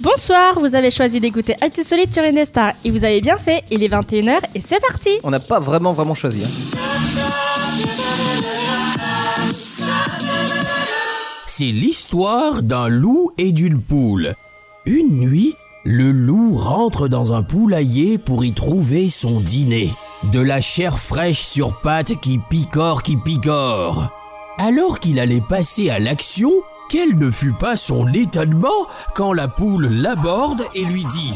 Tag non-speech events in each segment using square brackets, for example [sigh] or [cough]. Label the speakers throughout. Speaker 1: Bonsoir, vous avez choisi d'écouter Actu Solide sur Indestar et vous avez bien fait, il est 21h et c'est parti
Speaker 2: On n'a pas vraiment vraiment choisi. hein.
Speaker 3: C'est l'histoire d'un loup et d'une poule. Une nuit, le loup rentre dans un poulailler pour y trouver son dîner. De la chair fraîche sur pattes qui picore, qui picore. Alors qu'il allait passer à l'action, quel ne fut pas son étonnement quand la poule l'aborde et lui dit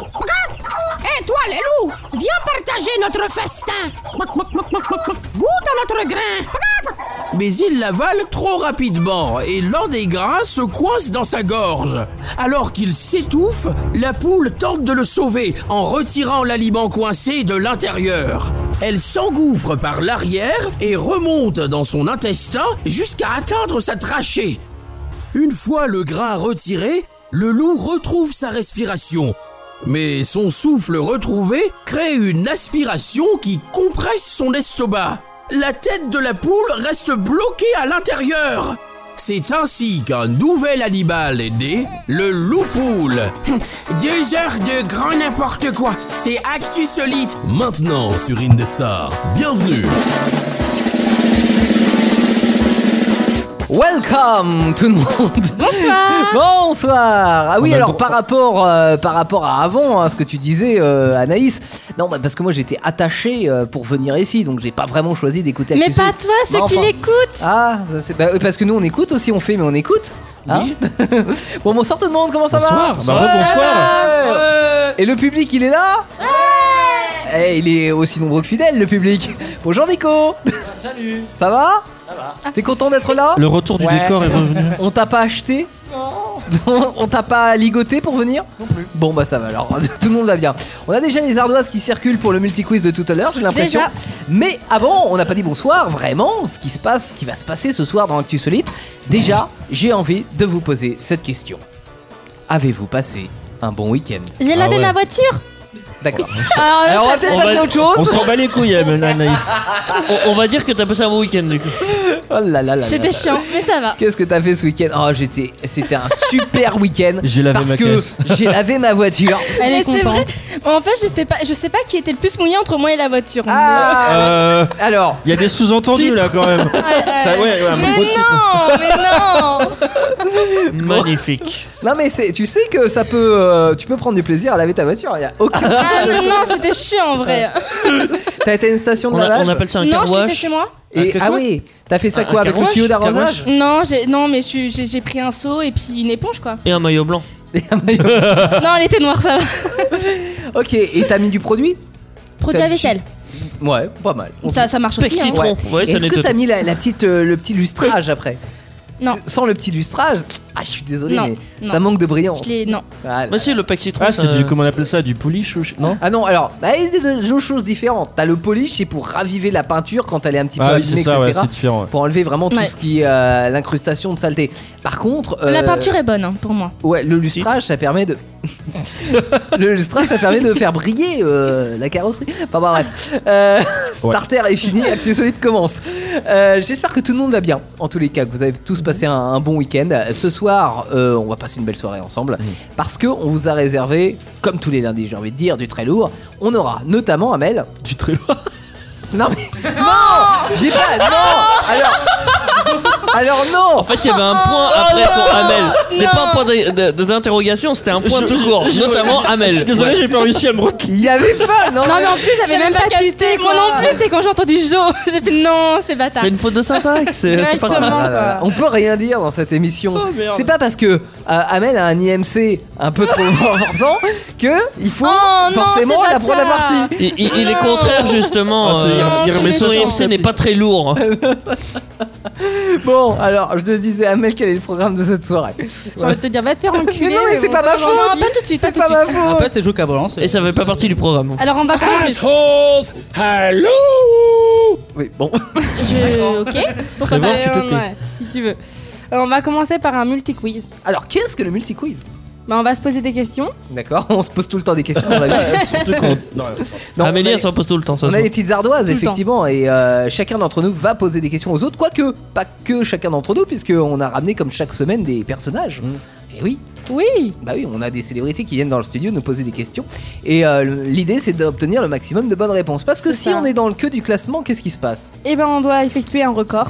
Speaker 4: Hé, toi, les loups, viens partager notre festin. Goûte à notre grain.
Speaker 3: Mais il l'avale trop rapidement et l'un des grains se coince dans sa gorge. Alors qu'il s'étouffe, la poule tente de le sauver en retirant l'aliment coincé de l'intérieur. Elle s'engouffre par l'arrière et remonte dans son intestin jusqu'à atteindre sa trachée. Une fois le grain retiré, le loup retrouve sa respiration. Mais son souffle retrouvé crée une aspiration qui compresse son estomac. La tête de la poule reste bloquée à l'intérieur. C'est ainsi qu'un nouvel animal est né, le [laughs] loup-poule. Deux heures de grand n'importe quoi, c'est Actu Solide. Maintenant sur Indestar, bienvenue.
Speaker 2: Welcome tout le monde
Speaker 1: Bonsoir
Speaker 2: [laughs] Bonsoir Ah oui
Speaker 5: On a le
Speaker 2: alors
Speaker 5: droit-
Speaker 2: par rapport, euh, par rapport à avant, hein, ce que tu disais euh, Anaïs, non bah, parce que moi j'étais attaché euh, pour venir ici, donc j'ai pas vraiment choisi d'écouter
Speaker 1: Mais
Speaker 2: Actu
Speaker 1: pas
Speaker 2: Sud.
Speaker 1: toi, ceux
Speaker 2: Bah,
Speaker 1: qui
Speaker 2: enfin.
Speaker 1: l'écoutent
Speaker 2: Ah, ça, c'est- bah, euh, parce que nous on écoute aussi, on fait, mais on écoute. hein. [laughs] bon, bonsoir tout le monde, comment ça va
Speaker 5: Bonsoir. Bah,
Speaker 2: Ouais. Et le public, il est là Eh, Il est aussi nombreux que fidèle, le public. [laughs] Bonjour Nico
Speaker 6: Salut
Speaker 2: Ça va Ça va. T'es content d'être là
Speaker 5: Le retour du décor est revenu.
Speaker 2: On t'a pas acheté Non [laughs] On t'a pas ligoté pour venir Non plus. Bon bah ça va alors, [laughs] tout le monde va bien. On a déjà les ardoises qui circulent pour le multi-quiz de tout à l'heure, j'ai l'impression.
Speaker 1: Déjà.
Speaker 2: Mais avant, on n'a pas dit bonsoir, vraiment, ce qui se passe, ce qui va se passer ce soir dans Actu Solite. Déjà, j'ai envie de vous poser cette question. Avez-vous passé un bon week-end
Speaker 1: J'ai
Speaker 5: Ah
Speaker 1: lavé
Speaker 5: ouais.
Speaker 1: ma
Speaker 2: [laughs]
Speaker 1: voiture
Speaker 2: D'accord.
Speaker 1: Alors,
Speaker 2: Alors on va
Speaker 1: ça-
Speaker 2: peut-être
Speaker 6: On
Speaker 2: passer
Speaker 6: va-
Speaker 2: à autre chose.
Speaker 5: On s'en bat les couilles, euh,
Speaker 2: [laughs]
Speaker 5: Anaïs.
Speaker 6: on, on va dire que t'as passé un bon week-end du coup.
Speaker 2: Oh là là là là là.
Speaker 1: C'était chiant, mais ça va.
Speaker 2: Qu'est-ce que t'as fait ce week-end Oh, j'étais, c'était un super week-end.
Speaker 6: [laughs]
Speaker 5: J'ai lavé
Speaker 2: parce
Speaker 5: ma
Speaker 2: que
Speaker 5: caisse.
Speaker 2: [laughs] j'ai lavé ma voiture.
Speaker 1: Mais
Speaker 7: Elle est
Speaker 1: c'est vrai.
Speaker 7: contente.
Speaker 1: En fait, je sais pas, je sais pas qui était le plus mouillé entre moi et la voiture.
Speaker 2: Ah,
Speaker 5: Euh,
Speaker 2: alors,
Speaker 5: Il y a des sous-entendus
Speaker 2: Titre.
Speaker 5: là quand même.
Speaker 1: Mais- Ouais, ouais.
Speaker 5: Ça, ouais, ouais, un
Speaker 1: mais
Speaker 5: beau
Speaker 1: non,
Speaker 5: titre.
Speaker 1: mais non.
Speaker 2: [laughs]
Speaker 6: Magnifique.
Speaker 2: non mais c'est, tu sais que ça peut, euh, tu peux prendre du plaisir à laver ta voiture. Y a aucun...
Speaker 1: Ah non, non, c'était chiant en vrai.
Speaker 2: Ah, t'as été à une station de
Speaker 6: On, a-
Speaker 2: lavage.
Speaker 6: on appelle ça un
Speaker 1: Non,
Speaker 6: car
Speaker 1: je l'ai fait
Speaker 6: wash.
Speaker 1: chez moi.
Speaker 2: Et
Speaker 5: Un
Speaker 2: ah
Speaker 5: quoi
Speaker 2: oui, t'as fait ça
Speaker 5: Un-
Speaker 2: quoi
Speaker 5: un
Speaker 2: avec le
Speaker 5: carwash,
Speaker 2: tuyau
Speaker 5: un
Speaker 2: d'arrosage
Speaker 1: Non, j'ai- non, mais je suis- j'ai j'ai pris un seau et puis une éponge quoi.
Speaker 6: Et un maillot blanc.
Speaker 2: Et un maillot.
Speaker 1: non, elle était noire, ça va.
Speaker 2: Ok, et t'as mis du produit
Speaker 1: Produit à
Speaker 2: T'as juste-
Speaker 1: vaisselle.
Speaker 2: Ouais, pas mal. On
Speaker 1: Ça,
Speaker 2: s'y-
Speaker 1: ça marche aussi. hein.
Speaker 6: Pexitron.
Speaker 2: Ouais.
Speaker 6: Ouais, ça
Speaker 2: Est-ce que
Speaker 6: n'était-
Speaker 2: t'as mis la, la petite, euh, le petit lustrage après
Speaker 1: Non.
Speaker 2: Parce que Sans le petit lustrage, ah je suis désolé,
Speaker 1: Non,
Speaker 2: mais
Speaker 1: non.
Speaker 2: ça manque de brillance.
Speaker 1: Je l'ai- Non.
Speaker 2: Ah,
Speaker 6: Mais c'est Bah, le pack citron.
Speaker 5: Ah,
Speaker 6: ça-
Speaker 5: c'est du. Comment on appelle ça Du pouliche ou. je- Non
Speaker 2: Ah non, alors, bah, il y a deux, deux choses différentes. T'as le polish, c'est pour raviver la peinture quand elle est un petit peu
Speaker 5: Ah oui,
Speaker 2: abîmée,
Speaker 5: c'est ça, ouais,
Speaker 2: etc.
Speaker 5: c'est différent. ouais.
Speaker 2: pour enlever vraiment tout
Speaker 1: Ouais.
Speaker 2: ce qui est euh, l'incrustation de saleté. Par contre, euh,
Speaker 1: La peinture est bonne hein, pour moi.
Speaker 2: ouais, le lustrage, ça permet de, [laughs] le lustrage, ça permet de faire briller euh, la carrosserie. Enfin bon, bref, Euh,
Speaker 5: Ouais.
Speaker 2: Starter est fini, Actu Solide commence. Euh, J'espère que tout le monde va bien. En tous les cas, que vous avez tous passé un, un bon week-end. Ce soir, euh, on va passer une belle soirée ensemble
Speaker 5: Mm.
Speaker 2: parce que on vous a réservé, comme tous les lundis, j'ai envie de dire, du très lourd. On aura notamment Amel.
Speaker 5: Du très loin.
Speaker 2: Non mais [laughs] non, j'ai pas non. Alors alors non. Oh
Speaker 8: En fait, il y avait un point après son Amel. C'était pas un point d'in- d'in- d'interrogation, c'était un point
Speaker 5: Je-
Speaker 8: tout court,
Speaker 5: je-
Speaker 8: notamment Amel.
Speaker 5: Je suis désolé,
Speaker 8: Ouais.
Speaker 5: j'ai pas réussi à me retenir.
Speaker 2: Il y avait pas non.
Speaker 1: Non, mais en plus, j'avais même pas tilté. Moi non plus, c'est quand j'ai entendu Jo. [laughs] J'ai fait non, c'est bâtard.
Speaker 8: C'est une faute de syntaxe, c'est c'est pas
Speaker 1: Exactement,
Speaker 8: grave. Ah
Speaker 1: quoi.
Speaker 2: On peut rien dire dans cette émission.
Speaker 5: Oh, merde.
Speaker 2: c'est pas parce que euh, Amel a un IMC un
Speaker 1: [laughs]
Speaker 2: peu trop important que il faut
Speaker 1: Oh, non,
Speaker 2: forcément
Speaker 1: c'est
Speaker 2: la prendre la
Speaker 1: bâtard.
Speaker 2: partie.
Speaker 8: Il, il- il est
Speaker 1: Non.
Speaker 8: contraire justement.
Speaker 5: Ah, c'est-
Speaker 8: euh,
Speaker 1: il remet
Speaker 8: mais
Speaker 1: ça
Speaker 8: son
Speaker 1: sur
Speaker 8: IMC n'est pas très lourd.
Speaker 2: [laughs] Bon, alors je te disais Amel quel est le programme de cette soirée.
Speaker 1: J'ai envie de te dire, va te faire enculer.
Speaker 2: Mais non, mais c'est
Speaker 1: bon,
Speaker 2: pas ma
Speaker 1: non,
Speaker 2: faute.
Speaker 1: Non, pas tout de suite.
Speaker 2: C'est
Speaker 1: tout de
Speaker 2: pas ma
Speaker 1: suite. Ah,
Speaker 2: faute.
Speaker 8: c'est joué qu'à balance. Et ça fait pas partie du programme.
Speaker 1: Alors en bas, je...
Speaker 2: Oui, bon.
Speaker 1: ok. Pourquoi
Speaker 5: Prévent, tu te
Speaker 1: euh,
Speaker 5: tais.
Speaker 1: ouais, Si tu veux. Euh, on va commencer par un multi-quiz.
Speaker 2: Alors qu'est-ce que le multi quiz
Speaker 1: Bah, on va se poser des questions.
Speaker 2: D'accord, on se pose tout le temps des questions.
Speaker 1: [laughs]
Speaker 2: on va dire.
Speaker 5: Surtout quand. Non, ouais.
Speaker 2: Non,
Speaker 8: Amélie,
Speaker 2: on a-
Speaker 8: elle s'en pose tout le temps. ça
Speaker 2: On
Speaker 8: se
Speaker 2: a
Speaker 8: voit.
Speaker 2: les petites ardoises,
Speaker 1: Tout le
Speaker 2: effectivement, et euh, chacun d'entre nous va poser des questions aux autres, quoique pas que chacun d'entre nous, puisqu'on a ramené comme chaque semaine des personnages. Et oui,
Speaker 1: Mm. Oui.
Speaker 2: bah oui, on a des célébrités qui viennent dans le studio nous poser des questions. Et euh, le- l'idée, c'est d'obtenir le maximum de bonnes réponses. Parce que
Speaker 1: C'est
Speaker 2: si
Speaker 1: ça.
Speaker 2: on est dans le queue du classement, qu'est-ce qui se passe
Speaker 1: Eh ben, on doit effectuer un record.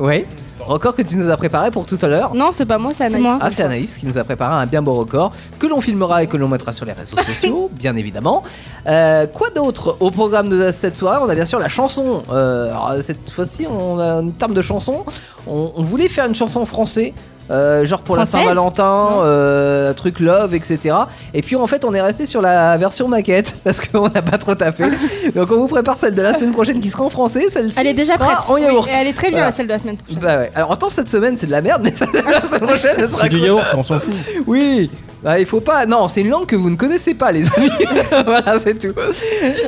Speaker 2: Ouais. Record que tu nous as préparé pour tout à l'heure.
Speaker 1: Non, c'est pas moi, c'est Anaïs.
Speaker 2: Ah, c'est Anaïs qui nous a préparé un bien beau record que l'on filmera et que l'on mettra sur
Speaker 1: [laughs]
Speaker 2: les réseaux sociaux, bien évidemment. Euh, quoi d'autre au programme de cette soirée On a bien sûr la chanson. Euh, alors, cette fois-ci, on a en termes de chanson, on, on voulait faire une chanson en français. euh, genre pour la
Speaker 1: Française
Speaker 2: Saint-Valentin,
Speaker 1: Non.
Speaker 2: euh, truc love, etc. Et puis en fait, on est resté sur la version maquette [laughs] parce qu'on n'a pas trop tapé.
Speaker 1: [laughs]
Speaker 2: Donc on vous prépare celle de la semaine prochaine qui sera en français, celle-ci
Speaker 1: Elle est déjà
Speaker 2: sera
Speaker 1: prête.
Speaker 2: en yaourt.
Speaker 1: Oui, et elle est très bien,
Speaker 2: Voilà.
Speaker 1: celle de la semaine prochaine.
Speaker 2: Bah ouais. Alors en temps cette semaine, c'est de la merde, mais [laughs] celle de la
Speaker 1: [laughs]
Speaker 2: semaine prochaine, elle sera
Speaker 5: C'est du
Speaker 2: cool.
Speaker 5: yaourt, on s'en fout.
Speaker 2: [laughs] Oui Bah, il faut pas. Non, c'est une langue que vous ne connaissez pas, les amis. [laughs] voilà, c'est tout.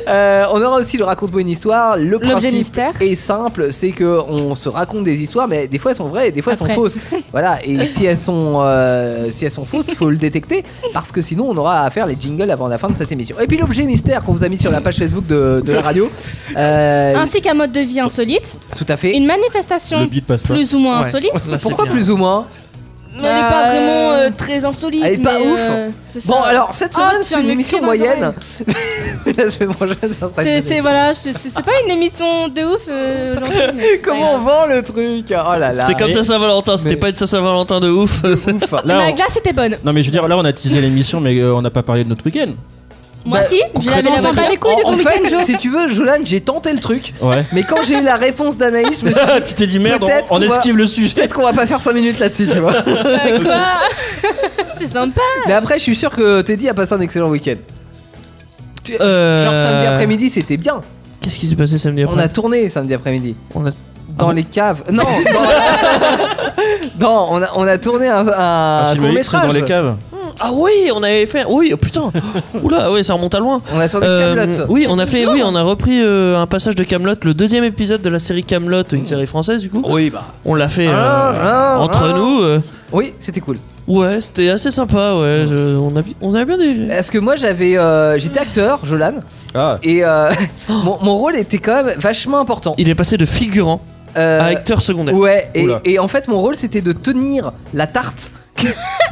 Speaker 2: Euh, on aura aussi le raconte-moi une histoire. Le principe
Speaker 1: mystère.
Speaker 2: est simple, c'est que on se raconte des histoires, mais des fois elles sont vraies, et des fois elles
Speaker 1: Après.
Speaker 2: sont fausses. Voilà.
Speaker 1: [laughs]
Speaker 2: Et si elles sont, euh, si elles sont fausses, il faut le détecter, parce que sinon on aura à faire les jingles avant la fin de cette émission. Et puis l'objet mystère qu'on vous a mis sur la page Facebook de, de la radio. Euh,
Speaker 1: Ainsi qu'un mode de vie insolite,
Speaker 2: tout à fait.
Speaker 1: une manifestation
Speaker 5: Le beat passe pas.
Speaker 1: plus ou moins
Speaker 2: Ouais.
Speaker 1: insolite.
Speaker 2: Pourquoi plus ou moins
Speaker 1: Mais elle n'est pas
Speaker 7: Euh,
Speaker 1: vraiment euh, très insolite.
Speaker 2: elle est pas
Speaker 1: mais,
Speaker 2: ouf.
Speaker 1: euh, c'est
Speaker 2: Bon,
Speaker 1: ça.
Speaker 2: alors cette
Speaker 1: Ah,
Speaker 2: semaine
Speaker 1: tu
Speaker 2: c'est
Speaker 1: as
Speaker 2: une
Speaker 1: mis
Speaker 2: émission
Speaker 1: le pied dans les
Speaker 2: moyenne. [laughs] la semaine prochaine, ça sera. une
Speaker 1: C'est
Speaker 2: bonne
Speaker 1: c'est- voilà, c'est c'est pas une émission de ouf. euh, aujourd'hui, mais c'est pas
Speaker 2: [laughs] Comment on
Speaker 1: grave.
Speaker 2: vend le truc Oh là là
Speaker 8: C'est comme ça Saint-Valentin, c'était
Speaker 2: Mais-
Speaker 8: pas une Saint-Valentin de ouf.
Speaker 2: Ouf.
Speaker 5: [laughs] Là,
Speaker 1: La
Speaker 5: on-
Speaker 1: glace était
Speaker 5: [laughs]
Speaker 1: bonne.
Speaker 5: Non mais je veux dire, là on a teasé l'émission, mais euh, on n'a pas parlé de notre week-end.
Speaker 1: Moi
Speaker 2: Bah,
Speaker 1: si, je l'avais
Speaker 2: concrètement,
Speaker 1: la
Speaker 2: ça-
Speaker 1: pas les couilles de
Speaker 2: en,
Speaker 1: ton
Speaker 2: en
Speaker 1: week-end,
Speaker 2: fait,
Speaker 1: Jo.
Speaker 2: si tu veux, Jolan, j'ai tenté le truc.
Speaker 5: Ouais.
Speaker 2: Mais quand j'ai eu la réponse d'Anaïs, je me suis dit,
Speaker 8: Ah, tu t'es dit merde,
Speaker 2: Peut-être
Speaker 8: on, on
Speaker 2: qu'on va-
Speaker 8: esquive le sujet.
Speaker 2: peut-être qu'on va pas faire 5 minutes là-dessus, tu vois.
Speaker 1: Euh, Quoi [laughs] C'est sympa.
Speaker 2: Mais après, je suis sûr que Teddy a passé un excellent week-end.
Speaker 5: Euh,
Speaker 2: Genre samedi après-midi, c'était bien.
Speaker 8: Euh, Qu'est-ce qui s'est passé samedi
Speaker 2: On a tourné samedi après-midi.
Speaker 8: On a- Ah
Speaker 2: Dans les caves. Non, dans-
Speaker 8: [laughs]
Speaker 2: non, on, a, on a tourné un, un,
Speaker 5: Un film X
Speaker 2: court-métrage.
Speaker 5: dans les caves.
Speaker 8: Ah oui, on avait fait. Oui,
Speaker 5: [laughs]
Speaker 8: oh putain. Oula, oui, ça remonte à loin.
Speaker 2: On a tourné
Speaker 8: Euh,
Speaker 2: Camelot.
Speaker 8: oui, on a fait, oui, on a repris euh, un passage de Camelot, le deuxième épisode de la série Camelot, une série française du coup.
Speaker 2: Oui, bah.
Speaker 8: On l'a fait euh,
Speaker 2: Ah, ah,
Speaker 8: entre
Speaker 2: ah.
Speaker 8: nous. euh,
Speaker 2: Oui, c'était cool.
Speaker 8: ouais, c'était assez sympa. Ouais, je- on a, bi- on a bien des.
Speaker 2: Parce que moi, j'avais, euh, j'étais acteur, Jolan,
Speaker 5: Ah.
Speaker 2: et euh, [laughs] mon, mon rôle était quand même vachement important.
Speaker 8: Il est passé de figurant
Speaker 2: Euh,
Speaker 8: à acteur secondaire.
Speaker 2: Ouais, et,
Speaker 5: Oula.
Speaker 2: et en fait, mon rôle c'était de tenir la tarte. que-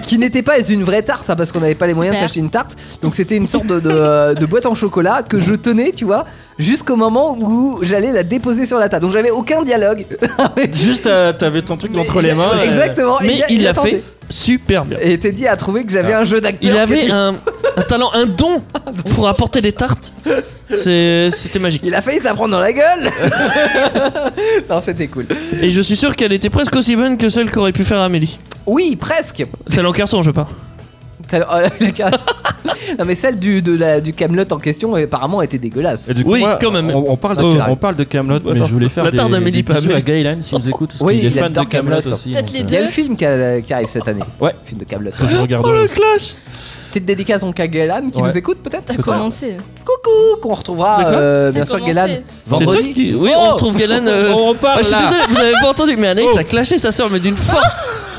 Speaker 2: qui n'était pas une vraie tarte hein, parce qu'on n'avait pas les moyens de
Speaker 1: Super.
Speaker 2: s'acheter une tarte donc c'était une sorte de, de, euh, de boîte en chocolat que je tenais tu vois jusqu'au moment où j'allais la déposer sur la table donc j'avais aucun dialogue
Speaker 5: [laughs] Juste, euh, t'avais ton truc entre les mains. euh,
Speaker 2: exactement
Speaker 8: Mais
Speaker 2: et
Speaker 8: il l'a
Speaker 2: tenté.
Speaker 8: fait super bien.
Speaker 2: et Teddy a trouvé que
Speaker 5: Ah.
Speaker 2: j'avais un jeu d'acteur
Speaker 8: Il
Speaker 2: qui
Speaker 8: avait
Speaker 2: était-
Speaker 8: un, un talent,
Speaker 2: [laughs]
Speaker 8: un don pour apporter des tartes. C'est- C'était magique.
Speaker 2: il a failli se la prendre dans la gueule [laughs] non c'était cool
Speaker 8: Et je suis sûr qu'elle était presque aussi bonne que celle qu'aurait pu faire Amélie.
Speaker 2: oui presque
Speaker 8: Celle en carton, je parle.
Speaker 2: T'as- oh, [laughs] la carte- non mais celle du, de la, du Camelot en question apparemment était dégueulasse
Speaker 5: et du coup,
Speaker 8: Oui,
Speaker 5: moi,
Speaker 8: quand même.
Speaker 5: On, on parle de,
Speaker 2: Ah, c'est
Speaker 5: on parle de Camelot, mais
Speaker 8: Attends,
Speaker 5: je voulais faire
Speaker 8: la tarte
Speaker 5: des,
Speaker 8: d'Amélie
Speaker 5: des
Speaker 8: pas
Speaker 5: bisous
Speaker 8: Amélie.
Speaker 5: à Gaylan s'il nous écoute, parce
Speaker 2: Oui,
Speaker 5: qu'il est
Speaker 2: il
Speaker 5: fan de
Speaker 2: adore
Speaker 5: Camelot
Speaker 2: Kaamelott.
Speaker 5: aussi.
Speaker 1: Peut-être
Speaker 5: donc,
Speaker 1: les
Speaker 5: euh,
Speaker 1: deux.
Speaker 2: Il y a le film qui, a- qui arrive cette année.
Speaker 5: Ouais.
Speaker 2: Le film de Camelot. Oh,
Speaker 5: faut que je regarde. ouais.
Speaker 8: clash
Speaker 2: Petite dédicace donc à Gélan qui
Speaker 5: Ouais.
Speaker 2: nous écoute peut-être.
Speaker 1: T'as commencé.
Speaker 2: Coucou qu'on retrouvera
Speaker 8: D'accord.
Speaker 2: euh, bien
Speaker 1: T'as
Speaker 2: sûr
Speaker 1: commencé.
Speaker 2: Gélan
Speaker 8: C'est toi
Speaker 2: vendredi. Oh
Speaker 8: qui... Oui, on retrouve Galen. euh,
Speaker 5: On parle
Speaker 8: ah, je suis
Speaker 5: là. Oh.
Speaker 8: désolé, vous avez pas entendu, mais Anaïs a clashé sa soeur, mais d'une force.
Speaker 2: [laughs]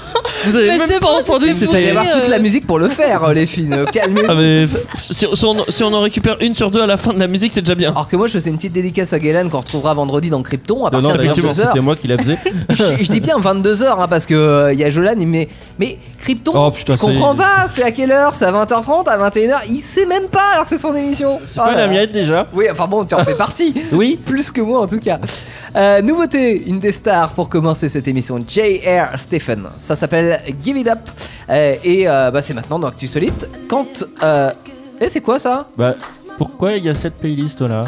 Speaker 8: Vous avez
Speaker 1: Mais
Speaker 8: même
Speaker 1: c'est
Speaker 8: pas
Speaker 1: bon,
Speaker 8: entendu.
Speaker 1: c'était
Speaker 2: Il va y
Speaker 8: c'était-
Speaker 2: avoir toute
Speaker 1: euh,
Speaker 2: la musique pour le faire euh, les filles. euh, Calmez-vous.
Speaker 8: Ah, mais si, si on, si on en récupère une sur deux à la fin de la musique, c'est déjà bien.
Speaker 2: Alors que moi je faisais une petite dédicace à Gélan qu'on retrouvera vendredi dans Krypton à
Speaker 5: Non,
Speaker 2: partir
Speaker 5: non,
Speaker 2: de
Speaker 5: d'ailleurs,
Speaker 2: 22h.
Speaker 5: c'était moi qui la faisais.
Speaker 2: [laughs] je, je dis bien 22h parce que euh, il y a Jolan il met mais Krypton
Speaker 5: Oh, putain,
Speaker 2: je comprends
Speaker 5: c'est-
Speaker 2: pas c'est à quelle heure c'est à 20h30 à 21h il sait même pas alors que c'est son émission
Speaker 5: C'est pas
Speaker 2: Oh là
Speaker 5: la
Speaker 2: là.
Speaker 5: miette déjà.
Speaker 2: oui enfin bon tu en fais partie
Speaker 5: [laughs] Oui.
Speaker 2: plus que moi en tout cas. Euh, nouveauté, une des stars pour commencer cette émission, J.R. Stephen. Ça s'appelle Give It Up. Euh, et euh, bah, c'est maintenant dans Actu Solite. Quand. Euh... Eh, c'est quoi ça
Speaker 5: Bah, pourquoi il y a cette playlist là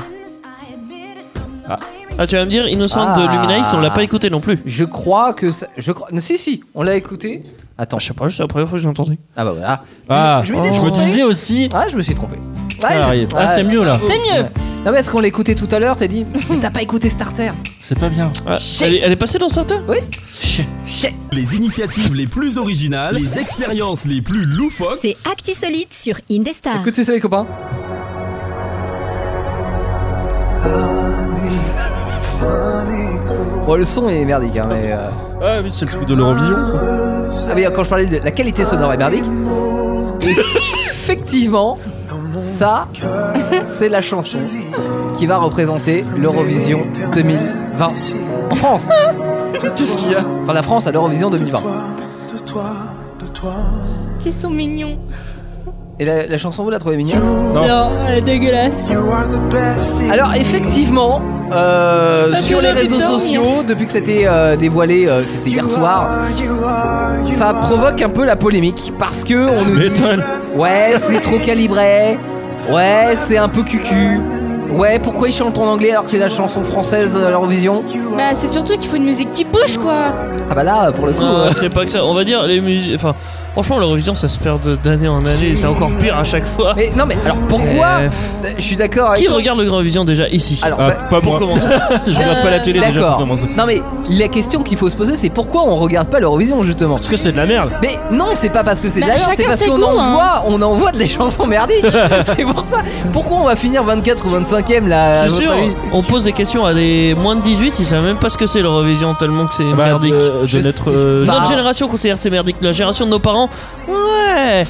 Speaker 8: Ah, tu vas me dire, Innocente de
Speaker 2: Ah.
Speaker 8: Luminaïs, on l'a pas écouté non plus.
Speaker 2: Je crois que. ça- Je crois... Si, si, on l'a écouté. Attends.
Speaker 8: Je sais pas, c'est la première fois que j'ai entendu. oh.
Speaker 2: Ah bah voilà.
Speaker 5: Ah,
Speaker 2: je m'étais
Speaker 5: je me
Speaker 2: trompé.
Speaker 5: disais aussi.
Speaker 2: Ah, je me suis trompé. Ouais,
Speaker 5: Ça arrive.
Speaker 2: je-
Speaker 5: Ah, c'est
Speaker 2: ouais.
Speaker 5: mieux là.
Speaker 1: C'est mieux.
Speaker 2: Non, mais est-ce qu'on l'a écouté tout à l'heure T'as dit Mais t'as pas écouté Starter
Speaker 5: C'est pas bien.
Speaker 8: Ah, elle, est, elle est passée dans Starter
Speaker 9: Les initiatives les plus originales, les expériences les plus loufoques.
Speaker 7: C'est ActiSolite sur Indestar.
Speaker 2: Écoutez ça, les copains. Bon, le son est merdique, hein, mais. euh,
Speaker 5: Ah, oui, c'est le truc de l'Eurovision.
Speaker 2: Ah mais quand je parlais de la qualité sonore est merdique, effectivement, ça, c'est la chanson qui va représenter l'Eurovision 2020 en France.
Speaker 5: Qu'est-ce qu'il y a
Speaker 2: Enfin la France à l'Eurovision 2020.
Speaker 1: Qu'ils sont mignons.
Speaker 2: Et la, la chanson, vous la trouvez mignonne
Speaker 5: Non.
Speaker 1: Non, elle est dégueulasse.
Speaker 2: Alors, effectivement, euh,
Speaker 1: Parce
Speaker 2: sur
Speaker 1: que
Speaker 2: les
Speaker 1: là, tu
Speaker 2: réseaux
Speaker 1: dors,
Speaker 2: sociaux, depuis que c'était euh, dévoilé, euh, c'était hier soir, ça provoque un peu la polémique parce que on nous dit
Speaker 5: M'étonne.
Speaker 2: Ouais, c'est trop calibré. Ouais, c'est un peu cucu. Ouais, pourquoi ils chantent en anglais alors que c'est la chanson française à l'Eurovision
Speaker 1: Bah, c'est surtout qu'il faut une musique qui bouge, quoi.
Speaker 2: Ah bah là, pour le coup. euh,
Speaker 6: Non, hein, c'est pas que ça. On va dire, les musiques. Enfin, franchement, l'Eurovision, ça se perd de- d'année en année. et C'est encore pire à chaque fois. Eh,
Speaker 2: Mais non, mais alors pourquoi Euh, Je suis d'accord avec.
Speaker 6: Qui regarde l'Eurovision déjà ici
Speaker 2: Alors,
Speaker 5: Ah,
Speaker 2: bah,
Speaker 5: pas
Speaker 6: Pour
Speaker 5: moi.
Speaker 6: commencer.
Speaker 5: [laughs] [laughs] Je regarde pas la télé déjà pour
Speaker 2: D'accord.
Speaker 5: commencer.
Speaker 2: Non mais la question qu'il faut se poser c'est pourquoi on regarde pas l'Eurovision justement.
Speaker 5: Parce que c'est de la merde.
Speaker 2: Mais non, c'est pas parce que c'est de
Speaker 1: Bah,
Speaker 2: la merde, c'est
Speaker 1: chacun
Speaker 2: parce
Speaker 1: ses
Speaker 2: qu'on
Speaker 1: goûts, hein.
Speaker 2: envoie, on envoie de les
Speaker 5: [laughs]
Speaker 2: chansons merdiques. c'est pour ça. Pourquoi on va finir 24 ou 25ème là Bah, à
Speaker 6: Je suis
Speaker 2: votre
Speaker 6: sûr,
Speaker 2: avis
Speaker 6: on pose des questions à des moins de 18, ils savent même pas ce que c'est l'Eurovision tellement que c'est
Speaker 5: Bah,
Speaker 6: merdique.
Speaker 5: de, de
Speaker 2: Je
Speaker 5: notre.
Speaker 2: sais
Speaker 5: euh,
Speaker 2: pas.
Speaker 6: Notre génération considère que c'est merdique, la génération de nos parents, ouais.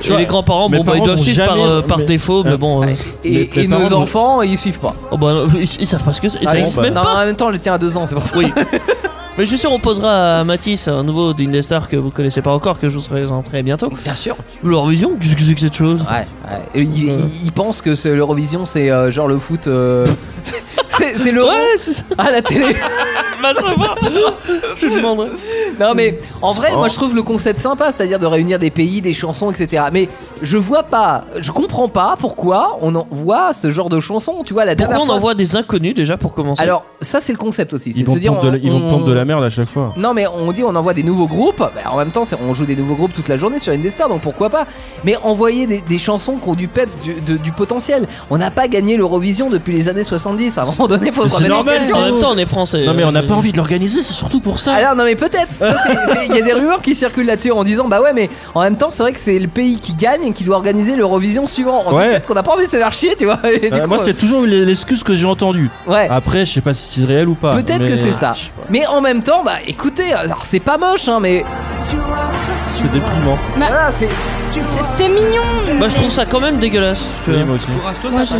Speaker 5: Tu
Speaker 6: Et
Speaker 5: vois,
Speaker 6: les grands-parents,
Speaker 5: mes
Speaker 6: bon, bah,
Speaker 5: parents
Speaker 6: ils doivent
Speaker 5: n'ont
Speaker 6: suivre par,
Speaker 5: jamais-
Speaker 6: euh, par
Speaker 5: mais-
Speaker 6: défaut, mais
Speaker 5: Ah.
Speaker 6: bon, euh,
Speaker 5: Les-
Speaker 2: Et,
Speaker 5: les
Speaker 2: et nos
Speaker 5: parents-
Speaker 2: enfants, ils suivent pas.
Speaker 6: oh, bah, non, ils, ils savent pas ce que c'est,
Speaker 2: Ah,
Speaker 6: ça existe
Speaker 2: bon,
Speaker 6: même
Speaker 2: bah,
Speaker 6: pas.
Speaker 2: non, en même temps, le tien a deux ans, c'est pour ça.
Speaker 6: Oui. Mais je suis sûr, on posera à Mathis un nouveau d'Indestar que vous connaissez pas encore, que je vous présenterai bientôt.
Speaker 2: Bien sûr.
Speaker 6: L'Eurovision, qu'est-ce que c'est que cette chose
Speaker 2: Ouais, ouais. Et Il, il- il pense que c'est l'Eurovision, c'est euh, genre le foot. euh, [laughs] c'est c'est l'euro à la télé.
Speaker 6: [laughs] Bah, ça va Je lui demanderai.
Speaker 2: Non mais en vrai, moi je trouve le concept sympa, c'est-à-dire de réunir des pays, des chansons, etc. Mais je vois pas, je comprends pas pourquoi on envoie ce genre de chansons. Tu vois la
Speaker 6: Pourquoi
Speaker 2: dernière
Speaker 6: on
Speaker 2: fois-
Speaker 6: envoie des inconnus déjà pour commencer
Speaker 2: Alors ça c'est le concept aussi, c'est
Speaker 5: Ils
Speaker 2: de
Speaker 5: vont,
Speaker 2: se dire
Speaker 5: prendre de la, ils vont
Speaker 2: on-
Speaker 5: prendre de la merde à chaque fois.
Speaker 2: Ah. Non mais on dit on envoie des nouveaux groupes, Bah, en même temps c'est- on joue des nouveaux groupes toute la journée sur Indestar donc pourquoi pas Mais envoyer des, des chansons qui ont du peps, du, de- du potentiel. On n'a pas gagné l'Eurovision depuis les années 70, à un moment donné faut se
Speaker 6: C'est
Speaker 2: remettre en
Speaker 6: normal,
Speaker 2: question.
Speaker 6: en même temps, on est français.
Speaker 5: Non mais on n'a
Speaker 6: Euh,
Speaker 5: pas envie de l'organiser, c'est surtout pour ça.
Speaker 2: Alors non mais peut-être, Ça, c'est- c'est- il y a des rumeurs qui circulent là-dessus en disant bah ouais mais en même temps c'est vrai que c'est le pays qui gagne et qui doit organiser l'Eurovision suivant. En fait,
Speaker 5: Ouais.
Speaker 2: Peut-être qu'on n'a pas envie de se faire chier tu vois. Et du
Speaker 5: Euh,
Speaker 2: coup,
Speaker 5: moi c'est toujours l'excuse que j'ai entendue.
Speaker 2: ouais.
Speaker 5: Après je sais pas si c'est réel ou pas.
Speaker 2: Peut-être
Speaker 5: mais-
Speaker 2: que c'est ça.
Speaker 5: Je sais pas.
Speaker 2: Mais en même temps, bah écoutez, alors c'est pas moche, hein, mais
Speaker 5: C'est déprimant.
Speaker 2: voilà, c'est.
Speaker 1: C'est- C'est mignon.
Speaker 6: Bah, je trouve ça quand même dégueulasse. tu vois.
Speaker 5: Oui, moi aussi.
Speaker 1: Moi, je,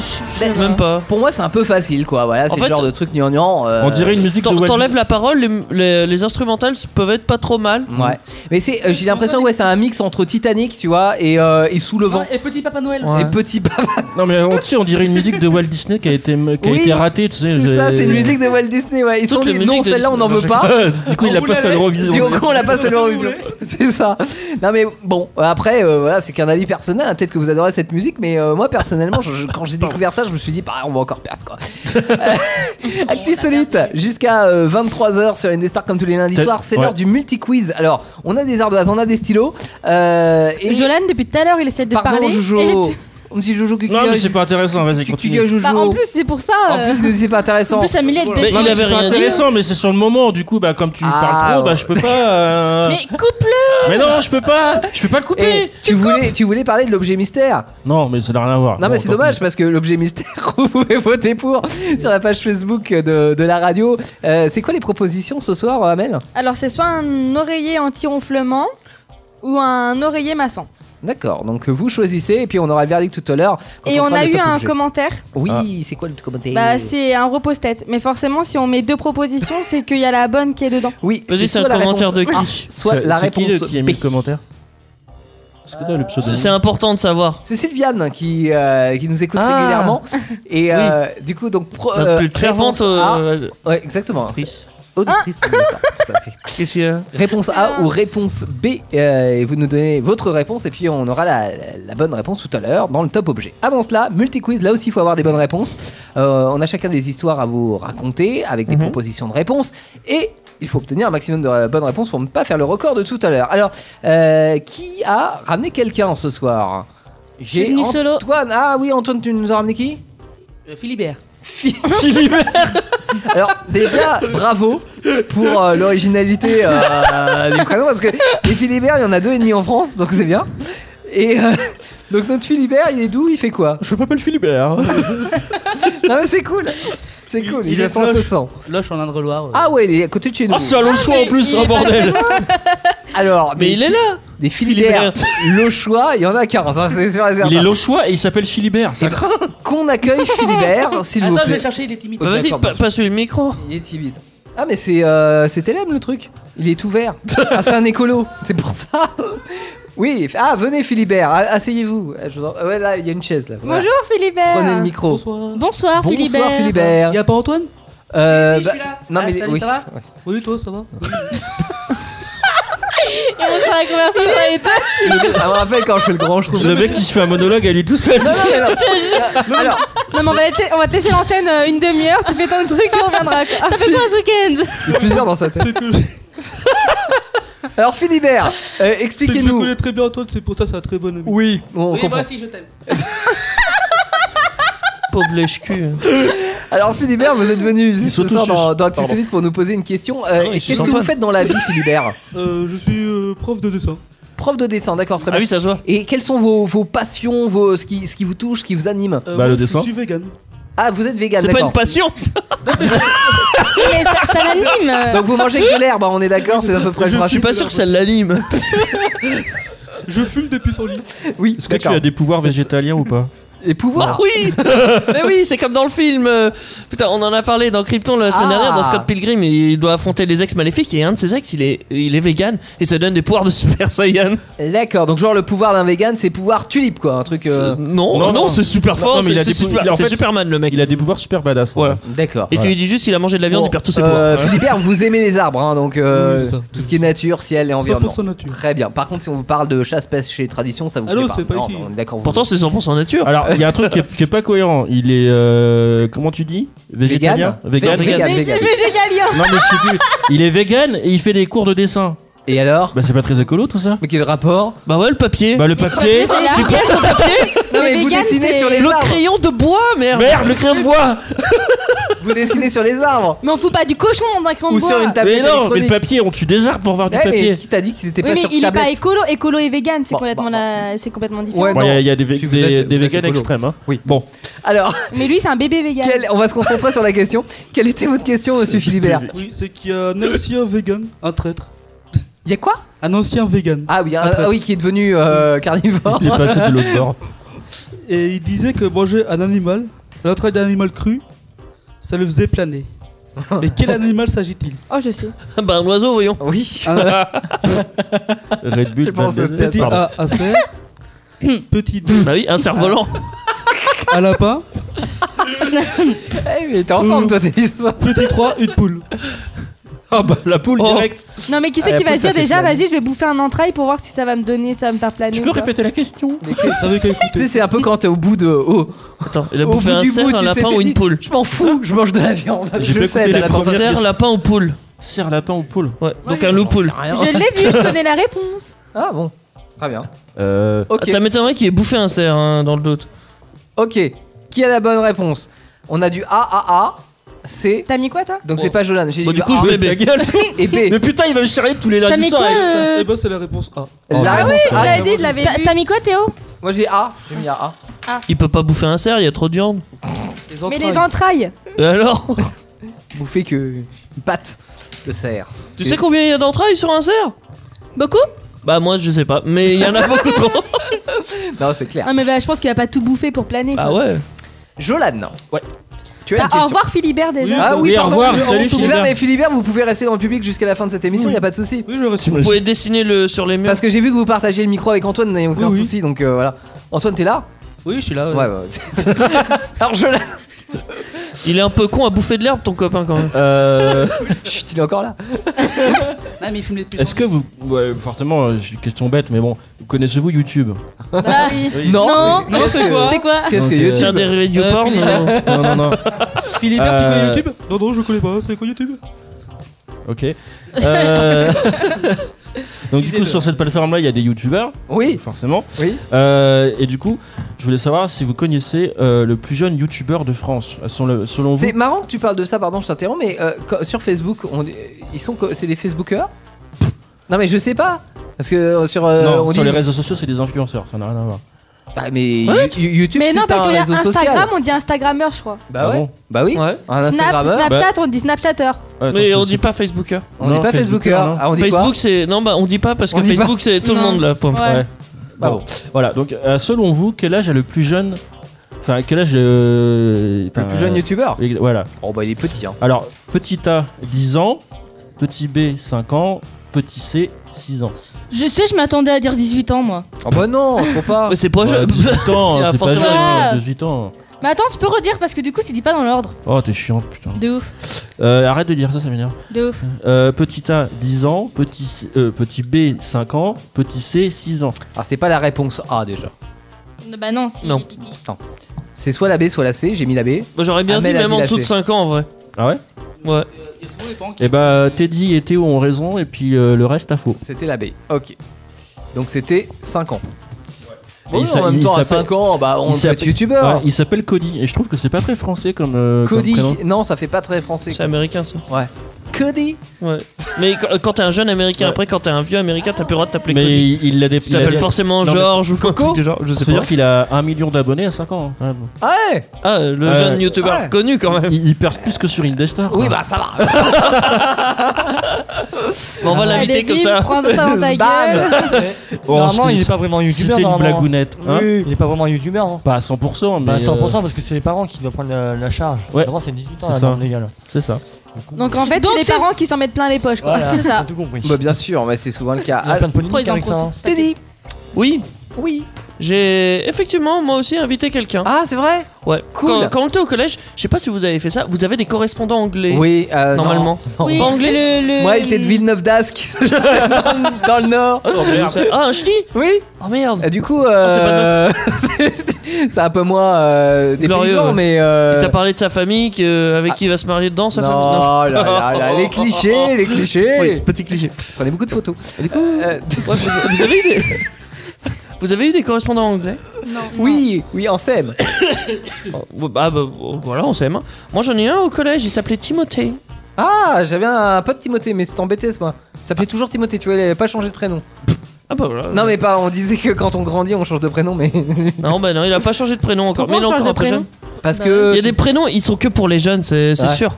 Speaker 1: je- je-
Speaker 6: Même pas.
Speaker 2: Pour moi, c'est un peu facile, quoi. Voilà, c'est
Speaker 6: fait,
Speaker 2: le genre de truc gnangnan. euh,
Speaker 5: On dirait une musique de
Speaker 6: T'en-
Speaker 5: Walt
Speaker 6: T'enlèves la parole, les, les- les instrumentales peuvent être pas trop mal.
Speaker 2: Ouais. Mais c'est, euh, j'ai l'impression que ouais, c'est un mix entre Titanic, tu vois, et, euh, et Sous le vent.
Speaker 8: Et petit Papa Noël.
Speaker 2: C'est
Speaker 6: Ouais.
Speaker 2: petit papa.
Speaker 5: Non mais on, tu sais, on dirait une musique de Walt Disney qui a été, qui a
Speaker 2: Oui,
Speaker 5: été ratée, tu sais.
Speaker 2: C'est ça,
Speaker 5: j'ai-
Speaker 2: c'est une musique de Walt Disney. Ouais. Ils
Speaker 6: Toutes
Speaker 2: sont
Speaker 6: les
Speaker 2: dit,
Speaker 6: musiques
Speaker 2: non,
Speaker 6: de
Speaker 2: celle-là, on n'en
Speaker 6: Disney,
Speaker 2: veut pas.
Speaker 5: [laughs] Du coup, il
Speaker 2: On
Speaker 5: la
Speaker 2: vous
Speaker 5: passe à
Speaker 2: laisse.
Speaker 5: l'Eurovision.
Speaker 2: Du coup, on la passe à l'Eurovision. [laughs] C'est ça. Non, mais bon, après, euh, voilà, c'est qu'un avis personnel. hein. Peut-être que vous adorez cette musique, mais euh, moi, personnellement, je- je- quand j'ai découvert ça, je me suis dit, bah, on va encore perdre,
Speaker 5: [laughs]
Speaker 2: quoi. Actu solide, jusqu'à 23h sur Indestar, comme tous les lundis
Speaker 5: T'as-
Speaker 2: soirs, c'est
Speaker 5: ouais.
Speaker 2: l'heure du multi-quiz. Alors, on a des ardoises, on a des stylos. euh, et
Speaker 1: Jolan, depuis tout à l'heure, il essaie de
Speaker 2: Pardon,
Speaker 1: parler.
Speaker 2: Jojo. Monsieur Jojo Kikuya,
Speaker 5: Non mais c'est pas intéressant, vas-y,
Speaker 2: Kikuya,
Speaker 5: continue.
Speaker 2: Jojo.
Speaker 1: Bah, en plus, c'est pour ça.
Speaker 2: En
Speaker 1: euh,
Speaker 2: plus, il nous dit, c'est pas
Speaker 1: en
Speaker 2: intéressant.
Speaker 1: plus, Amélie, elle
Speaker 6: Mais
Speaker 1: déteste.
Speaker 5: Non,
Speaker 6: il
Speaker 5: mais
Speaker 6: avait
Speaker 5: c'est pas
Speaker 6: rien dit.
Speaker 5: intéressant, mais c'est sur le moment. Du coup, bah comme tu
Speaker 2: Ah,
Speaker 5: parles trop, bah
Speaker 2: ouais.
Speaker 5: je peux pas.
Speaker 6: Ah. [laughs]
Speaker 5: euh,
Speaker 1: Mais coupe-le
Speaker 5: Mais non, je peux pas. Je peux pas le couper.
Speaker 2: Eh, tu, voulais, tu voulais parler de l'objet mystère
Speaker 5: Non, mais ça n'a rien à voir.
Speaker 2: Non, mais
Speaker 5: Bon,
Speaker 2: c'est
Speaker 5: tant
Speaker 2: dommage
Speaker 5: pis.
Speaker 2: parce que l'objet mystère, [laughs] vous pouvez voter pour sur la page Facebook de, de la radio. Euh, c'est quoi les propositions ce soir, euh, Amel
Speaker 1: Alors, c'est soit un oreiller anti-ronflement ou un oreiller maçon.
Speaker 2: D'accord, donc vous choisissez et puis on aura le verdict tout à l'heure. quand
Speaker 1: Et on,
Speaker 2: fera
Speaker 1: a
Speaker 2: le
Speaker 1: eu
Speaker 2: top
Speaker 1: un
Speaker 2: objet.
Speaker 1: commentaire.
Speaker 2: Oui,
Speaker 5: Ah.
Speaker 2: c'est quoi le commentaire
Speaker 1: Bah, c'est un repose-tête. Mais forcément, si on met deux propositions, c'est qu'il y a la bonne qui est dedans. Ah.
Speaker 2: Oui,
Speaker 6: Vas-y, c'est
Speaker 2: soit
Speaker 6: un
Speaker 2: la
Speaker 6: commentaire
Speaker 2: réponse
Speaker 6: de
Speaker 2: A,
Speaker 6: qui
Speaker 2: Soit
Speaker 5: C'est-
Speaker 2: la
Speaker 5: c'est qui,
Speaker 2: réponse
Speaker 5: le- qui a mis
Speaker 2: B.
Speaker 5: le commentaire Est-ce que t'as le
Speaker 6: C'est-
Speaker 5: pseudonyme
Speaker 6: C'est important de savoir.
Speaker 2: C'est Sylviane qui, euh, qui nous écoute
Speaker 6: Ah.
Speaker 2: régulièrement. Et euh, du coup, donc. pro-
Speaker 6: Notre
Speaker 2: euh,
Speaker 6: plus
Speaker 2: réponse
Speaker 6: fervente
Speaker 2: A.
Speaker 6: euh,
Speaker 2: Ouais, exactement.
Speaker 6: actrice.
Speaker 2: Auditrice. de l'État, tout à fait.
Speaker 6: Qu'est-ce qu'il y a
Speaker 2: Réponse A ou réponse B euh, et vous nous donnez votre réponse et puis on aura la, la- la bonne réponse tout à l'heure dans le top objet. Avant cela, multi-quiz, là aussi il faut avoir des bonnes réponses. Euh, on a chacun des histoires à vous raconter avec
Speaker 6: Mhm.
Speaker 2: des propositions de réponses et il faut obtenir un maximum de euh, bonnes réponses pour ne pas faire le record de tout à l'heure. Alors, euh, qui a ramené quelqu'un ce soir J'ai
Speaker 1: venue solo.
Speaker 2: Antoine. Ah oui, Antoine, tu nous as ramené qui
Speaker 8: Euh, Philibert.
Speaker 2: [laughs] Alors déjà, bravo pour euh, l'originalité euh, du prénom parce que les Philibert, il y en a deux et demi en France, donc c'est bien. Et euh, donc notre Philibert, il est d'où Il fait quoi
Speaker 5: Je m'appelle Philibert.
Speaker 2: [laughs] Non mais c'est cool, c'est cool. Il,
Speaker 8: il
Speaker 2: est
Speaker 8: est
Speaker 2: sans
Speaker 8: cloche.
Speaker 2: sang.
Speaker 8: Loche en Indre-Loire.
Speaker 2: Ah ouais, il est à côté de chez nous.
Speaker 6: Ah, c'est un Lochois en plus,
Speaker 1: il
Speaker 6: oh
Speaker 1: est pas
Speaker 6: bordel
Speaker 2: Alors,
Speaker 6: Mais
Speaker 2: des,
Speaker 6: il est là
Speaker 2: des Philibert, Lochois, il y en a 15, hein, c'est sûr et certain. Eh ben,
Speaker 5: Il est Lochois et il s'appelle Philibert. Ça craint.
Speaker 2: Qu'on accueille Philibert, s'il vous
Speaker 8: Attends, je vais
Speaker 2: plaît.
Speaker 8: le chercher, il est timide.
Speaker 6: Bah, Vas-y,
Speaker 2: d'accord,
Speaker 6: pa-
Speaker 2: bon.
Speaker 6: passe le micro
Speaker 2: Il est timide. Ah, mais c'est euh, c'est Telem le truc. Il est tout vert. Ah, c'est un écolo. [laughs] C'est pour ça. Oui. Ah, venez Philibert. Ah, Asseyez-vous. Ah, je vous en- ah, Ouais, là, il y a une chaise là. Voilà.
Speaker 1: Bonjour Philibert.
Speaker 2: Prenez le micro.
Speaker 8: Bonsoir.
Speaker 1: Bonsoir, Philibert.
Speaker 2: Bonsoir Philibert.
Speaker 8: Y'a pas Antoine
Speaker 2: Euh,
Speaker 8: Si, si, je
Speaker 2: bah,
Speaker 8: suis là.
Speaker 2: Non
Speaker 8: Ah,
Speaker 2: mais
Speaker 8: salut,
Speaker 2: oui.
Speaker 8: ça va
Speaker 2: Ouais.
Speaker 8: Oui, toi, ça va
Speaker 1: Et on fera la conversation avec toi.
Speaker 2: Ça me rappelle quand je fais le grand show.
Speaker 5: Le mec qui se fait un monologue à lui tout seul.
Speaker 2: Non, non, Ah, non. Alors,
Speaker 10: Non, mais on va, te- on va tester l'antenne euh, une demi-heure, tu fais ton truc et on reviendra.
Speaker 2: Ah,
Speaker 10: quoi.
Speaker 1: T'as fait quoi ce week-end
Speaker 2: il y a plusieurs dans sa tête. [laughs] Alors Philibert, euh, expliquez-nous.
Speaker 8: très bien Antoine, c'est pour ça, c'est un très bon ami.
Speaker 2: Oui, on comprend.
Speaker 8: si, je t'aime.
Speaker 6: Pauvre lèche-cul.
Speaker 2: [laughs] Alors Philibert, vous êtes venu ce
Speaker 5: s'auto-
Speaker 2: soir dans, dans Actu
Speaker 5: pardon.
Speaker 2: Solide pour nous poser une question. Euh,
Speaker 5: oui,
Speaker 2: Qu'est-ce que
Speaker 5: Antoine.
Speaker 2: vous faites dans la vie, Philibert
Speaker 8: Euh, je suis euh, prof de dessin.
Speaker 2: Prof de dessin, d'accord, très
Speaker 6: Ah
Speaker 2: bien.
Speaker 6: oui, ça se voit.
Speaker 2: Et quelles sont vos, vos passions, vos, ce, qui, ce qui vous touche, ce qui vous anime
Speaker 8: Euh,
Speaker 5: Bah,
Speaker 8: moi,
Speaker 5: le
Speaker 8: je
Speaker 5: dessin.
Speaker 8: suis vegan.
Speaker 2: Ah, vous êtes vegan,
Speaker 6: C'est pas
Speaker 2: d'accord.
Speaker 6: une patience.
Speaker 2: [laughs]
Speaker 1: Mais ça, ça l'anime.
Speaker 2: Donc vous mangez que de l'herbe, hein, on est d'accord, c'est à peu près le
Speaker 8: Je
Speaker 6: Je suis
Speaker 2: principe.
Speaker 6: pas sûr que ça l'anime.
Speaker 8: Je fume des pissenlits.
Speaker 2: Oui,
Speaker 5: Est-ce que tu
Speaker 2: d'accord.
Speaker 5: as des pouvoirs végétaliens ou pas
Speaker 2: Et pouvoir [laughs]
Speaker 6: Oui Mais oui, c'est comme dans le film. euh, Putain, on en a parlé dans Krypton la semaine
Speaker 2: Ah.
Speaker 6: dernière, dans Scott Pilgrim, il doit affronter les ex maléfiques et un de ses ex, il est, il est vegan et se donne des pouvoirs de Super Saiyan.
Speaker 2: D'accord, donc genre le pouvoir d'un vegan, c'est pouvoir tulipe, quoi, un truc... euh,
Speaker 6: C'est- Non,
Speaker 5: non,
Speaker 6: non,
Speaker 5: non.
Speaker 6: c'est super
Speaker 5: Non,
Speaker 6: fort,
Speaker 5: non, mais il
Speaker 6: c'est
Speaker 5: a
Speaker 6: c'est
Speaker 5: des pou-
Speaker 6: super,
Speaker 5: il a- en
Speaker 6: c'est
Speaker 5: fait-
Speaker 6: Superman le mec.
Speaker 5: Il a des pouvoirs super badass.
Speaker 6: Voilà.
Speaker 2: D'accord.
Speaker 6: Et tu lui dis juste, il a mangé de la viande,
Speaker 2: Bon,
Speaker 6: il perd tous ses pouvoirs.
Speaker 2: euh, Philibert, vous aimez les arbres, hein, donc euh,
Speaker 8: Oui, oui, c'est ça.
Speaker 2: tout ce qui est nature, ciel et environnement.
Speaker 8: 100% nature.
Speaker 2: Très bien. Par contre, si on vous parle de chasse, pêche chez tradition, ça vous
Speaker 8: Allô,
Speaker 2: plaît pas.
Speaker 8: c'est pas
Speaker 2: Non,
Speaker 8: ici.
Speaker 2: non, on est d'accord. vous-
Speaker 6: Pourtant, c'est 100% nature.
Speaker 5: Alors, il y a un truc qui est, qui est pas cohérent. Il est. euh, comment tu dis Végétalien
Speaker 2: Vegan, vegan, vegan.
Speaker 5: Non, mais je sais plus. Il est vegan et il fait des cours de dessin.
Speaker 2: Et alors
Speaker 5: Bah, c'est pas très écolo tout ça
Speaker 2: Mais quel rapport
Speaker 6: Bah ouais, le papier.
Speaker 5: Bah, le
Speaker 1: papier,
Speaker 5: papier.
Speaker 1: c'est là.
Speaker 6: tu penses
Speaker 10: [laughs]
Speaker 6: au papier
Speaker 2: Non, mais vous
Speaker 10: vegan,
Speaker 2: dessinez
Speaker 10: c'est-
Speaker 2: sur les
Speaker 6: Le
Speaker 2: arbres
Speaker 6: crayon de bois,
Speaker 2: [laughs]
Speaker 6: merde
Speaker 5: Merde, le crayon de bois
Speaker 2: Vous dessinez sur les arbres
Speaker 10: Mais on fout pas du cochon dans un crayon de
Speaker 2: [laughs] Ou
Speaker 10: bois.
Speaker 2: sur une
Speaker 5: Mais
Speaker 2: tablette
Speaker 5: non, mais le
Speaker 2: électronique
Speaker 5: papier, on tue des arbres pour avoir du
Speaker 2: Ouais, mais
Speaker 5: papier.
Speaker 2: qui t'a dit qu'ils étaient
Speaker 10: Oui,
Speaker 2: pas
Speaker 10: mais
Speaker 2: sur
Speaker 10: il est pas
Speaker 2: tablette
Speaker 10: écolo, écolo et vegan, c'est
Speaker 2: Bon,
Speaker 10: complètement,
Speaker 2: bah,
Speaker 10: la- c'est complètement différent.
Speaker 2: Ouais,
Speaker 5: Bon, Il y a- il y a des,
Speaker 2: Si
Speaker 5: vé-
Speaker 2: vous
Speaker 5: des-
Speaker 2: êtes-
Speaker 5: des
Speaker 2: vous êtes
Speaker 5: vegans
Speaker 2: écolo.
Speaker 5: extrêmes. Hein.
Speaker 2: Oui.
Speaker 5: Bon,
Speaker 2: Alors,
Speaker 10: Mais lui, c'est un bébé vegan.
Speaker 2: quel- on va se concentrer sur la question. Quelle était votre question, monsieur Philibert
Speaker 8: Oui, c'est qu'il y a un ancien vegan, un traître.
Speaker 2: Il y a quoi
Speaker 8: Un ancien vegan.
Speaker 2: Ah oui, un- ah oui, qui est devenu euh, carnivore.
Speaker 5: il est passé de l'autre bord.
Speaker 8: [laughs] Et il disait que manger un animal, l'entraille d'un animal cru, ça le
Speaker 2: [laughs]
Speaker 8: faisait planer. Mais quel animal s'agit-il
Speaker 10: Oh, je
Speaker 5: [laughs]
Speaker 10: sais.
Speaker 6: Bah, un oiseau, voyons.
Speaker 2: Oui. [laughs]
Speaker 8: Un
Speaker 5: Red Bull,
Speaker 2: Je pense
Speaker 5: Bad
Speaker 2: que
Speaker 5: Bad,
Speaker 8: Petit
Speaker 5: pardon.
Speaker 8: A, à cerf.
Speaker 2: [coughs]
Speaker 8: Petit B,
Speaker 6: Bah oui, un cerf-volant.
Speaker 2: Ah.
Speaker 8: un lapin.
Speaker 2: Eh, mais t'es en forme, toi, t'es.
Speaker 8: Petit 3, une poule. Oh.
Speaker 6: Ah bah, la poule direct.
Speaker 10: Non, mais qui c'est
Speaker 2: Ah,
Speaker 10: qui
Speaker 2: la
Speaker 10: va
Speaker 2: poule,
Speaker 10: se
Speaker 2: ça
Speaker 10: dire
Speaker 2: fait
Speaker 10: déjà,
Speaker 2: planer.
Speaker 10: vas-y, je vais bouffer un entraille pour voir si ça va me donner, ça va me faire planer.
Speaker 5: Tu peux
Speaker 10: quoi.
Speaker 5: répéter la question
Speaker 8: T'avais
Speaker 2: Tu
Speaker 8: qu'à écouter.
Speaker 2: sais, c'est un peu quand t'es au bout de. oh,
Speaker 6: Attends, il a
Speaker 2: Au
Speaker 6: bouffé
Speaker 2: bout
Speaker 6: un
Speaker 2: du
Speaker 6: cerf,
Speaker 2: bout,
Speaker 6: un
Speaker 2: tu
Speaker 6: lapin
Speaker 2: s'était
Speaker 6: ou
Speaker 2: dit-
Speaker 6: une poule
Speaker 2: je m'en fous, je mange de la viande.
Speaker 5: J'ai pas
Speaker 2: Je
Speaker 5: écouté
Speaker 2: sais,
Speaker 5: les
Speaker 2: la
Speaker 5: premières-
Speaker 2: tendance.
Speaker 6: Cerf, lapin ou poule
Speaker 5: Serre lapin ou poule
Speaker 6: Ouais, donc un
Speaker 2: J'en
Speaker 6: loup-poule.
Speaker 2: sais rien.
Speaker 10: Je l'ai
Speaker 2: [laughs]
Speaker 10: vu, je connais la réponse.
Speaker 2: Ah bon, très bien.
Speaker 5: euh,
Speaker 2: Ok,
Speaker 6: Ah, Ça m'étonnerait qu'il ait bouffé un cerf hein, dans le doute.
Speaker 2: ok. Qui a la bonne réponse On a du A, A, A, C.
Speaker 10: T'as mis quoi, toi
Speaker 2: Donc c'est pas Jolan, j'ai
Speaker 6: Bon,
Speaker 2: dit
Speaker 6: du coup,
Speaker 2: A
Speaker 6: je mets B.
Speaker 2: et B.
Speaker 6: Mais putain, il va me charrier tous les
Speaker 1: T'as
Speaker 6: lundis
Speaker 1: mis
Speaker 6: soirs
Speaker 1: quoi
Speaker 6: avec ça.
Speaker 1: euh,
Speaker 8: Et bah, c'est la réponse
Speaker 1: [laughs]
Speaker 8: A.
Speaker 2: La réponse
Speaker 10: Je
Speaker 2: A.
Speaker 10: l'avais dit, je l'avais
Speaker 1: T'as
Speaker 10: vu.
Speaker 1: t'as mis quoi Théo
Speaker 2: Moi j'ai A, ah, j'ai mis A.
Speaker 6: Il peut pas bouffer un cerf, il y a trop de
Speaker 2: [laughs]
Speaker 6: viande.
Speaker 10: Ah, Mais les entrailles.
Speaker 6: Et alors
Speaker 2: Bouffer que une pâte de cerf.
Speaker 6: Tu sais combien il y a d'entrailles sur un cerf
Speaker 1: Beaucoup
Speaker 6: Bah moi je sais pas, mais il y en
Speaker 2: [laughs]
Speaker 6: a beaucoup trop.
Speaker 2: Non, c'est clair.
Speaker 10: Non, mais bah, je pense qu'il a pas tout bouffé pour planer.
Speaker 6: Bah
Speaker 2: Ah
Speaker 1: Ah
Speaker 10: quoi.
Speaker 6: ouais.
Speaker 2: Jolan.
Speaker 5: Ouais.
Speaker 2: Tu as
Speaker 10: T'as Bah, au
Speaker 2: une question.
Speaker 10: revoir Philibert déjà.
Speaker 2: Ah oui,
Speaker 5: Oui, au
Speaker 2: pardon.
Speaker 5: revoir,
Speaker 2: oui,
Speaker 5: salut,
Speaker 2: retourne.
Speaker 5: Philibert.
Speaker 2: Non, mais Philibert, vous pouvez rester dans le public jusqu'à la fin de cette émission,
Speaker 8: Oui.
Speaker 2: y a pas de souci.
Speaker 8: Oui, je reste.
Speaker 6: Vous pouvez dessiner le, sur les murs.
Speaker 2: Parce que j'ai vu que vous partagez le micro avec Antoine, il n'y a aucun
Speaker 8: Oui, oui.
Speaker 2: souci, donc euh, voilà. Antoine, t'es
Speaker 5: [laughs]
Speaker 2: là
Speaker 8: Oui, je suis là.
Speaker 2: Ouais, ouais. Alors Jolan.
Speaker 6: Il est un peu con à bouffer de l'herbe ton copain quand même.
Speaker 5: euh,
Speaker 2: [laughs] Chut, il est encore là.
Speaker 8: Ah, mais il fume les puces.
Speaker 5: Est-ce que vous. Ouais, forcément, euh, j'ai une question bête, mais bon. Connaissez-vous YouTube
Speaker 1: Bah oui. Non.
Speaker 8: Non, c'est quoi
Speaker 1: [laughs] C'est quoi
Speaker 2: Qu'est-ce que
Speaker 5: Donc, euh,
Speaker 2: YouTube
Speaker 6: C'est un dérivé du
Speaker 8: Euh,
Speaker 6: porn.
Speaker 8: Philibert.
Speaker 6: non
Speaker 5: Non, [laughs] non, non.
Speaker 8: Philibert, tu
Speaker 5: Euh,
Speaker 8: connais YouTube Non, non, je connais pas. C'est quoi YouTube
Speaker 5: Ok. [laughs]
Speaker 2: [laughs]
Speaker 5: Euh, Donc, du coup,
Speaker 8: Lisez-le.
Speaker 5: sur cette plateforme-là, il y a des youtubeurs,
Speaker 2: Oui,
Speaker 5: forcément.
Speaker 2: oui.
Speaker 5: Euh, et du coup, je voulais savoir si vous connaissez euh, le plus jeune youtubeur de France. Euh, Selon, selon vous.
Speaker 2: C'est marrant que tu parles de ça, pardon, je t'interromps, mais euh, co- sur Facebook, on, euh, ils sont, co- c'est des Facebookers Non, mais je sais pas. Parce que euh, sur, euh,
Speaker 5: non,
Speaker 2: on
Speaker 5: sur
Speaker 2: dit-
Speaker 5: les réseaux sociaux, c'est des influenceurs, ça n'a rien à voir.
Speaker 2: Ah, mais You- YouTube,
Speaker 10: Mais
Speaker 2: c'est
Speaker 10: non, parce
Speaker 2: un
Speaker 10: qu'on dit
Speaker 2: réseau social.
Speaker 10: Instagram, on dit Instagrammeur, je crois.
Speaker 2: Bah ouais.
Speaker 5: Ah bon
Speaker 2: Bah oui.
Speaker 6: Ouais.
Speaker 2: Un
Speaker 10: Snap,
Speaker 2: Instagrammeur. Bah.
Speaker 10: Snapchat, on dit Snapchatter.
Speaker 5: Ouais,
Speaker 6: Mais
Speaker 5: attends,
Speaker 6: on
Speaker 5: c'est-
Speaker 6: dit pas Facebooker.
Speaker 2: On dit
Speaker 5: Non,
Speaker 2: pas Facebooker.
Speaker 5: non.
Speaker 2: Ah, on dit
Speaker 6: Facebook c'est non bah on dit pas parce que
Speaker 2: On dit pas.
Speaker 6: Facebook c'est tout le
Speaker 1: Non.
Speaker 6: monde là. pour-
Speaker 1: Ouais.
Speaker 5: Ouais.
Speaker 2: Bah
Speaker 5: Bon. Voilà, donc euh, selon vous, quel âge a le plus jeune Enfin, quel âge euh, enfin,
Speaker 2: Le plus jeune
Speaker 5: euh,
Speaker 2: youtubeur
Speaker 5: et- Voilà.
Speaker 2: Oh bah il est petit hein.
Speaker 5: Alors, petit A, 10 ans. Petit B, 5 ans. Petit C, 6 ans.
Speaker 1: Je sais, je m'attendais à dire 18 ans, moi.
Speaker 2: Oh bah non,
Speaker 5: [laughs]
Speaker 2: faut pas.
Speaker 6: Mais c'est pas
Speaker 5: Ouais,
Speaker 6: jeune.
Speaker 5: 18 [laughs] ans,
Speaker 6: Ah,
Speaker 5: c'est pas
Speaker 6: forcément.
Speaker 5: jeune,
Speaker 1: Ah.
Speaker 2: hein.
Speaker 5: ouais, 18 ans.
Speaker 1: Mais attends, tu peux redire parce que du coup, tu dis pas dans l'ordre.
Speaker 5: Oh, t'es chiant, putain.
Speaker 1: De ouf,
Speaker 5: Euh, arrête de dire ça, ça m'énerve.
Speaker 1: de ouf.
Speaker 5: Euh, petit A, 10 ans. Petit, C- euh, petit B, 5 ans. Petit C, 6 ans.
Speaker 2: Alors Ah, c'est pas la réponse A déjà.
Speaker 1: Bah non, si.
Speaker 6: Non.
Speaker 2: C'est soit la B, soit la C. J'ai mis la B.
Speaker 6: Moi, Bah, j'aurais bien
Speaker 2: Amel
Speaker 6: dit
Speaker 2: a
Speaker 6: même
Speaker 2: dit
Speaker 6: en
Speaker 2: la
Speaker 6: dessous de
Speaker 2: C.
Speaker 6: 5 ans en vrai.
Speaker 5: Ah ouais
Speaker 6: Ouais.
Speaker 5: Et bah, Teddy et Théo ont raison, et puis euh, le reste, à faux.
Speaker 2: C'était la B. Ok. Donc c'était 5 ans.
Speaker 5: Et il
Speaker 2: Oui,
Speaker 5: s'a-
Speaker 2: en même
Speaker 5: il
Speaker 2: temps, à
Speaker 5: s'appelle-
Speaker 2: 5 ans, bah on
Speaker 5: il
Speaker 2: peut être
Speaker 5: s'appelle-
Speaker 2: youtubeur.
Speaker 5: Ouais, il s'appelle Cody, et je trouve que c'est pas très français comme, euh, comme
Speaker 2: Cody,
Speaker 5: prénom.
Speaker 2: non, ça fait pas très français.
Speaker 6: C'est américain ça.
Speaker 2: Cody
Speaker 6: Ouais. Mais quand, quand t'es un jeune américain,
Speaker 5: Ouais.
Speaker 6: après quand t'es un vieux américain, t'as plus le droit de t'appeler
Speaker 5: Mais
Speaker 6: Cody.
Speaker 5: il il l'a dé-
Speaker 6: Tu
Speaker 5: il a
Speaker 6: t'appelles
Speaker 5: dé-
Speaker 6: forcément
Speaker 5: Non, mais-
Speaker 6: Georges ou
Speaker 2: Coco
Speaker 6: un truc du genre, je sais
Speaker 5: C'est-à-dire
Speaker 6: pas.
Speaker 5: qu'il a un million d'abonnés à 5 ans. hein.
Speaker 2: Ouais
Speaker 6: Ah, le
Speaker 5: Ouais.
Speaker 6: jeune youtubeur
Speaker 2: Ouais.
Speaker 6: connu quand même.
Speaker 5: Il, il perce plus que sur Indestar. hein.
Speaker 2: Oui,
Speaker 5: quoi.
Speaker 2: bah ça va.
Speaker 6: Bon, on va
Speaker 1: Ah,
Speaker 6: l'inviter comme
Speaker 1: débile,
Speaker 6: ça.
Speaker 1: Prends ça dans ta gueule.
Speaker 2: Bam
Speaker 5: Oh,
Speaker 11: normalement,
Speaker 5: c'était-
Speaker 11: il est pas vraiment un youtubeur.
Speaker 5: C'était une
Speaker 11: normalement.
Speaker 5: blagounette. Hein
Speaker 11: Il est pas vraiment un youtubeur. Hein.
Speaker 5: Pas à 100%, mais.
Speaker 11: Bah, 100%
Speaker 5: euh,
Speaker 11: parce que c'est les parents qui doivent prendre la, la charge.
Speaker 5: Ouais.
Speaker 11: Normalement, c'est 18 ans
Speaker 5: C'est
Speaker 11: la
Speaker 5: ça.
Speaker 11: norme légale.
Speaker 5: c'est ça.
Speaker 10: Donc en fait,
Speaker 1: Donc,
Speaker 10: c'est les
Speaker 1: c'est-
Speaker 10: parents qui s'en mettent plein les poches quoi.
Speaker 11: Voilà,
Speaker 10: C'est ça.
Speaker 11: t'as tout compris.
Speaker 2: Bah bien sûr, mais c'est souvent le cas.
Speaker 11: Il y a
Speaker 2: Ah,
Speaker 11: plein de polémiques
Speaker 1: Pourquoi ils en
Speaker 11: avec ça. hein.
Speaker 2: Teddy
Speaker 6: Oui,
Speaker 2: Oui.
Speaker 6: j'ai effectivement moi aussi invité quelqu'un.
Speaker 2: Ah, c'est vrai
Speaker 6: ouais.
Speaker 2: cool.
Speaker 6: Quand, quand on était au collège, je sais pas si vous avez fait ça, vous avez des correspondants anglais.
Speaker 2: Oui, euh,
Speaker 6: Normalement.
Speaker 2: non.
Speaker 1: Oui,
Speaker 6: Pas anglais
Speaker 1: c'est le, le-
Speaker 2: Moi, il était de
Speaker 6: [laughs]
Speaker 2: Villeneuve d'Ascq, [laughs] dans, dans le Nord.
Speaker 6: Ah, un ch'ti
Speaker 2: Oui.
Speaker 6: Oh merde
Speaker 2: Et du coup,
Speaker 6: c'est
Speaker 2: euh, [laughs] c'est c'est un peu moins euh, des
Speaker 6: Glorieux,
Speaker 2: paysans,
Speaker 6: ouais.
Speaker 2: mais. euh, Ah.
Speaker 6: Et T'as parlé de sa famille que- euh, avec qui il va se marier dedans, sa
Speaker 2: non,
Speaker 6: famille Non.
Speaker 2: là, là, là, les clichés, les clichés.
Speaker 6: Oui, petit cliché.
Speaker 2: Prenez beaucoup de photos. Euh,
Speaker 6: [laughs] Ouais, vous, vous avez eu des... vous avez eu des correspondants anglais
Speaker 2: oui, oui,
Speaker 6: [coughs]
Speaker 2: en SEM.
Speaker 6: Oh, Bah, bah, oh, voilà, on s'aime. Moi j'en ai un au collège, il s'appelait Timothée.
Speaker 2: Ah, j'avais un pote Timothée, mais c'était en BTS, moi. Il s'appelait toujours Timothée, tu vois, il avait pas changé de prénom.
Speaker 6: Ah bah voilà.
Speaker 2: Non, mais pas, on disait que quand on grandit, on change de prénom, mais.
Speaker 6: [laughs] Non, bah non, il a pas changé de prénom encore.
Speaker 10: Pourquoi
Speaker 6: mais il
Speaker 10: on
Speaker 6: est
Speaker 10: change
Speaker 6: encore
Speaker 10: de
Speaker 6: après
Speaker 10: prénom Bah
Speaker 6: jeune.
Speaker 2: Parce
Speaker 6: Il
Speaker 2: que.
Speaker 6: y a des prénoms, ils sont que pour les jeunes, c'est c'est
Speaker 2: Ouais.
Speaker 6: sûr.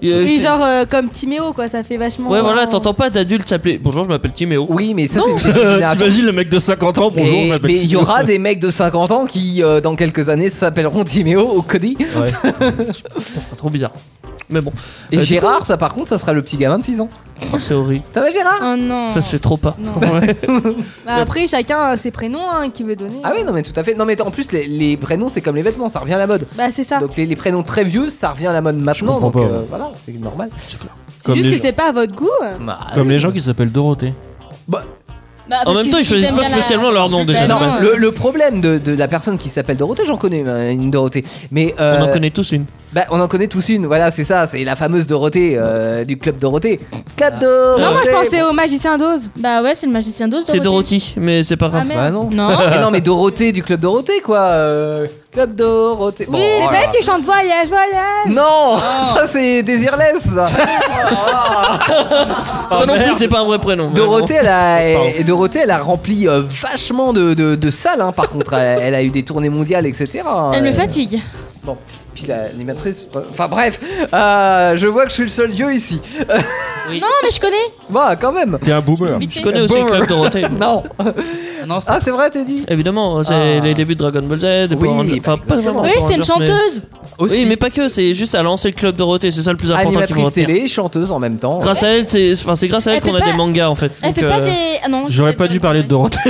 Speaker 10: Oui, genre euh, comme Timéo quoi, ça fait vachement. euh,
Speaker 6: Ouais, voilà, t'entends pas d'adulte s'appeler. Bonjour, je m'appelle Timéo.
Speaker 2: Oui, mais
Speaker 6: [laughs]
Speaker 2: ça, c'est une question de génération.
Speaker 5: T'imagines le mec de 50
Speaker 6: Oh,
Speaker 5: ans, bonjour,
Speaker 2: Mais-
Speaker 5: ma
Speaker 2: mais
Speaker 5: petite-
Speaker 2: il y aura des mecs de 50 ans qui, euh, dans quelques années, s'appelleront Timéo ou Cody.
Speaker 5: Ouais.
Speaker 2: [laughs]
Speaker 6: Ça fait trop bizarre. Mais bon,
Speaker 2: Et
Speaker 6: Euh, du
Speaker 2: Gérard, ça par contre, ça sera le petit gamin de 6 ans.
Speaker 6: oh, c'est horrible.
Speaker 2: Ça va, Gérard
Speaker 1: Oh non.
Speaker 6: Ça se fait trop pas.
Speaker 1: Non.
Speaker 6: [laughs] Ouais.
Speaker 10: Bah, après, chacun a ses prénoms hein, qu'il veut donner.
Speaker 2: [laughs] Ah oui, non, mais tout à fait. Non, mais en plus, les, les prénoms, c'est comme les vêtements, ça revient à la mode.
Speaker 10: Bah c'est ça.
Speaker 2: Donc, les, les prénoms très vieux, ça revient à la mode maintenant.
Speaker 5: comprends
Speaker 2: Donc,
Speaker 5: pas,
Speaker 2: euh, voilà, c'est normal.
Speaker 10: C'est
Speaker 5: Comme
Speaker 10: juste
Speaker 5: les
Speaker 10: que
Speaker 5: gens-
Speaker 10: c'est pas à votre goût.
Speaker 2: Bah,
Speaker 5: Ah, Comme les gens qui s'appellent Dorothée.
Speaker 1: Bah,
Speaker 6: En
Speaker 1: parce
Speaker 6: même
Speaker 1: qu'ils-
Speaker 6: temps, ils choisissent
Speaker 1: aiment
Speaker 6: pas
Speaker 1: bien la-
Speaker 6: spécialement leur nom déjà.
Speaker 1: Bah
Speaker 6: de
Speaker 1: non,
Speaker 6: base.
Speaker 1: euh,
Speaker 2: le, le problème de, de la personne qui s'appelle Dorothée, j'en connais euh, une Dorothée. Mais,
Speaker 6: On
Speaker 2: euh,
Speaker 6: en connaît tous une.
Speaker 2: bah, on en connaît tous une, voilà, c'est ça, c'est la fameuse Dorothée euh, du club Dorothée. Club Dorothée
Speaker 10: Non, moi je pensais au magicien d'Oz.
Speaker 1: Bah ouais, c'est le magicien d'Oz.
Speaker 6: [laughs] C'est Dorothy, mais c'est pas
Speaker 1: Ah
Speaker 6: grave.
Speaker 2: Bah
Speaker 1: merde.
Speaker 2: non.
Speaker 1: Non.
Speaker 2: [laughs] Mais non, mais Dorothée du club Dorothée, quoi. euh, club Dorothée. Bon,
Speaker 10: Oui, c'est
Speaker 2: voilà.
Speaker 10: vrai qui chante voyage, voyage.
Speaker 2: Non,
Speaker 1: Oh.
Speaker 2: [laughs] ça c'est désirless.
Speaker 1: [laughs]
Speaker 2: ça.
Speaker 6: ça non plus, c'est pas un vrai prénom.
Speaker 2: [laughs] Dorothée, elle a,
Speaker 6: [laughs]
Speaker 2: et Dorothée, elle a rempli euh, vachement de, de- de salles. hein, par contre, elle, elle a eu des tournées mondiales, etc.
Speaker 1: Elle me
Speaker 2: Euh,
Speaker 1: fatigue.
Speaker 2: Bon, puis l'animatrice. Enfin bref, euh, je vois que je suis le seul vieux ici.
Speaker 1: Non, mais je connais.
Speaker 2: Bah quand même.
Speaker 5: T'es un boomer.
Speaker 1: Vite
Speaker 6: Je
Speaker 1: fait.
Speaker 6: connais aussi le club Dorothée.
Speaker 2: [laughs] Non.
Speaker 8: Non,
Speaker 2: Ah c'est vrai, t'as dit.
Speaker 6: Évidemment, c'est
Speaker 2: Ah.
Speaker 6: les débuts de Dragon Ball Z, des
Speaker 2: Oui,
Speaker 6: Power Rangers, enfin, pas vraiment
Speaker 1: Oui,
Speaker 6: Power
Speaker 1: c'est une
Speaker 6: Rangers, mais-
Speaker 1: chanteuse.
Speaker 2: Aussi.
Speaker 6: bah, Oui, mais pas que, c'est juste à lancer le club Dorothée, c'est ça le plus important qu'il faut
Speaker 2: Animatrice
Speaker 6: retenir.
Speaker 2: télé, chanteuse en même temps.
Speaker 6: Grâce à elle, c'est enfin, c'est grâce à elle
Speaker 1: Elle
Speaker 6: qu'on
Speaker 1: fait
Speaker 6: a des
Speaker 1: pas-
Speaker 6: mangas en fait.
Speaker 1: Elle
Speaker 6: Donc,
Speaker 1: fait pas
Speaker 6: euh,
Speaker 1: des. Ah non.
Speaker 5: J'aurais pas dû parler de [laughs] Dorothée.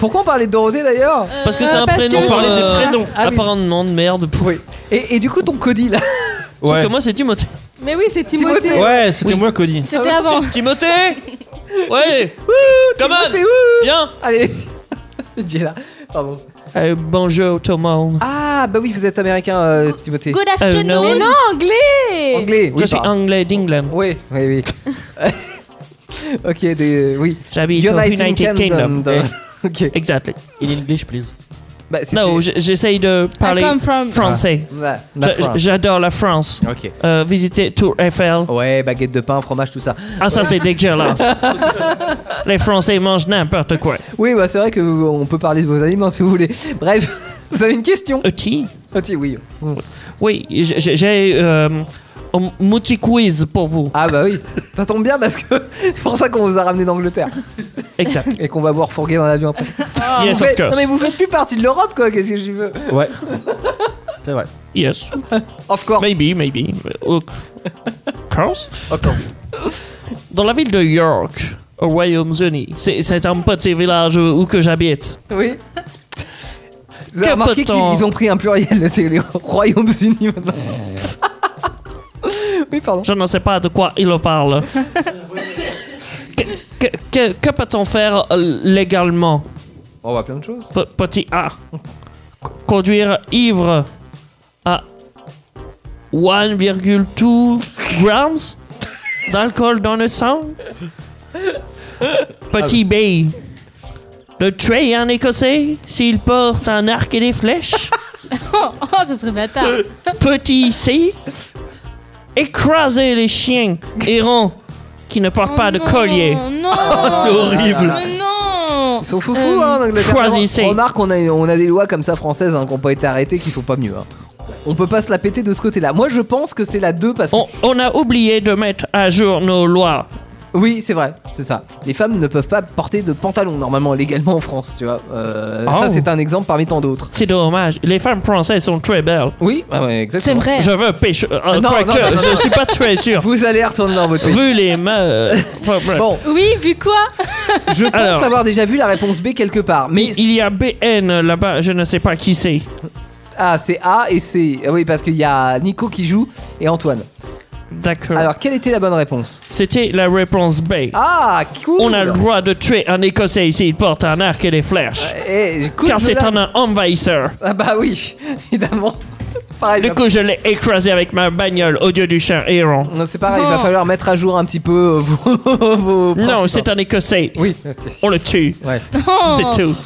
Speaker 2: Pourquoi on parlait de Dorothée d'ailleurs
Speaker 6: Euh, Parce
Speaker 1: euh,
Speaker 6: que c'est un
Speaker 10: parce
Speaker 6: prénom.
Speaker 10: que- On parlait des
Speaker 6: euh, [laughs]
Speaker 5: prénoms.
Speaker 2: Ah oui.
Speaker 6: Apparemment de merde. Pour...
Speaker 2: Oui. Et, et du coup, ton Cody là.
Speaker 6: [laughs] Sauf que moi, c'est Timothée.
Speaker 10: Mais oui, c'est Timothée.
Speaker 2: Timothée.
Speaker 5: Ouais, c'était moi, Cody.
Speaker 1: C'était Ah avant.
Speaker 6: [laughs] Timothée Ouais Come
Speaker 2: Timothée,
Speaker 6: on
Speaker 2: ouh
Speaker 6: Viens
Speaker 2: Allez. J'ai là. Pardon.
Speaker 6: Eh, Bonjour tout le monde.
Speaker 2: Ah bah oui, vous êtes américain, euh, Timothée.
Speaker 1: Good
Speaker 6: Euh, non.
Speaker 1: afternoon.
Speaker 6: Mais
Speaker 10: Non,
Speaker 1: [laughs]
Speaker 10: anglais.
Speaker 2: Anglais.
Speaker 6: Je
Speaker 2: oui,
Speaker 6: suis
Speaker 2: pardon.
Speaker 6: anglais d'England.
Speaker 2: Oui, oui, oui. ok, de- oui.
Speaker 6: J'habite au
Speaker 2: United,
Speaker 6: United
Speaker 2: Kingdom.
Speaker 6: Kingdom. Eh,
Speaker 2: de- [laughs] ok.
Speaker 6: Exactly.
Speaker 5: In English, please.
Speaker 2: Bah, c'était-
Speaker 6: Non, j- j'essaye de
Speaker 1: I
Speaker 6: parler
Speaker 1: come from.
Speaker 6: français.
Speaker 2: Ouais, la
Speaker 6: J'a-
Speaker 2: France.
Speaker 6: J'adore la France.
Speaker 2: Ok.
Speaker 6: Euh, visiter Tour Eiffel.
Speaker 2: Ouais, baguette de pain, fromage, tout ça.
Speaker 6: Ah, ça, c'est
Speaker 2: [laughs]
Speaker 6: dégueulasse. Les Français mangent n'importe quoi.
Speaker 2: Oui, bah c'est vrai que vous- on peut parler de vos aliments si vous voulez. Bref, [laughs] vous avez une question
Speaker 6: Outil
Speaker 2: Ah si, oui.
Speaker 6: Euh, Oui, j- j- j'ai euh, un multi quiz pour vous.
Speaker 2: Ah bah oui, ça tombe bien parce que c'est pour ça qu'on vous a ramené d'Angleterre.
Speaker 6: [laughs] Exact.
Speaker 2: Et qu'on va voir fourguer dans l'avion après.
Speaker 6: Ah.
Speaker 2: Vous
Speaker 6: Yes, of
Speaker 2: faites-
Speaker 6: course.
Speaker 2: Non mais vous faites plus partie de l'Europe quoi, qu'est-ce que je veux
Speaker 5: Ouais. C'est vrai.
Speaker 6: Yes.
Speaker 2: [laughs] of course.
Speaker 6: Maybe, maybe. Of
Speaker 2: [laughs]
Speaker 6: course.
Speaker 2: Of course.
Speaker 6: Dans la ville de York, au Royaume-Uni, c'est c'est un petit village où que j'habite.
Speaker 2: Oui. Vous avez
Speaker 6: Que
Speaker 2: remarqué qu'ils
Speaker 6: peut-on-
Speaker 2: ils ont pris un pluriel, [laughs] c'est les Royaumes-Unis maintenant. oui, pardon.
Speaker 6: Je ne sais pas de quoi il
Speaker 2: [laughs]
Speaker 6: parle. que que- que- que peut-on faire euh, légalement
Speaker 2: On va plein de choses.
Speaker 6: Pe- Petit A. C- Conduire ivre à 1,2 grammes d'alcool dans le sang. Petit B. Le tuer un Écossais s'il porte un arc et des flèches.
Speaker 10: Oh, oh, ça serait bâtard.
Speaker 6: Petit C. Écraser les chiens errants qui ne portent pas de collier.
Speaker 10: Non,
Speaker 2: C'est horrible.
Speaker 10: Mais non
Speaker 2: Ils sont foufous,
Speaker 6: Euh,
Speaker 2: hein, en Angleterre.
Speaker 6: choisissez.
Speaker 2: Remarque, on a, on a des lois comme ça françaises hein, qui n'ont pas été arrêtées, qui sont pas mieux. hein. On peut pas se la péter de ce côté-là. Moi, je pense que c'est la 2 parce que.
Speaker 6: On a oublié de mettre à jour nos lois.
Speaker 2: Oui, c'est vrai, c'est ça. Les femmes ne peuvent pas porter de pantalon normalement légalement en France, tu vois. Euh,
Speaker 6: Oh.
Speaker 2: Ça, c'est un exemple parmi tant d'autres.
Speaker 6: C'est dommage. Les femmes françaises sont très belles.
Speaker 2: Oui, ah ouais, exactement.
Speaker 10: C'est vrai.
Speaker 6: Je veux pêcher. euh,
Speaker 2: Non, non,
Speaker 6: quoique,
Speaker 2: non, non,
Speaker 6: je
Speaker 2: non.
Speaker 6: suis pas très sûr.
Speaker 2: Vous allez retourner dans votre pays.
Speaker 6: Vu les mains. euh,
Speaker 2: Bon,
Speaker 10: Oui, vu
Speaker 2: [laughs]
Speaker 10: quoi
Speaker 2: je pense
Speaker 6: Alors.
Speaker 2: avoir déjà vu la réponse B quelque part, mais
Speaker 6: Il y a BN là-bas, je ne sais pas qui c'est.
Speaker 2: Ah, c'est A et C. Ah Oui, parce qu'il y a Nico qui joue et Antoine.
Speaker 6: D'accord.
Speaker 2: Alors, quelle était la bonne réponse
Speaker 6: C'était la réponse B.
Speaker 2: Ah, cool
Speaker 6: On a le droit de tuer un Écossais s'il porte un arc et des flèches.
Speaker 2: Eh, écoute,
Speaker 6: car c'est
Speaker 2: Zola.
Speaker 6: un envahisseur.
Speaker 2: Ah bah oui, [laughs] évidemment. C'est Pareil,
Speaker 6: Du
Speaker 2: va-
Speaker 6: coup, je l'ai écrasé avec ma bagnole au dieu du chien errant.
Speaker 2: Non, c'est pareil, il va
Speaker 10: Non.
Speaker 2: falloir mettre à jour un petit peu euh, [laughs] vos... vos
Speaker 6: Non,
Speaker 2: principes.
Speaker 6: c'est un Écossais.
Speaker 2: Oui. [laughs]
Speaker 6: On le tue.
Speaker 2: Ouais.
Speaker 10: Non.
Speaker 6: C'est tout.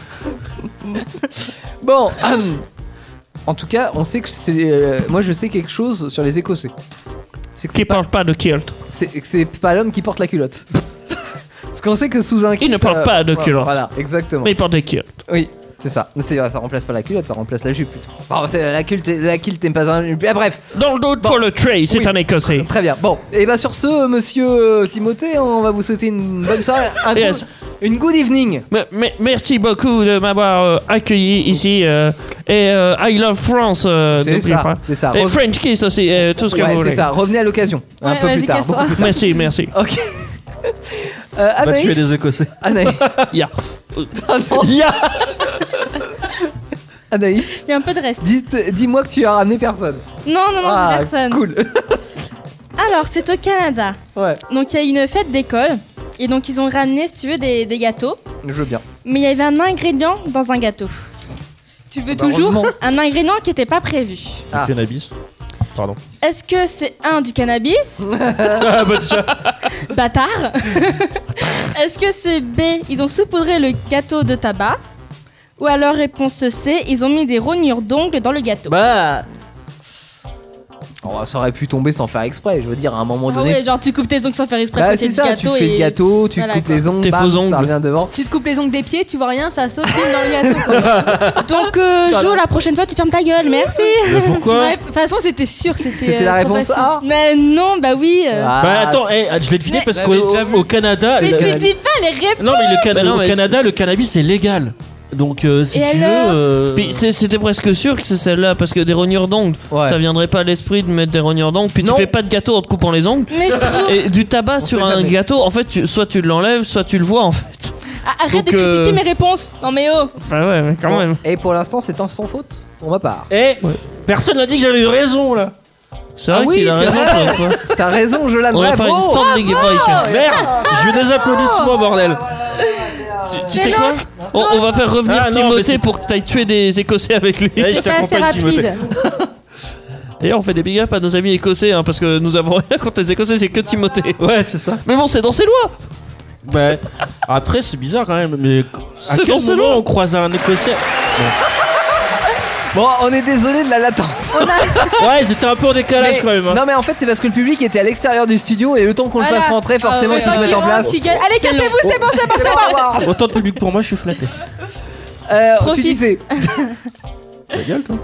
Speaker 2: Bon, hum. en tout cas, on sait que c'est... euh, moi, je sais quelque chose sur les Écossais. C'est que
Speaker 6: Qui
Speaker 2: c'est pas,
Speaker 6: porte pas de kilt.
Speaker 2: c'est- que c'est pas l'homme qui porte la culotte. [laughs] Parce qu'on sait que sous un...
Speaker 6: Il ne porte pas de
Speaker 2: voilà,
Speaker 6: culotte.
Speaker 2: Voilà, exactement.
Speaker 6: Mais il porte des kilts.
Speaker 2: Oui, c'est ça. Mais C'est vrai, ça remplace pas la culotte, ça remplace la jupe plutôt. Bon, c'est la culotte, la culotte n'est pas un. Ah, bref,
Speaker 6: Dans le doute,
Speaker 2: Bon.
Speaker 6: faut le tuer. C'est
Speaker 2: Oui.
Speaker 6: un Écossais.
Speaker 2: très bien. Bon, et bah sur ce, monsieur euh, Timothée, on va vous souhaiter une bonne soirée, un good-
Speaker 6: Yes.
Speaker 2: une good evening.
Speaker 6: Me- me- merci beaucoup de m'avoir euh, accueilli ici. euh, et euh, I love France, euh,
Speaker 2: C'est
Speaker 6: n'oubliez
Speaker 2: ça,
Speaker 6: pas.
Speaker 2: c'est ça.
Speaker 6: Et
Speaker 2: Rev-
Speaker 6: French Kiss aussi, euh, tout ce que
Speaker 2: Ouais,
Speaker 6: vous voulez.
Speaker 2: c'est ça. Revenez à l'occasion, un
Speaker 10: Ouais,
Speaker 2: peu plus
Speaker 10: vas-y,
Speaker 2: tard.
Speaker 10: casse-toi.
Speaker 2: beaucoup plus tard.
Speaker 6: Merci, merci.
Speaker 2: Ok. Euh,
Speaker 11: Va
Speaker 2: Anaïs,
Speaker 11: tuer des Écossais.
Speaker 5: [laughs]
Speaker 2: Anaïs,
Speaker 6: Yeah.
Speaker 11: Ah
Speaker 2: Anaïs,
Speaker 10: Il y a un peu de reste.
Speaker 2: dites- dis-moi que tu as ramené personne.
Speaker 10: Non, non, non,
Speaker 2: ah,
Speaker 10: j'ai personne.
Speaker 2: Cool.
Speaker 1: [laughs] Alors, c'est au Canada.
Speaker 2: ouais,
Speaker 1: Donc, il y a eu une fête d'école. Et donc, ils ont ramené, si tu veux, des, des gâteaux.
Speaker 2: je veux bien.
Speaker 1: Mais il y avait un ingrédient dans un gâteau.
Speaker 10: Tu veux
Speaker 2: Bah,
Speaker 10: toujours
Speaker 2: heureusement.
Speaker 1: [laughs] Un ingrédient qui n'était pas prévu.
Speaker 2: Ah.
Speaker 5: Le cannabis. Pardon. Ah,
Speaker 1: Est-ce que c'est un du
Speaker 2: [laughs]
Speaker 1: cannabis
Speaker 5: bah,
Speaker 1: Bâtard Est-ce que c'est B Ils ont saupoudré le gâteau de tabac Ou alors réponse C Ils ont mis des rognures d'ongles dans le gâteau
Speaker 11: Bah,
Speaker 2: Oh, ça aurait pu tomber sans faire exprès, je veux dire, à un moment
Speaker 1: Ah
Speaker 2: donné.
Speaker 1: ouais, genre tu coupes tes ongles sans faire exprès à
Speaker 2: Bah,
Speaker 1: côté
Speaker 2: c'est
Speaker 1: du
Speaker 2: ça, tu
Speaker 1: gâteau
Speaker 2: fais
Speaker 1: et...
Speaker 2: le gâteau, tu te
Speaker 1: Voilà,
Speaker 2: coupes
Speaker 1: quoi.
Speaker 2: les ongles,
Speaker 6: Tes
Speaker 2: bam,
Speaker 6: faux
Speaker 2: ça
Speaker 6: ongles.
Speaker 2: revient devant.
Speaker 10: Tu te coupes les ongles des pieds, tu vois rien, ça saute comme dans le gâteau. quoi.
Speaker 2: [laughs]
Speaker 1: Donc euh, Jo, la prochaine fois tu fermes ta gueule, merci
Speaker 5: Mais pourquoi
Speaker 10: Ouais, de toute façon, c'était sûr, c'était. euh,
Speaker 2: C'était la
Speaker 10: trop
Speaker 2: réponse
Speaker 10: facile.
Speaker 2: A.
Speaker 1: Mais non, bah oui euh.
Speaker 2: Ah,
Speaker 5: Bah attends, eh, je l'ai deviné
Speaker 10: Mais-
Speaker 5: parce
Speaker 11: Vous
Speaker 5: qu'au
Speaker 11: l'avez déjà vu.
Speaker 5: au Canada.
Speaker 1: Mais
Speaker 5: la-
Speaker 1: tu
Speaker 5: la-
Speaker 1: dis pas Bah les réponses
Speaker 5: Non, mais le
Speaker 6: Mais
Speaker 5: Cana-
Speaker 6: Bah non,
Speaker 5: au
Speaker 6: mais
Speaker 5: Canada,
Speaker 6: c'est-
Speaker 5: le cannabis est légal. Donc euh, si
Speaker 1: Et
Speaker 5: tu veux.
Speaker 1: alors
Speaker 5: euh,
Speaker 6: Puis c'est- c'était presque sûr que c'est celle-là parce que des rognures d'ongles,
Speaker 2: Ouais.
Speaker 6: ça viendrait pas à l'esprit de mettre des rognures d'ongles. Puis
Speaker 2: Non.
Speaker 6: tu fais pas de gâteau en te coupant les ongles.
Speaker 1: Mais je trouve...
Speaker 6: Et du tabac sur
Speaker 2: sait
Speaker 6: un
Speaker 2: jamais.
Speaker 6: gâteau, en fait, tu- soit tu l'enlèves, soit tu le vois en fait.
Speaker 1: Ah, Arrête
Speaker 6: Donc,
Speaker 1: de critiquer
Speaker 6: euh,
Speaker 1: mes réponses Non mais oh
Speaker 5: Ah
Speaker 6: Bah ouais, mais quand même.
Speaker 2: Et pour l'instant, c'est un sans faute pour ma part.
Speaker 11: eh,
Speaker 6: Ouais.
Speaker 11: personne n'a dit que j'avais eu raison là.
Speaker 6: C'est
Speaker 2: Ah
Speaker 6: vrai
Speaker 2: oui,
Speaker 6: qu'il a
Speaker 2: c'est
Speaker 6: raison.
Speaker 2: vrai.
Speaker 6: toi, quoi.
Speaker 2: T'as raison, je l'aime
Speaker 6: On va faire une
Speaker 2: bravo
Speaker 11: Ah,
Speaker 6: standing ovation.
Speaker 11: Merde, je veux des
Speaker 1: Oh,
Speaker 11: applaudissements bordel.
Speaker 6: Tu, tu sais quoi on, on va faire revenir
Speaker 11: Ah non, mais
Speaker 6: Timothée
Speaker 11: c'est-
Speaker 6: pour que t'ailles tuer des Écossais avec lui.
Speaker 11: Eh, je
Speaker 10: C'était assez
Speaker 11: t'accompagne, Timothée.
Speaker 10: rapide.
Speaker 6: D'ailleurs, on fait des big up à nos amis écossais hein, parce que nous avons rien contre les Écossais, c'est que Timothée.
Speaker 11: Ouais, c'est ça.
Speaker 6: Mais bon, c'est dans ses lois.
Speaker 5: bah, après, c'est bizarre quand même. Mais à
Speaker 6: C'est dans
Speaker 5: quel
Speaker 6: ce lot.
Speaker 5: moment on croise un Écossais
Speaker 2: Bon, on est désolé de la latence.
Speaker 5: [laughs] Ouais, c'était un peu en décalage
Speaker 2: Mais-
Speaker 5: quand même. hein.
Speaker 2: Non mais en fait c'est parce que le public était à l'extérieur du studio et le temps qu'on le
Speaker 10: Voilà.
Speaker 2: fasse rentrer forcément
Speaker 10: Ah ouais.
Speaker 2: qu'il se mette en place.
Speaker 10: Qui gueule. Allez, cassez-vous, c'est bon, c'est bon, c'est bon.
Speaker 2: [laughs] Ah.
Speaker 5: Autant de public pour moi, je suis flatté.
Speaker 2: Euh, tu
Speaker 1: Profite. [laughs]
Speaker 2: disais,
Speaker 5: Ta gueule, toi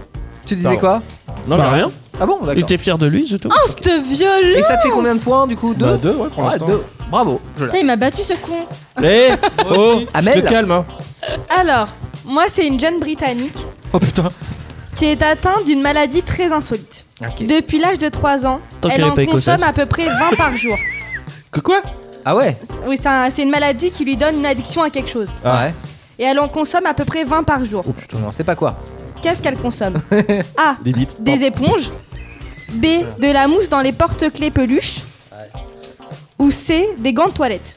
Speaker 2: tu disais quoi
Speaker 5: Non,
Speaker 11: Bah.
Speaker 5: mais rien.
Speaker 2: Ah bon
Speaker 6: Il
Speaker 2: d'accord.
Speaker 6: était fier de lui, c'est tout.
Speaker 10: Oh, cette violence
Speaker 2: Et ça te fait combien de points du coup
Speaker 5: Bah,
Speaker 2: Deux
Speaker 5: deux, ouais, pour
Speaker 2: Ouais,
Speaker 5: l'instant.
Speaker 2: Oh, deux. Bravo, je
Speaker 7: Putain, il m'a battu ce con.
Speaker 5: Eh Oh Je
Speaker 2: Amel
Speaker 5: te calme hein.
Speaker 1: Alors, moi, c'est une jeune Britannique
Speaker 5: Oh putain
Speaker 1: qui est atteinte d'une maladie très insolite.
Speaker 2: Ok.
Speaker 1: Depuis l'âge de 3 ans,
Speaker 2: Tant
Speaker 1: elle
Speaker 2: qu'elle
Speaker 1: en
Speaker 2: est pas
Speaker 1: consomme
Speaker 2: écossaise.
Speaker 1: à peu près 20 par jour.
Speaker 5: Que quoi
Speaker 2: Ah ouais
Speaker 1: Oui, c'est un- c'est une maladie qui lui donne une addiction à quelque chose.
Speaker 2: Ah ouais
Speaker 1: Et elle en consomme à peu près 20 par jour.
Speaker 2: Oh putain, on sait pas quoi.
Speaker 1: Qu'est-ce qu'elle consomme A.
Speaker 5: Des bites.
Speaker 1: Des éponges. B. De la mousse dans les porte-clés peluches. Ou C. Des gants de toilette.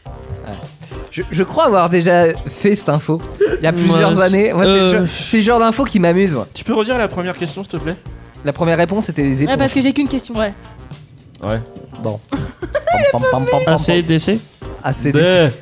Speaker 2: Je, je crois avoir déjà fait cette info il y a plusieurs
Speaker 5: Moi,
Speaker 2: années. Moi, c'est
Speaker 5: euh,
Speaker 2: le genre- c'est le genre d'info qui m'amuse. moi.
Speaker 5: Tu peux redire la première question s'il te plaît
Speaker 2: La première réponse c'était les éponges.
Speaker 1: Ouais, parce que j'ai qu'une question. Ouais.
Speaker 5: Ouais.
Speaker 2: Bon.
Speaker 6: ACDC
Speaker 2: ACDC.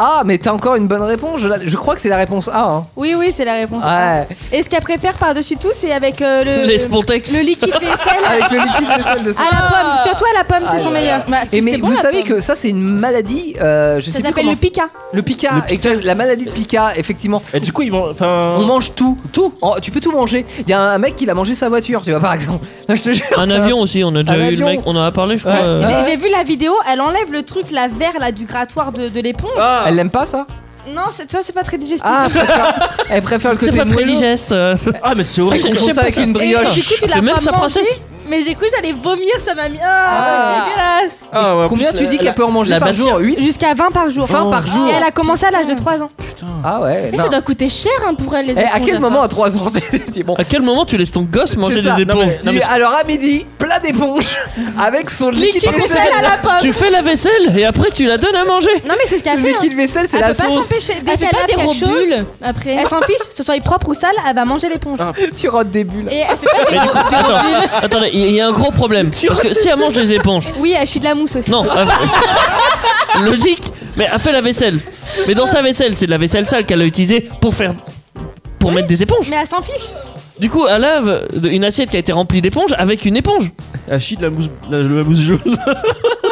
Speaker 2: Ah, mais t'as encore une bonne réponse. Je, la- je crois que c'est la réponse A. Hein.
Speaker 1: Oui, oui, c'est la réponse.
Speaker 2: Ouais.
Speaker 1: Et ce qu'elle préfère par-dessus tout, c'est avec euh, le,
Speaker 2: Les Spontex.
Speaker 1: le liquide vaisselle.
Speaker 2: [laughs] Avec le liquide vaisselle de
Speaker 1: À la pomme, surtout à la pomme, Bah, c'est
Speaker 2: Ah
Speaker 1: son
Speaker 2: là
Speaker 1: meilleur.
Speaker 2: là.
Speaker 7: Bah,
Speaker 2: Et mais vous savez que ça c'est une maladie. euh, je
Speaker 1: Ça
Speaker 2: sais plus
Speaker 1: s'appelle
Speaker 2: comment
Speaker 1: le pica.
Speaker 2: Le pica. exact, la maladie de pica, effectivement.
Speaker 5: Et du coup, ils
Speaker 2: on mange tout. Tout. Oh, tu peux tout manger. Il y a un mec qui a mangé sa voiture, tu vois par exemple. Non, je te jure,
Speaker 6: Un
Speaker 2: ça-
Speaker 6: avion aussi, on a déjà
Speaker 2: Un
Speaker 6: eu
Speaker 2: avion.
Speaker 6: le mec, on en a parlé, je crois.
Speaker 2: Ouais. Ah.
Speaker 6: euh,
Speaker 1: J'ai- J'ai vu la vidéo, elle enlève le truc, la verre là du grattoir de, de l'éponge.
Speaker 2: Ah, Elle l'aime pas ça
Speaker 1: Non, c'est- tu vois, c'est pas très digestif.
Speaker 2: Ah,
Speaker 1: [laughs]
Speaker 2: elle préfère, elle préfère le côté moelleux.
Speaker 5: Ah, mais c'est Ah,
Speaker 2: horrible. confond ça avec une brioche.
Speaker 1: Et du coup, tu
Speaker 2: C'est
Speaker 1: l'as
Speaker 2: même
Speaker 1: pas
Speaker 2: sa
Speaker 1: mangé,
Speaker 2: princesse.
Speaker 1: Mais j'ai cru que j'allais vomir, ça m'a mis. Ah, c'est dégueulasse.
Speaker 5: Ah, ouais, en
Speaker 2: Combien
Speaker 5: plus,
Speaker 2: tu
Speaker 5: la-
Speaker 2: dis
Speaker 5: la-
Speaker 2: qu'elle peut en manger
Speaker 5: la
Speaker 2: par
Speaker 5: matière-
Speaker 2: jour 8
Speaker 1: Jusqu'à 20 par jour.
Speaker 2: 20 par jour.
Speaker 1: Et elle a commencé à l'âge de 3 ans.
Speaker 2: Ah ouais.
Speaker 1: Mais
Speaker 2: non.
Speaker 1: ça doit
Speaker 7: coûter cher hein, pour elle, les
Speaker 2: Eh, à
Speaker 7: éponges,
Speaker 2: quel
Speaker 7: la
Speaker 2: moment
Speaker 7: femme.
Speaker 2: à 3 ans [laughs] tu- bon.
Speaker 6: À quel moment tu laisses ton gosse manger
Speaker 2: C'est ça.
Speaker 6: des éponges
Speaker 2: Non, mais- non, mais- Alors à midi,
Speaker 6: [laughs]
Speaker 2: plat d'éponge avec son liquide
Speaker 6: Liquide
Speaker 2: vaisselle
Speaker 1: vaisselle à la pomme.
Speaker 6: Tu fais la vaisselle et après tu la donnes à manger.
Speaker 1: Non, mais c'est ce qu'elle
Speaker 2: Le
Speaker 1: fait.
Speaker 2: liquide
Speaker 1: hein.
Speaker 2: vaisselle, c'est
Speaker 1: Elle
Speaker 2: la
Speaker 1: peut pas
Speaker 2: sauce.
Speaker 1: s'empêcher. Dès
Speaker 7: Elle fait
Speaker 1: qu'elle
Speaker 7: pas
Speaker 1: lave
Speaker 7: des
Speaker 1: quelque
Speaker 7: gros
Speaker 1: chose,
Speaker 7: bulles, après.
Speaker 1: elle s'en fiche, que ce soit propre ou sale, elle va manger l'éponge.
Speaker 2: Ah. Tu rentres des bulles.
Speaker 1: Et elle fait pas des
Speaker 6: Mais du
Speaker 1: gros [laughs]
Speaker 6: coup, attends, attendez, il y a un gros
Speaker 2: [laughs]
Speaker 6: problème. Parce que si elle mange des éponges,
Speaker 1: Oui, elle chie de la mousse aussi.
Speaker 6: non, elle- Ah, logique, mais elle fait la vaisselle. Mais dans sa vaisselle, c'est de la vaisselle sale qu'elle a utilisée pour faire. pour mettre des éponges.
Speaker 1: Mais elle s'en fiche.
Speaker 6: Du coup, elle lave de- une assiette qui a été remplie d'éponges avec une éponge.
Speaker 5: Elle chie de la mousse, la, la mousse jaune.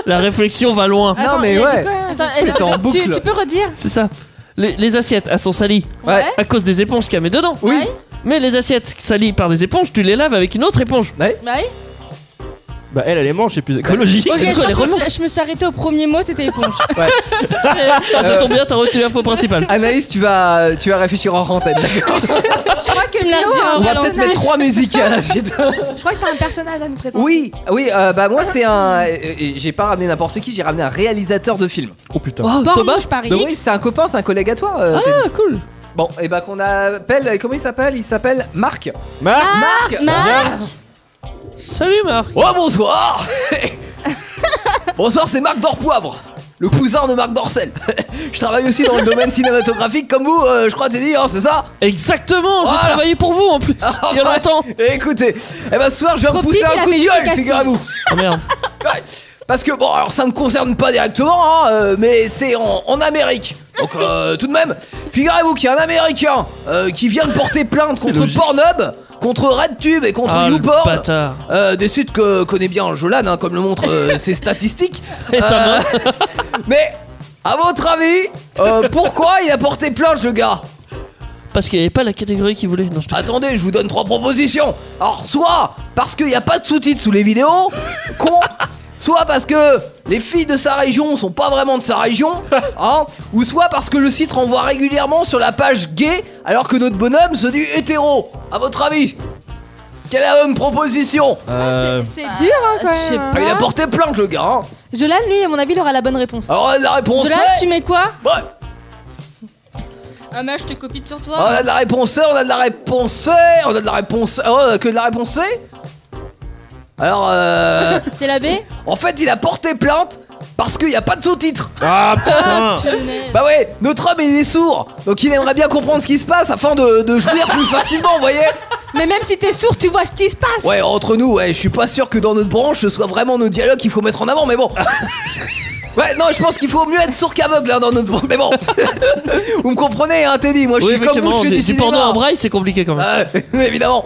Speaker 6: La réflexion va loin.
Speaker 2: Non mais ouais.
Speaker 1: Attends,
Speaker 2: C'est
Speaker 1: attends,
Speaker 2: en
Speaker 1: tu-
Speaker 2: boucle.
Speaker 1: Tu peux redire
Speaker 6: C'est ça. Les, les assiettes, elles sont salies.
Speaker 2: Ouais.
Speaker 6: À cause des éponges qu'elle met dedans.
Speaker 2: Oui.
Speaker 6: Mais les assiettes salies par des éponges, tu les laves avec une autre éponge.
Speaker 7: Bah oui.
Speaker 5: Bah, elle, elle les mange, c'est plus écologique.
Speaker 7: Ok,
Speaker 6: C'est
Speaker 7: je,
Speaker 6: quoi, les
Speaker 7: pense que
Speaker 6: relous
Speaker 7: je- je me suis arrêtée au premier mot, c'était
Speaker 2: [laughs]
Speaker 7: éponge.
Speaker 6: Ah, ça tombe bien, t'as retenu l'info principale.
Speaker 2: Euh, Anaïs, tu vas, tu vas réfléchir en antenne, d'accord
Speaker 1: Je crois que
Speaker 7: me l'as
Speaker 1: Léo
Speaker 7: dit,
Speaker 1: a un
Speaker 2: On va
Speaker 1: personnage.
Speaker 2: peut-être mettre trois musiques à la suite.
Speaker 1: [laughs] Je crois que t'as un personnage à nous présenter.
Speaker 2: Oui, oui, euh, bah moi c'est un. euh, euh, J'ai pas ramené n'importe qui, j'ai ramené un réalisateur de film.
Speaker 5: Oh putain.
Speaker 6: Wow, Thomas,
Speaker 7: je parie.
Speaker 2: Donc oui, c'est un copain, c'est un collègue à toi. euh, Teddy.
Speaker 6: ah, cool.
Speaker 2: Bon, et bah qu'on appelle. euh, Comment il s'appelle Il s'appelle Marc.
Speaker 5: Marc
Speaker 2: Marc
Speaker 7: Marc
Speaker 6: Salut Marc.
Speaker 2: Oh bonsoir [laughs] Bonsoir, c'est Marc Dorpoivre, le cousin de Marc Dorcel. [laughs] je travaille aussi dans le domaine cinématographique comme vous, euh, je crois, Teddy, hein, c'est ça
Speaker 6: Exactement, j'ai
Speaker 2: Voilà.
Speaker 6: travaillé pour vous en plus.
Speaker 2: Ah,
Speaker 6: Il y a
Speaker 2: ouais.
Speaker 6: longtemps.
Speaker 2: Écoutez, eh ben ce soir, je vais vous
Speaker 1: Trop
Speaker 2: pousser
Speaker 1: petit, il
Speaker 2: un
Speaker 1: a
Speaker 2: coup
Speaker 1: fait
Speaker 2: de
Speaker 1: juste le
Speaker 2: gueule,
Speaker 1: casting.
Speaker 2: figurez-vous.
Speaker 6: Oh merde.
Speaker 2: [laughs] Ouais. Parce que bon, alors ça me concerne pas directement, hein, euh, mais c'est en, en Amérique. Donc euh, [laughs] tout de même, figurez-vous qu'il y a un Américain euh, qui vient de
Speaker 6: [laughs]
Speaker 2: porter plainte contre Pornhub, contre RedTube et contre
Speaker 6: Ah, le
Speaker 2: YouPorn.
Speaker 6: bâtard.
Speaker 2: Euh, des sites que connaît bien Jolan, hein, comme le
Speaker 6: [laughs]
Speaker 2: montrent euh, ses statistiques. Euh,
Speaker 6: Et sa main.
Speaker 2: [laughs] Mais à votre avis, euh, pourquoi il a porté plainte le gars
Speaker 6: Parce qu'il n'y avait pas la catégorie qu'il voulait. Non, je te-
Speaker 2: Attendez, je vous donne trois propositions. Alors, soit parce qu'il n'y a pas de sous-titres sous les vidéos,
Speaker 6: [laughs]
Speaker 2: con. Soit parce que les filles de sa région sont pas vraiment de
Speaker 6: [laughs]
Speaker 2: sa région, hein, ou soit parce que le site renvoie régulièrement sur la page gay alors que notre bonhomme se dit hétéro. À votre avis, quelle est la bonne proposition
Speaker 5: Euh,
Speaker 1: Ah, C'est dur, hein, quand
Speaker 7: je sais
Speaker 1: même.
Speaker 2: Ah, Il a porté plainte le gars. Hein.
Speaker 1: Jolan, lui, à mon avis, il aura la bonne réponse.
Speaker 2: Alors la réponse
Speaker 7: Jolan,
Speaker 2: est.
Speaker 7: tu mets quoi
Speaker 2: Ouais.
Speaker 7: Ah, mais je te copie sur
Speaker 2: Ah, On
Speaker 7: toi.
Speaker 2: a de la réponse C, on a de la réponse C, on a de la réponse C, oh, on a que de la réponse C Alors, euh,
Speaker 7: C'est la B
Speaker 2: en fait, il a porté plainte parce qu'il n'y a pas de sous-titres.
Speaker 5: Ah putain.
Speaker 2: [laughs] Bah ouais, notre homme, il est sourd, donc il aimerait bien comprendre ce qui se passe afin de, de jouir plus facilement, vous voyez
Speaker 1: Mais même si t'es sourd, tu vois ce qui se passe.
Speaker 2: Ouais, entre nous, ouais, je suis pas sûr que dans notre branche, ce soit vraiment nos dialogues qu'il faut mettre en avant,
Speaker 6: [laughs]
Speaker 2: mais bon. Ouais, non, je pense qu'il faut mieux être sourd qu'aveugle hein, dans notre branche,
Speaker 6: [laughs]
Speaker 2: mais bon. vous me comprenez, hein, Teddy Moi, je
Speaker 6: Oui,
Speaker 2: suis comme vous, je
Speaker 6: effectivement,
Speaker 2: suis
Speaker 6: du,
Speaker 2: du
Speaker 6: du porno
Speaker 2: cinéma.
Speaker 6: en braille, c'est compliqué quand même.
Speaker 2: Ah, [laughs] évidemment.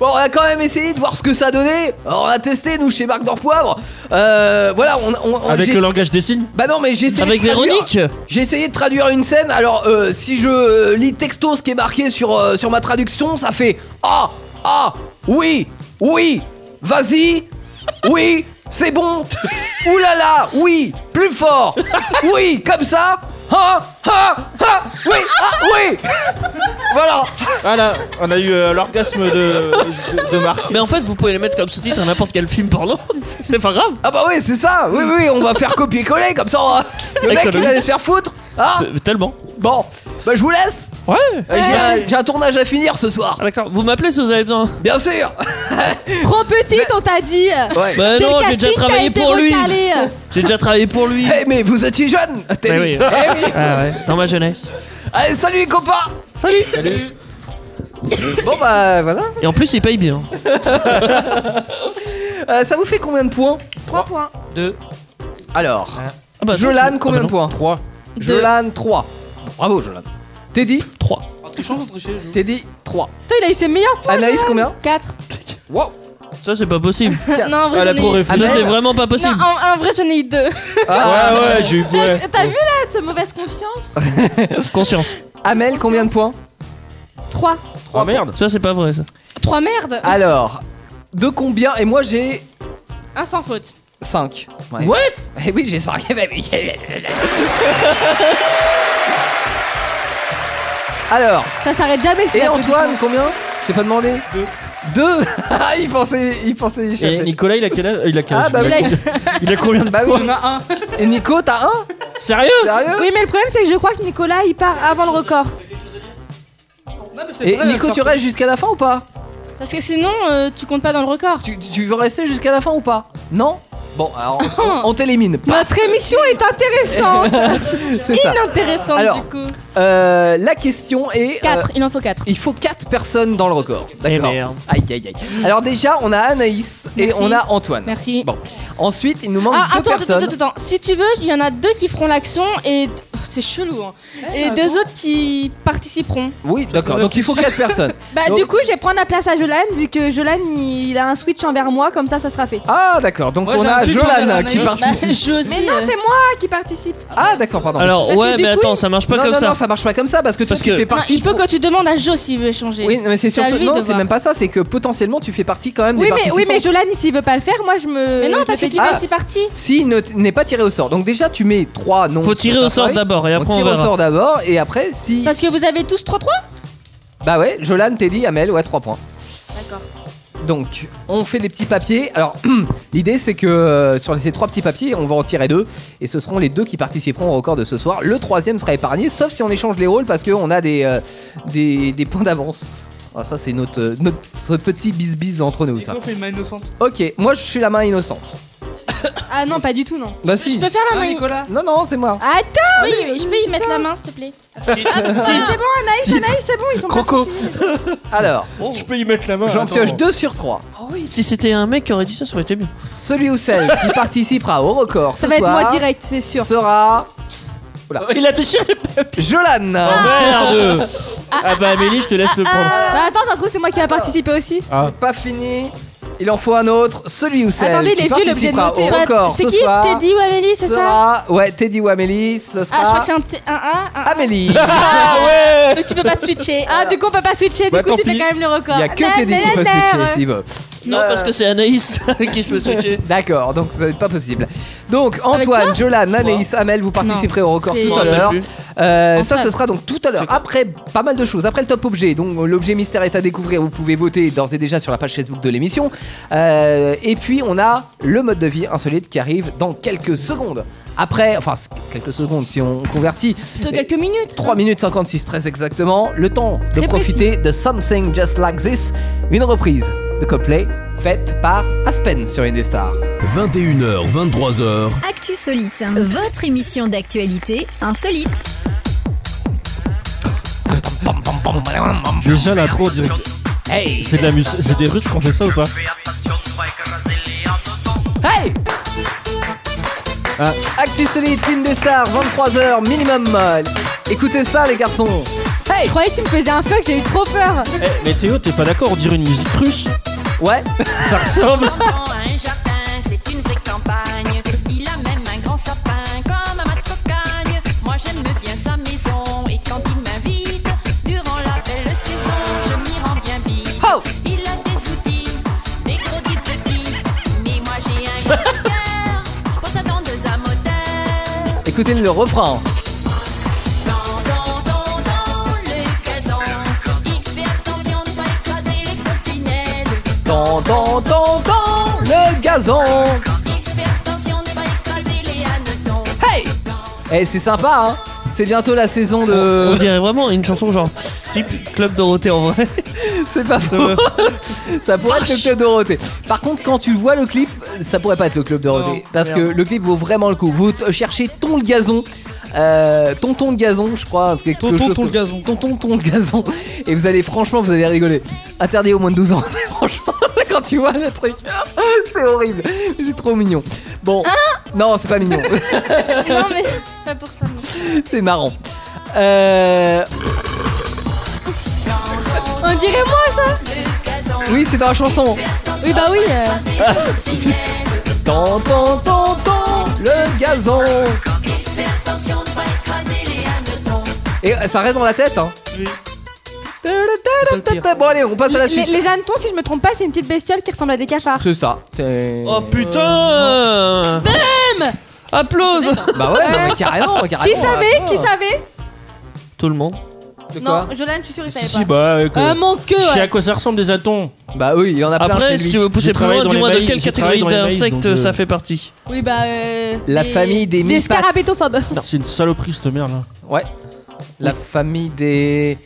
Speaker 2: Bon, on a quand même essayé de voir ce que ça donnait. Alors, on a testé, nous, chez Marc Dorpoivre. Euh, voilà, on. on- on-
Speaker 5: Avec
Speaker 2: j'ai-
Speaker 5: le langage des signes
Speaker 2: Bah non, mais j'ai essayé.
Speaker 6: Avec
Speaker 2: de traduire-
Speaker 6: Véronique
Speaker 2: J'ai essayé de traduire une scène. Alors, euh, si je euh, lis texto ce qui est marqué sur, euh, sur ma traduction, ça fait Ah, ah, oui, oui, vas-y, oui, C'est bon Ouh là là Oui Plus fort Oui Comme ça Ah Ah Ah Oui Ah Oui Voilà
Speaker 5: Voilà, on a eu euh, l'orgasme de, de, de Marc.
Speaker 6: Mais en fait, vous pouvez les mettre comme sous-titre à n'importe quel film porno. [laughs] C'est pas grave.
Speaker 2: Ah bah oui, c'est ça Oui, oui, on va faire copier-coller, comme ça, on va- le mec, il
Speaker 6: Économie.
Speaker 2: va aller se faire foutre Ah
Speaker 6: Tellement.
Speaker 2: Bon, bah je vous laisse
Speaker 6: Ouais Ah,
Speaker 2: Euh, j'ai un- J'ai un, tournage à finir ce soir
Speaker 6: D'accord, vous m'appelez si vous avez besoin.
Speaker 2: Bien sûr
Speaker 10: Trop petite, on t'a dit.
Speaker 2: Ouais.
Speaker 10: Dès
Speaker 6: Bah
Speaker 10: le
Speaker 6: non,
Speaker 10: casting,
Speaker 6: j'ai déjà
Speaker 10: t'as
Speaker 6: travaillé
Speaker 10: été
Speaker 6: pour lui.
Speaker 10: recalé.
Speaker 6: J'ai déjà travaillé pour lui.
Speaker 2: Eh mais vous étiez jeune t'as
Speaker 6: Eh
Speaker 2: dit.
Speaker 6: oui.
Speaker 2: Eh oui.
Speaker 6: Ah ouais, Dans ma jeunesse.
Speaker 2: Allez, salut les copains
Speaker 6: Salut
Speaker 2: Salut Bon bah voilà
Speaker 6: Et en plus, il paye bien.
Speaker 2: Euh, Ça vous fait combien de points
Speaker 10: 3 points.
Speaker 2: Deux. Alors,
Speaker 6: bah,
Speaker 2: Jolan,
Speaker 6: non, je-
Speaker 2: combien
Speaker 6: ah bah
Speaker 2: de points 3. Jolan, 3. Bravo, Jolan. Teddy
Speaker 6: 3.
Speaker 2: Teddy, 3.
Speaker 10: Putain, il a eu ses meilleurs points.
Speaker 2: Anaïs,
Speaker 10: Johan.
Speaker 2: combien
Speaker 1: Quatre.
Speaker 2: Wow
Speaker 6: Ça, c'est pas possible.
Speaker 1: non, en vrai,
Speaker 6: Ah, la
Speaker 1: j'en ai
Speaker 6: pauvre
Speaker 1: eu-
Speaker 6: réfléchie. Ça, c'est vraiment pas possible.
Speaker 1: Non, en, en vrai, j'en ai eu
Speaker 6: [laughs]
Speaker 1: deux.
Speaker 2: [laughs] Ah.
Speaker 5: ouais, ouais, j'ai eu. Ouais.
Speaker 1: [laughs] T'as vu là, cette mauvaise confiance
Speaker 6: Conscience.
Speaker 2: Amel, combien de points
Speaker 1: Trois.
Speaker 5: Oh merde
Speaker 6: Ça, c'est pas vrai, ça.
Speaker 1: Trois merdes
Speaker 2: Alors, de combien Et moi j'ai
Speaker 1: Un sans faute.
Speaker 2: 5.
Speaker 6: What
Speaker 2: Eh oui, j'ai 5. [laughs] Alors,
Speaker 10: Ça s'arrête jamais, c'est
Speaker 2: et
Speaker 10: la
Speaker 2: Antoine, combien J'ai pas demandé 2. 2 [laughs] Ah, il pensait, il pensait y
Speaker 5: Et
Speaker 2: échapper.
Speaker 5: Nicolas, il a quel âge Il a quel
Speaker 2: Ah
Speaker 5: âge
Speaker 2: bah
Speaker 5: il, a...
Speaker 2: oui. [laughs]
Speaker 5: il a combien de
Speaker 2: Bah oui.
Speaker 5: points
Speaker 2: Et Nico, t'as un
Speaker 5: Sérieux
Speaker 2: Sérieux
Speaker 10: Oui, mais le problème, c'est que je crois que Nicolas, il part avant le record.
Speaker 1: [laughs]
Speaker 2: Et Nico, tu restes jusqu'à la fin ou pas
Speaker 1: Parce que sinon, euh, tu comptes pas dans le record.
Speaker 2: tu, tu veux rester jusqu'à la fin ou pas Non Bon, alors on-
Speaker 1: [laughs]
Speaker 2: on, on t'élimine.
Speaker 10: Notre émission est intéressante.
Speaker 2: [laughs] C'est ça.
Speaker 1: Inintéressant
Speaker 2: Alors,
Speaker 1: du coup.
Speaker 2: Euh, la question est. euh,
Speaker 1: 4, il en faut 4.
Speaker 2: il faut 4 personnes dans le record. D'accord.
Speaker 6: Eh merde.
Speaker 2: Aïe aïe aïe. Alors déjà, on a Anaïs et
Speaker 1: Merci.
Speaker 2: on a Antoine.
Speaker 1: Merci.
Speaker 2: Bon. Ensuite, il nous manque
Speaker 1: Ah,
Speaker 2: deux
Speaker 1: attends, attends,
Speaker 2: personnes.
Speaker 1: attends, attends. Si tu veux, il y en a deux qui feront l'action et. Oh, c'est chelou, hein.
Speaker 2: Eh, bah,
Speaker 1: Et deux autres qui participeront.
Speaker 2: Oui, d'accord. Donc il faut
Speaker 1: [laughs]
Speaker 2: 4 personnes.
Speaker 10: Bah,
Speaker 2: Donc-
Speaker 10: du coup, je vais prendre la place à Jolan, vu que Jolan, il, il a un switch envers moi, comme ça, ça sera fait.
Speaker 2: Ah, d'accord. Donc
Speaker 8: Moi,
Speaker 2: on
Speaker 8: j'ai
Speaker 2: a
Speaker 8: un switch envers
Speaker 2: Jolan
Speaker 8: Anaïs.
Speaker 2: qui
Speaker 1: Bah, [laughs] je
Speaker 2: participe.
Speaker 1: aussi.
Speaker 10: Mais non,
Speaker 1: euh,
Speaker 10: c'est moi qui participe.
Speaker 2: Ah, d'accord, pardon.
Speaker 6: Alors,
Speaker 10: Parce que
Speaker 6: ouais,
Speaker 10: du
Speaker 6: mais
Speaker 10: coup,
Speaker 6: attends,
Speaker 10: il-
Speaker 6: ça marche pas
Speaker 2: non,
Speaker 6: comme
Speaker 2: non,
Speaker 6: ça.
Speaker 2: non, ça marche pas comme ça parce que toi
Speaker 6: Parce
Speaker 2: tu
Speaker 6: que-
Speaker 2: fais
Speaker 1: non,
Speaker 2: partie.
Speaker 1: il faut que tu demandes à Jo s'il veut changer.
Speaker 2: Oui, mais c'est
Speaker 1: C'est à
Speaker 2: surtout
Speaker 1: lui
Speaker 2: non,
Speaker 1: de
Speaker 2: c'est
Speaker 1: voir.
Speaker 2: même pas ça. C'est que potentiellement tu fais partie quand même
Speaker 10: Oui
Speaker 2: des
Speaker 10: mais,
Speaker 2: participants.
Speaker 10: oui, mais Jolan, s'il veut pas le faire, moi, je me.
Speaker 1: Mais
Speaker 10: je
Speaker 1: non,
Speaker 10: le
Speaker 1: parce que
Speaker 10: fais
Speaker 1: tu
Speaker 2: Ah.
Speaker 1: fais aussi partie.
Speaker 2: Si ne- n'est pas tiré au sort. Donc déjà tu mets trois noms.
Speaker 6: Faut
Speaker 2: sur
Speaker 6: tirer
Speaker 2: ta
Speaker 6: au sort
Speaker 2: feuille.
Speaker 6: d'abord et
Speaker 2: On
Speaker 6: après on
Speaker 2: tire au
Speaker 6: verra.
Speaker 2: sort d'abord et après si
Speaker 1: Parce que vous avez tous 3-3
Speaker 2: bah ouais, Jolan, Teddy, Amel, ouais 3 points.
Speaker 1: D'accord.
Speaker 2: Donc on fait les petits papiers. Alors [clears throat] l'idée c'est que euh, sur ces trois petits papiers, on va en tirer deux et ce seront les deux qui participeront au record de ce soir. Le troisième sera épargné, sauf si on échange les rôles parce qu'on a des euh, des, des points d'avance. Ah, ça c'est notre, euh, notre notre petit bis bis entre nous ça.
Speaker 8: Nico fait une main innocente.
Speaker 2: Ok, moi je suis la main innocente.
Speaker 10: Ah non, pas du tout, non.
Speaker 2: Bah si.
Speaker 1: Je peux faire la
Speaker 8: Ah,
Speaker 1: main.
Speaker 8: Nicolas
Speaker 2: Non non c'est moi.
Speaker 10: Attends Ah,
Speaker 1: Oui, je peux y mettre la main, s'il te plaît.
Speaker 2: Ah,
Speaker 10: C'est c'est bon, Anaïs, Anaïs, c'est bon, ils sont
Speaker 5: Croco
Speaker 2: Alors
Speaker 6: Oh.
Speaker 5: Je peux y mettre la main.
Speaker 2: j'en
Speaker 5: attends.
Speaker 2: pioche 2 sur 3
Speaker 6: Ah Si c'était un mec qui aurait dit ça, ça aurait été mieux.
Speaker 2: Celui ou celle qui participera au record ce
Speaker 10: Ça va être
Speaker 2: soir
Speaker 10: moi direct, c'est sûr.
Speaker 2: sera
Speaker 6: Il a déchiré le papier.
Speaker 2: Jolan.
Speaker 5: Merde Ah bah Amélie, je te laisse le prendre.
Speaker 10: Bah, attends, ça se trouve, c'est moi qui va participer aussi.
Speaker 2: ah. Pas fini. Il en faut un autre. Celui ou celle
Speaker 10: Attendez,
Speaker 2: qui
Speaker 10: les filles, l'objet de
Speaker 2: participera
Speaker 10: noter.
Speaker 2: au record
Speaker 1: C'est
Speaker 2: ce
Speaker 1: qui
Speaker 2: soir
Speaker 1: Teddy ou Amélie, c'est ça
Speaker 10: Ah,
Speaker 2: sera... Ouais, Teddy ou Amélie, ce
Speaker 1: Ah, je crois
Speaker 2: sera
Speaker 1: que c'est un T- un A. un A.
Speaker 2: Amélie. Ah,
Speaker 1: Donc tu peux pas switcher.
Speaker 10: Ah, du coup, on peut pas switcher, du
Speaker 5: Bah,
Speaker 10: coup,
Speaker 5: tant
Speaker 10: tu fais
Speaker 5: pis.
Speaker 10: quand même le record.
Speaker 2: Il n'y a que Teddy qui peut switcher s'il veut.
Speaker 6: Non,
Speaker 1: Euh.
Speaker 6: parce que c'est Anaïs avec qui je peux switcher.
Speaker 2: D'accord, donc ça n'est pas possible. Donc
Speaker 1: toi
Speaker 2: Antoine, Jolan, Anaïs, Amel, vous participerez au record
Speaker 1: c'est-
Speaker 2: tout
Speaker 1: Je
Speaker 2: à
Speaker 1: m'en
Speaker 2: l'heure. Euh, ça,
Speaker 1: Antoine.
Speaker 2: ce sera donc tout à l'heure. Après, pas mal de choses. Après le top objet, donc euh, l'objet mystère est à découvrir. Vous pouvez voter d'ores et déjà sur la page Facebook de l'émission. Euh, et puis, on a le mode de vie insolite qui arrive dans quelques secondes. Après, enfin, c- quelques secondes si on convertit.
Speaker 10: Plutôt quelques minutes. hein.
Speaker 2: 3 minutes 56 très exactement, le temps de
Speaker 10: Très
Speaker 2: profiter de Something Just Like This, une reprise de Copley faite par Aspen sur Indestar.
Speaker 9: 21h, 23h,
Speaker 7: Actu Solite, votre émission d'actualité insolite.
Speaker 5: Déjà l'intro, direct.
Speaker 2: Hey
Speaker 5: c'est de la musique. C'est des Russes qui ont fait ça ou pas
Speaker 2: Hey
Speaker 5: Ah.
Speaker 2: Actu Solide, Indestar, 23h minimum. Écoutez ça les garçons
Speaker 10: Je croyais que tu me faisais un fuck, j'ai eu trop peur.
Speaker 5: Eh, Mais Théo, t'es pas d'accord On dirait une musique russe.
Speaker 2: [laughs] Ouais
Speaker 5: Ça ressemble.
Speaker 12: un jardin, c'est une vraie campagne. Il a même un grand sapin comme un mat de cocagne. Moi j'aime bien sa maison et quand il m'invite, durant la belle saison, je m'y rends bien vite.
Speaker 2: Oh
Speaker 12: Il a des outils, des gros, des petits, mais moi j'ai un
Speaker 2: écouter le refrain. Tant, tant, tant, tant, le gazon. Hey Eh, c'est sympa, hein C'est bientôt la saison de.
Speaker 6: On dirait vraiment une chanson genre type Club Dorothée en vrai.
Speaker 2: [laughs] C'est pas
Speaker 8: [laughs]
Speaker 2: faux. ça pourrait être le club Dorothée. Par contre, quand tu vois le clip, ça pourrait pas être le club Dorothée.
Speaker 6: Non,
Speaker 2: parce
Speaker 6: merde.
Speaker 2: que le clip vaut vraiment le coup. Vous t- cherchez ton le gazon. euh, tonton le gazon, je crois. c'est quelque
Speaker 8: Tonton,
Speaker 2: chose
Speaker 8: ton
Speaker 2: que-
Speaker 8: le gazon.
Speaker 2: Tonton ton le gazon. Et vous allez, franchement, vous allez rigoler. Interdit au moins de 12 ans. [laughs] franchement, quand tu vois le truc, [laughs] c'est horrible. C'est trop mignon. Bon, non, c'est pas mignon.
Speaker 1: Hein [laughs] non, mais pas pour ça. non.
Speaker 2: [laughs] c'est marrant. Euh,
Speaker 1: On dirait moi ça
Speaker 2: Oui, c'est dans la chanson.
Speaker 1: Oui, bah oui. euh.
Speaker 2: [laughs] Tant, tant, tant, tant, le gazon. Et ça reste dans la tête, hein. Bon, allez, on passe à la
Speaker 10: Les,
Speaker 2: suite.
Speaker 10: les hannetons, si je me trompe pas, c'est une petite bestiole qui ressemble à des cafards.
Speaker 2: C'est ça. c'est-
Speaker 6: Oh putain
Speaker 10: Bam
Speaker 6: Applause
Speaker 2: Bah ouais, non, mais carrément, carrément.
Speaker 10: Qui savait Qui
Speaker 2: Ah.
Speaker 10: savait
Speaker 6: Tout le monde.
Speaker 10: Non, Jolane, je suis sûre, il savait
Speaker 6: Si,
Speaker 10: pas.
Speaker 6: si, bah. euh, que-
Speaker 10: Ah, mon queue,
Speaker 6: Je sais
Speaker 10: ouais.
Speaker 6: à quoi ça ressemble des atons.
Speaker 2: Bah oui, il en a
Speaker 6: Après,
Speaker 2: plein chez
Speaker 6: si
Speaker 2: lui.
Speaker 6: tu veux
Speaker 2: J'ai
Speaker 6: pousser plus
Speaker 2: travaillé
Speaker 6: loin,
Speaker 2: dans les
Speaker 6: dis-moi de
Speaker 2: maïs,
Speaker 6: quelle
Speaker 2: j'ai travaillé
Speaker 6: catégorie
Speaker 2: dans les maïs,
Speaker 6: d'insectes
Speaker 2: donc, euh,
Speaker 6: ça fait partie.
Speaker 10: Oui, bah. euh,
Speaker 2: La
Speaker 10: les-
Speaker 2: famille des
Speaker 10: Les
Speaker 2: mille pattes.
Speaker 10: scarabétophobes.
Speaker 6: C'est une saloperie cette merde là.
Speaker 2: Ouais. La famille des.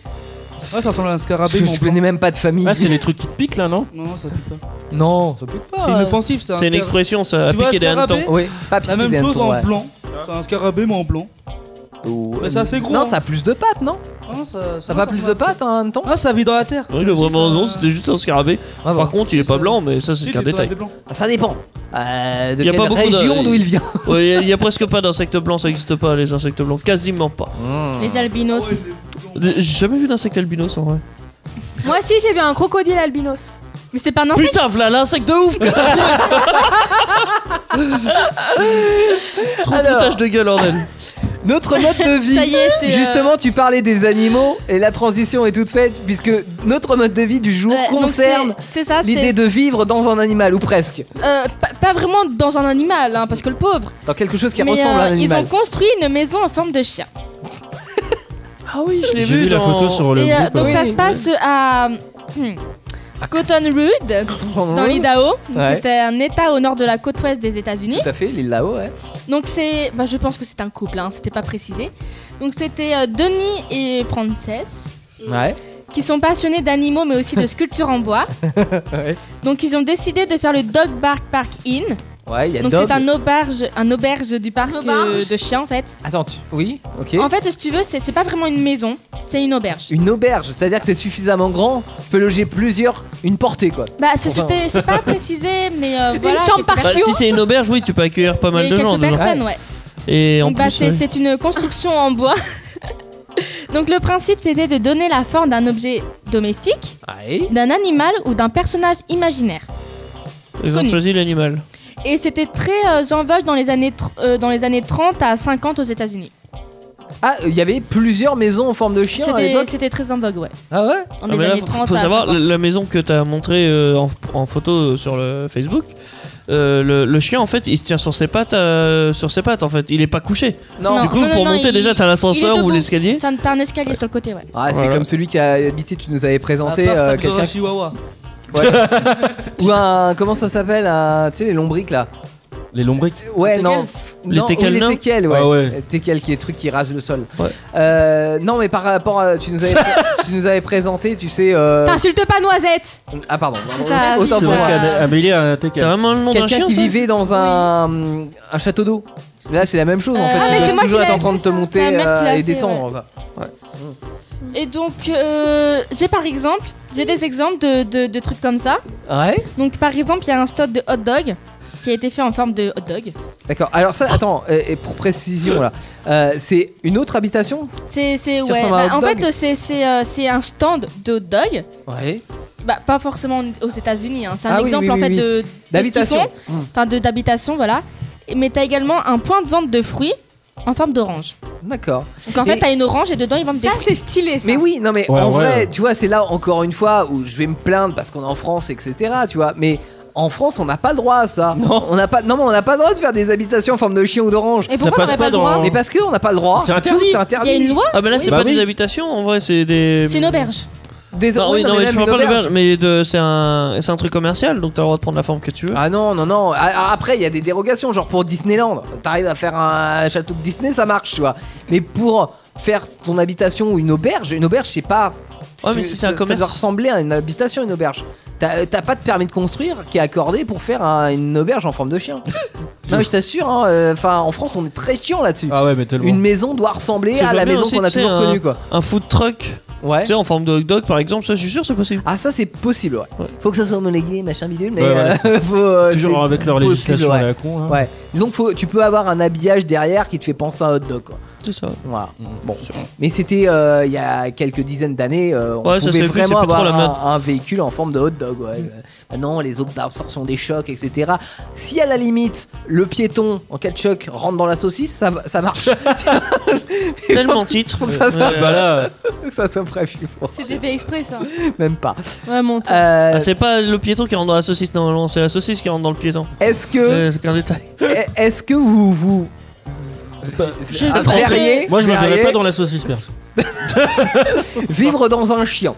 Speaker 8: Ouais, ça ressemble à un
Speaker 2: Parce
Speaker 8: scarabée.
Speaker 2: que
Speaker 8: mais
Speaker 2: je connais même pas de famille.
Speaker 6: Ah, c'est les trucs qui te piquent là, non
Speaker 8: on- Non, ça pique pas.
Speaker 2: Non, ça peut pas.
Speaker 8: C'est inoffensif, ça. hein,
Speaker 6: C'est une expression, ça,
Speaker 8: Tu vois,
Speaker 6: piquer des
Speaker 8: scarabée,
Speaker 6: hannetons.
Speaker 2: Oui, pas piquer
Speaker 8: La même
Speaker 2: des
Speaker 8: chose
Speaker 2: hannetons,
Speaker 8: en
Speaker 2: ouais.
Speaker 8: blanc. C'est un scarabée, mais en blanc.
Speaker 2: Ou-
Speaker 8: Mais c'est assez gros,
Speaker 2: Non,
Speaker 8: hein.
Speaker 2: ça a plus de pattes, non
Speaker 8: Ah non, ça,
Speaker 2: Ça va plus de pattes hein, en même temps
Speaker 8: Ah, ça vit dans la terre. Ah,
Speaker 6: Oui, le vraiment raison, c'était juste un scarabée. Par contre, il est pas blanc, mais ça, c'est
Speaker 8: Si,
Speaker 6: qu'un
Speaker 8: t'es dans
Speaker 6: détail.
Speaker 8: des blancs.
Speaker 2: Ah, Ça dépend. Euh, de
Speaker 6: Y a
Speaker 2: quelle
Speaker 6: pas beaucoup de-
Speaker 2: région d'où il vient.
Speaker 6: Ouais, il y a presque pas d'insectes blancs, ça existe pas, les insectes blancs. Quasiment pas.
Speaker 2: Hmm.
Speaker 1: Les albinos.
Speaker 6: J'ai jamais vu d'insecte albinos en vrai.
Speaker 10: Moi, si, j'ai vu un crocodile albinos.
Speaker 1: Mais c'est pas un insecte.
Speaker 6: Putain, voilà l'insecte de ouf que t'as trouvé. [laughs] Trop foutage de gueule, Ordel.
Speaker 2: [laughs] Notre mode de vie.
Speaker 1: Ça y est, c'est, euh,
Speaker 2: Justement, tu parlais des animaux et la transition est toute faite puisque notre mode de vie du jour
Speaker 1: Ouais, donc
Speaker 2: concerne
Speaker 1: c'est- c'est ça,
Speaker 2: l'idée
Speaker 1: c'est-
Speaker 2: de vivre dans un animal ou presque,
Speaker 1: Euh, pas, pas vraiment dans un animal, hein, parce que le pauvre.
Speaker 2: dans quelque chose qui
Speaker 1: Mais
Speaker 2: ressemble à
Speaker 1: euh,
Speaker 2: un
Speaker 1: ils
Speaker 2: animal.
Speaker 1: ont construit une maison en forme de chien.
Speaker 6: Ah oui, je l'ai
Speaker 5: J'ai
Speaker 6: vu.
Speaker 5: vu la
Speaker 6: dans-
Speaker 5: photo sur le
Speaker 1: Et, euh,
Speaker 5: groupe. hein.
Speaker 1: donc
Speaker 5: là.
Speaker 1: ça se passe à hmm, Cotton Road, dans l'Idaho. Donc
Speaker 2: Ouais.
Speaker 1: C'était un état au nord de la côte ouest des États-Unis.
Speaker 2: Tout à fait, l'île là-haut, ouais.
Speaker 1: Donc c'est, bah, je pense que c'est un couple, hein, c'était pas précisé. Donc c'était euh, Denis et Frances,
Speaker 8: [laughs]
Speaker 2: Ouais.
Speaker 1: qui sont passionnés d'animaux mais
Speaker 2: [laughs]
Speaker 1: aussi de sculptures en bois.
Speaker 2: ouais.
Speaker 1: Donc ils ont décidé de faire le Dog Bark Park Inn.
Speaker 2: Ouais, il y a
Speaker 1: Donc
Speaker 2: Dog.
Speaker 1: c'est un auberge, un auberge du parc euh, de chiens en fait.
Speaker 2: Attends, tu- oui, ok.
Speaker 1: En fait, si tu veux, c'est c'est pas vraiment une maison, c'est une auberge.
Speaker 2: Une auberge, c'est-à-dire que c'est suffisamment grand, tu peux loger plusieurs, une portée quoi.
Speaker 1: Bah c'est-
Speaker 2: Enfin,
Speaker 1: c'était- c'est pas précisé, mais euh, voilà.
Speaker 10: chambre
Speaker 1: quelque
Speaker 10: par
Speaker 1: part-
Speaker 6: Bah, si c'est une auberge, oui, tu peux accueillir pas mal
Speaker 1: Mais
Speaker 6: de
Speaker 1: quelques
Speaker 6: gens. dedans.
Speaker 1: personnes, ouais.
Speaker 6: Et en
Speaker 1: Donc, bah,
Speaker 6: plus,
Speaker 1: c'est
Speaker 6: ouais.
Speaker 1: c'est une construction en bois. [laughs] Donc le principe c'était de donner la forme d'un objet domestique,
Speaker 2: Ouais.
Speaker 1: d'un animal ou d'un personnage imaginaire.
Speaker 6: ils ont
Speaker 1: connu.
Speaker 6: choisi l'animal.
Speaker 1: Et c'était très euh, en vogue dans les années tr- euh, dans les années 30 à 50 aux États-Unis.
Speaker 2: [laughs] Ah, il y avait plusieurs maisons en forme de chien à
Speaker 1: C'était
Speaker 2: l'époque.
Speaker 1: c'était très en vogue, ouais.
Speaker 2: Ah ouais
Speaker 1: Dans
Speaker 6: Ah,
Speaker 1: les
Speaker 6: mais là,
Speaker 1: années
Speaker 6: faut-
Speaker 1: 30
Speaker 6: faut
Speaker 1: à
Speaker 6: savoir,
Speaker 1: 50.
Speaker 6: la- la maison que t'as montrée euh, en, en photo euh, sur le Facebook, euh, le, le chien en fait il se tient sur ses pattes, euh, sur ses pattes en fait, il est pas couché.
Speaker 1: Non.
Speaker 6: du coup
Speaker 1: Non, non,
Speaker 6: pour
Speaker 1: non,
Speaker 6: monter
Speaker 1: il-
Speaker 6: déjà t'as
Speaker 1: il est
Speaker 6: l'ascenseur
Speaker 1: debout.
Speaker 6: ou l'escalier.
Speaker 1: Ça- T'as un escalier sur le côté, ouais.
Speaker 2: Ah, c'est
Speaker 6: Voilà.
Speaker 2: comme celui qui a habité, tu nous avais présenté
Speaker 8: À part,
Speaker 2: euh,
Speaker 8: t'as besoin d'un
Speaker 2: quelqu'un.
Speaker 8: chihuahua.
Speaker 2: Ouais. [laughs] Ou un. Comment ça s'appelle un- Tu sais, les lombriques là Euh,
Speaker 5: Les lombriques.
Speaker 2: Ouais,
Speaker 8: Les
Speaker 2: non.
Speaker 5: Les
Speaker 2: non,
Speaker 5: teckels
Speaker 2: oui, les
Speaker 5: nains
Speaker 2: teckels, ouais.
Speaker 5: Ah ouais.
Speaker 2: Teckels qui est le truc qui rase le sol. Euh, non, mais par rapport à. Tu nous avais,
Speaker 6: [laughs]
Speaker 2: tu nous avais présenté, tu sais. euh,
Speaker 10: T'insultes pas Noisette
Speaker 2: Ah, pardon.
Speaker 10: C'est ça,
Speaker 2: Autant
Speaker 10: c'est
Speaker 2: pour
Speaker 10: ça.
Speaker 2: moi.
Speaker 5: Ah, mais il est un teckel.
Speaker 6: C'est vraiment le nom d'un
Speaker 2: Quelqu'un
Speaker 6: chien
Speaker 2: qui
Speaker 6: ça
Speaker 2: vivait dans un, un château d'eau. Là, c'est la même chose en
Speaker 1: Euh,
Speaker 2: fait.
Speaker 1: ah, mais
Speaker 2: tu
Speaker 1: c'est
Speaker 2: dois
Speaker 1: moi
Speaker 2: toujours
Speaker 1: qui
Speaker 2: être en
Speaker 1: l'avais
Speaker 2: train de te
Speaker 1: fait, c'est un
Speaker 2: monter
Speaker 1: mec qui
Speaker 2: euh,
Speaker 1: l'a
Speaker 2: et
Speaker 1: fait,
Speaker 2: descendre. quoi.
Speaker 1: Et donc, euh, j'ai par exemple, j'ai des exemples de, de- de trucs comme ça.
Speaker 2: Ouais,
Speaker 1: Donc, par exemple, il y a un stock de hot dog qui a été fait en forme de hot dog.
Speaker 2: d'accord. Alors, ça, attends, et, et pour précision là, euh, c'est une autre habitation
Speaker 1: C'est, c'est,
Speaker 2: Qui
Speaker 1: ouais.
Speaker 2: ressemble à un
Speaker 1: bah,
Speaker 2: hot
Speaker 1: en
Speaker 2: dog
Speaker 1: fait, c'est, c'est, euh, c'est un stand de hot dog.
Speaker 2: Ouais.
Speaker 1: Bah, pas forcément aux États-Unis, hein. c'est un
Speaker 2: Ah oui,
Speaker 1: exemple
Speaker 2: oui,
Speaker 1: en
Speaker 2: oui,
Speaker 1: fait
Speaker 2: oui.
Speaker 1: de de ce
Speaker 2: D'habitation.
Speaker 1: qu'ils font.
Speaker 2: Mm.
Speaker 1: Enfin, de, d'habitation, voilà. Et- Mais t'as également un point de vente de fruits en forme d'orange.
Speaker 2: D'accord.
Speaker 1: Donc, en fait,
Speaker 2: Et-
Speaker 1: t'as une orange et dedans, ils vendent des
Speaker 10: Ça,
Speaker 1: fruits.
Speaker 10: c'est stylé, ça.
Speaker 2: Mais oui, non mais
Speaker 5: Ouais,
Speaker 2: en
Speaker 5: ouais.
Speaker 2: vrai, tu vois, c'est là encore une fois où je vais me plaindre parce qu'on est en France, etc. Tu vois, mais en France, on n'a pas le droit à ça. Non, on n'a pas, non, mais on n'a pas le droit de faire des habitations en forme de chien ou d'orange.
Speaker 1: Et pourquoi Ça on passe n'aurait pas pas le droit dans-
Speaker 2: Mais parce qu'on n'a pas le droit.
Speaker 6: C'est
Speaker 2: tout,
Speaker 6: interdit.
Speaker 2: Oh, c'est interdit.
Speaker 1: Il y a une loi
Speaker 6: Ah, mais là, c'est
Speaker 2: Bah
Speaker 6: pas
Speaker 2: oui.
Speaker 6: des habitations, en vrai, c'est des.
Speaker 1: C'est une auberge.
Speaker 2: Des-
Speaker 6: Non,
Speaker 2: oui,
Speaker 6: oui, non,
Speaker 2: non, mais
Speaker 6: mais je
Speaker 2: même
Speaker 6: parle pas
Speaker 2: une
Speaker 6: de
Speaker 2: auberge.
Speaker 6: l'auberge, mais de- c'est un, c'est un truc commercial, donc t'as le droit de prendre la forme que tu veux.
Speaker 2: Ah non, non, non. A- a- Après, il y a des dérogations, genre pour Disneyland. T'arrives à faire un château de Disney, ça marche, tu vois. Mais pour faire ton habitation ou une auberge, une auberge, c'est pas.
Speaker 6: Ouais, mais
Speaker 2: tu-
Speaker 6: si c'est
Speaker 2: ça,
Speaker 6: un
Speaker 2: ça
Speaker 6: commerce.
Speaker 2: doit ressembler à une habitation, une auberge. T'as t'as pas de permis de construire qui est accordé pour faire un- une auberge en forme de
Speaker 6: [laughs]
Speaker 2: chien. non, mais je t'assure, hein, euh, enfin, en France, on est très chiant là-dessus.
Speaker 5: Ah ouais, mais tellement.
Speaker 2: Une maison doit
Speaker 6: Ça,
Speaker 2: ressembler à
Speaker 6: j'aime
Speaker 2: la
Speaker 6: bien
Speaker 2: maison
Speaker 6: aussi,
Speaker 2: qu'on a
Speaker 6: tu sais,
Speaker 2: toujours
Speaker 6: un-
Speaker 2: connue, quoi.
Speaker 6: Un food truck.
Speaker 2: Ouais.
Speaker 6: Tu sais, en forme de hot dog, par exemple, ça, je suis sûr, c'est possible.
Speaker 2: Ah, ça, c'est possible, ouais. Faut que ça soit homologué, machin bidule, mais
Speaker 6: Ouais, voilà,
Speaker 2: euh, [laughs]
Speaker 6: c'est-
Speaker 2: faut, euh,
Speaker 5: Toujours
Speaker 2: c'est
Speaker 5: avec leur
Speaker 2: possible,
Speaker 5: législation
Speaker 2: ouais.
Speaker 5: à la con, là.
Speaker 2: Ouais. Disons que faut- tu peux avoir un habillage derrière qui te fait penser à un hot dog, quoi.
Speaker 6: C'est ça.
Speaker 2: Voilà. Bon. Mais c'était euh, il y a quelques dizaines d'années, euh, on
Speaker 6: Ouais, ça,
Speaker 2: pouvait
Speaker 6: c'est plus- c'est
Speaker 2: vraiment
Speaker 6: plus trop
Speaker 2: avoir
Speaker 6: la mode.
Speaker 2: un, un véhicule en forme de hot dog. ouais. Euh, Maintenant, les zones d'absorption des chocs, etc. Si à la limite, le piéton en cas de choc rentre dans la saucisse, ça, va- ça marche.
Speaker 6: [laughs] Tellement titre.
Speaker 2: Faut que ça soit,
Speaker 6: Ouais, bah là,
Speaker 2: [laughs] faut que ça soit prévu. pour-
Speaker 1: C'est j'ai fait exprès
Speaker 2: [laughs]
Speaker 1: ça.
Speaker 2: Même pas.
Speaker 1: Ouais, mon temps.
Speaker 2: Euh,
Speaker 6: Ah, c'est pas le piéton qui rentre dans la saucisse, non, non, c'est la saucisse qui rentre dans le piéton.
Speaker 2: Est-ce que-
Speaker 6: C'est qu'un détail.
Speaker 2: Eh, Est-ce que vous vous Ah, verriez-
Speaker 5: Moi, je me verrais
Speaker 2: verriez
Speaker 5: pas dans la saucisse perse.
Speaker 2: [laughs] vivre dans un chien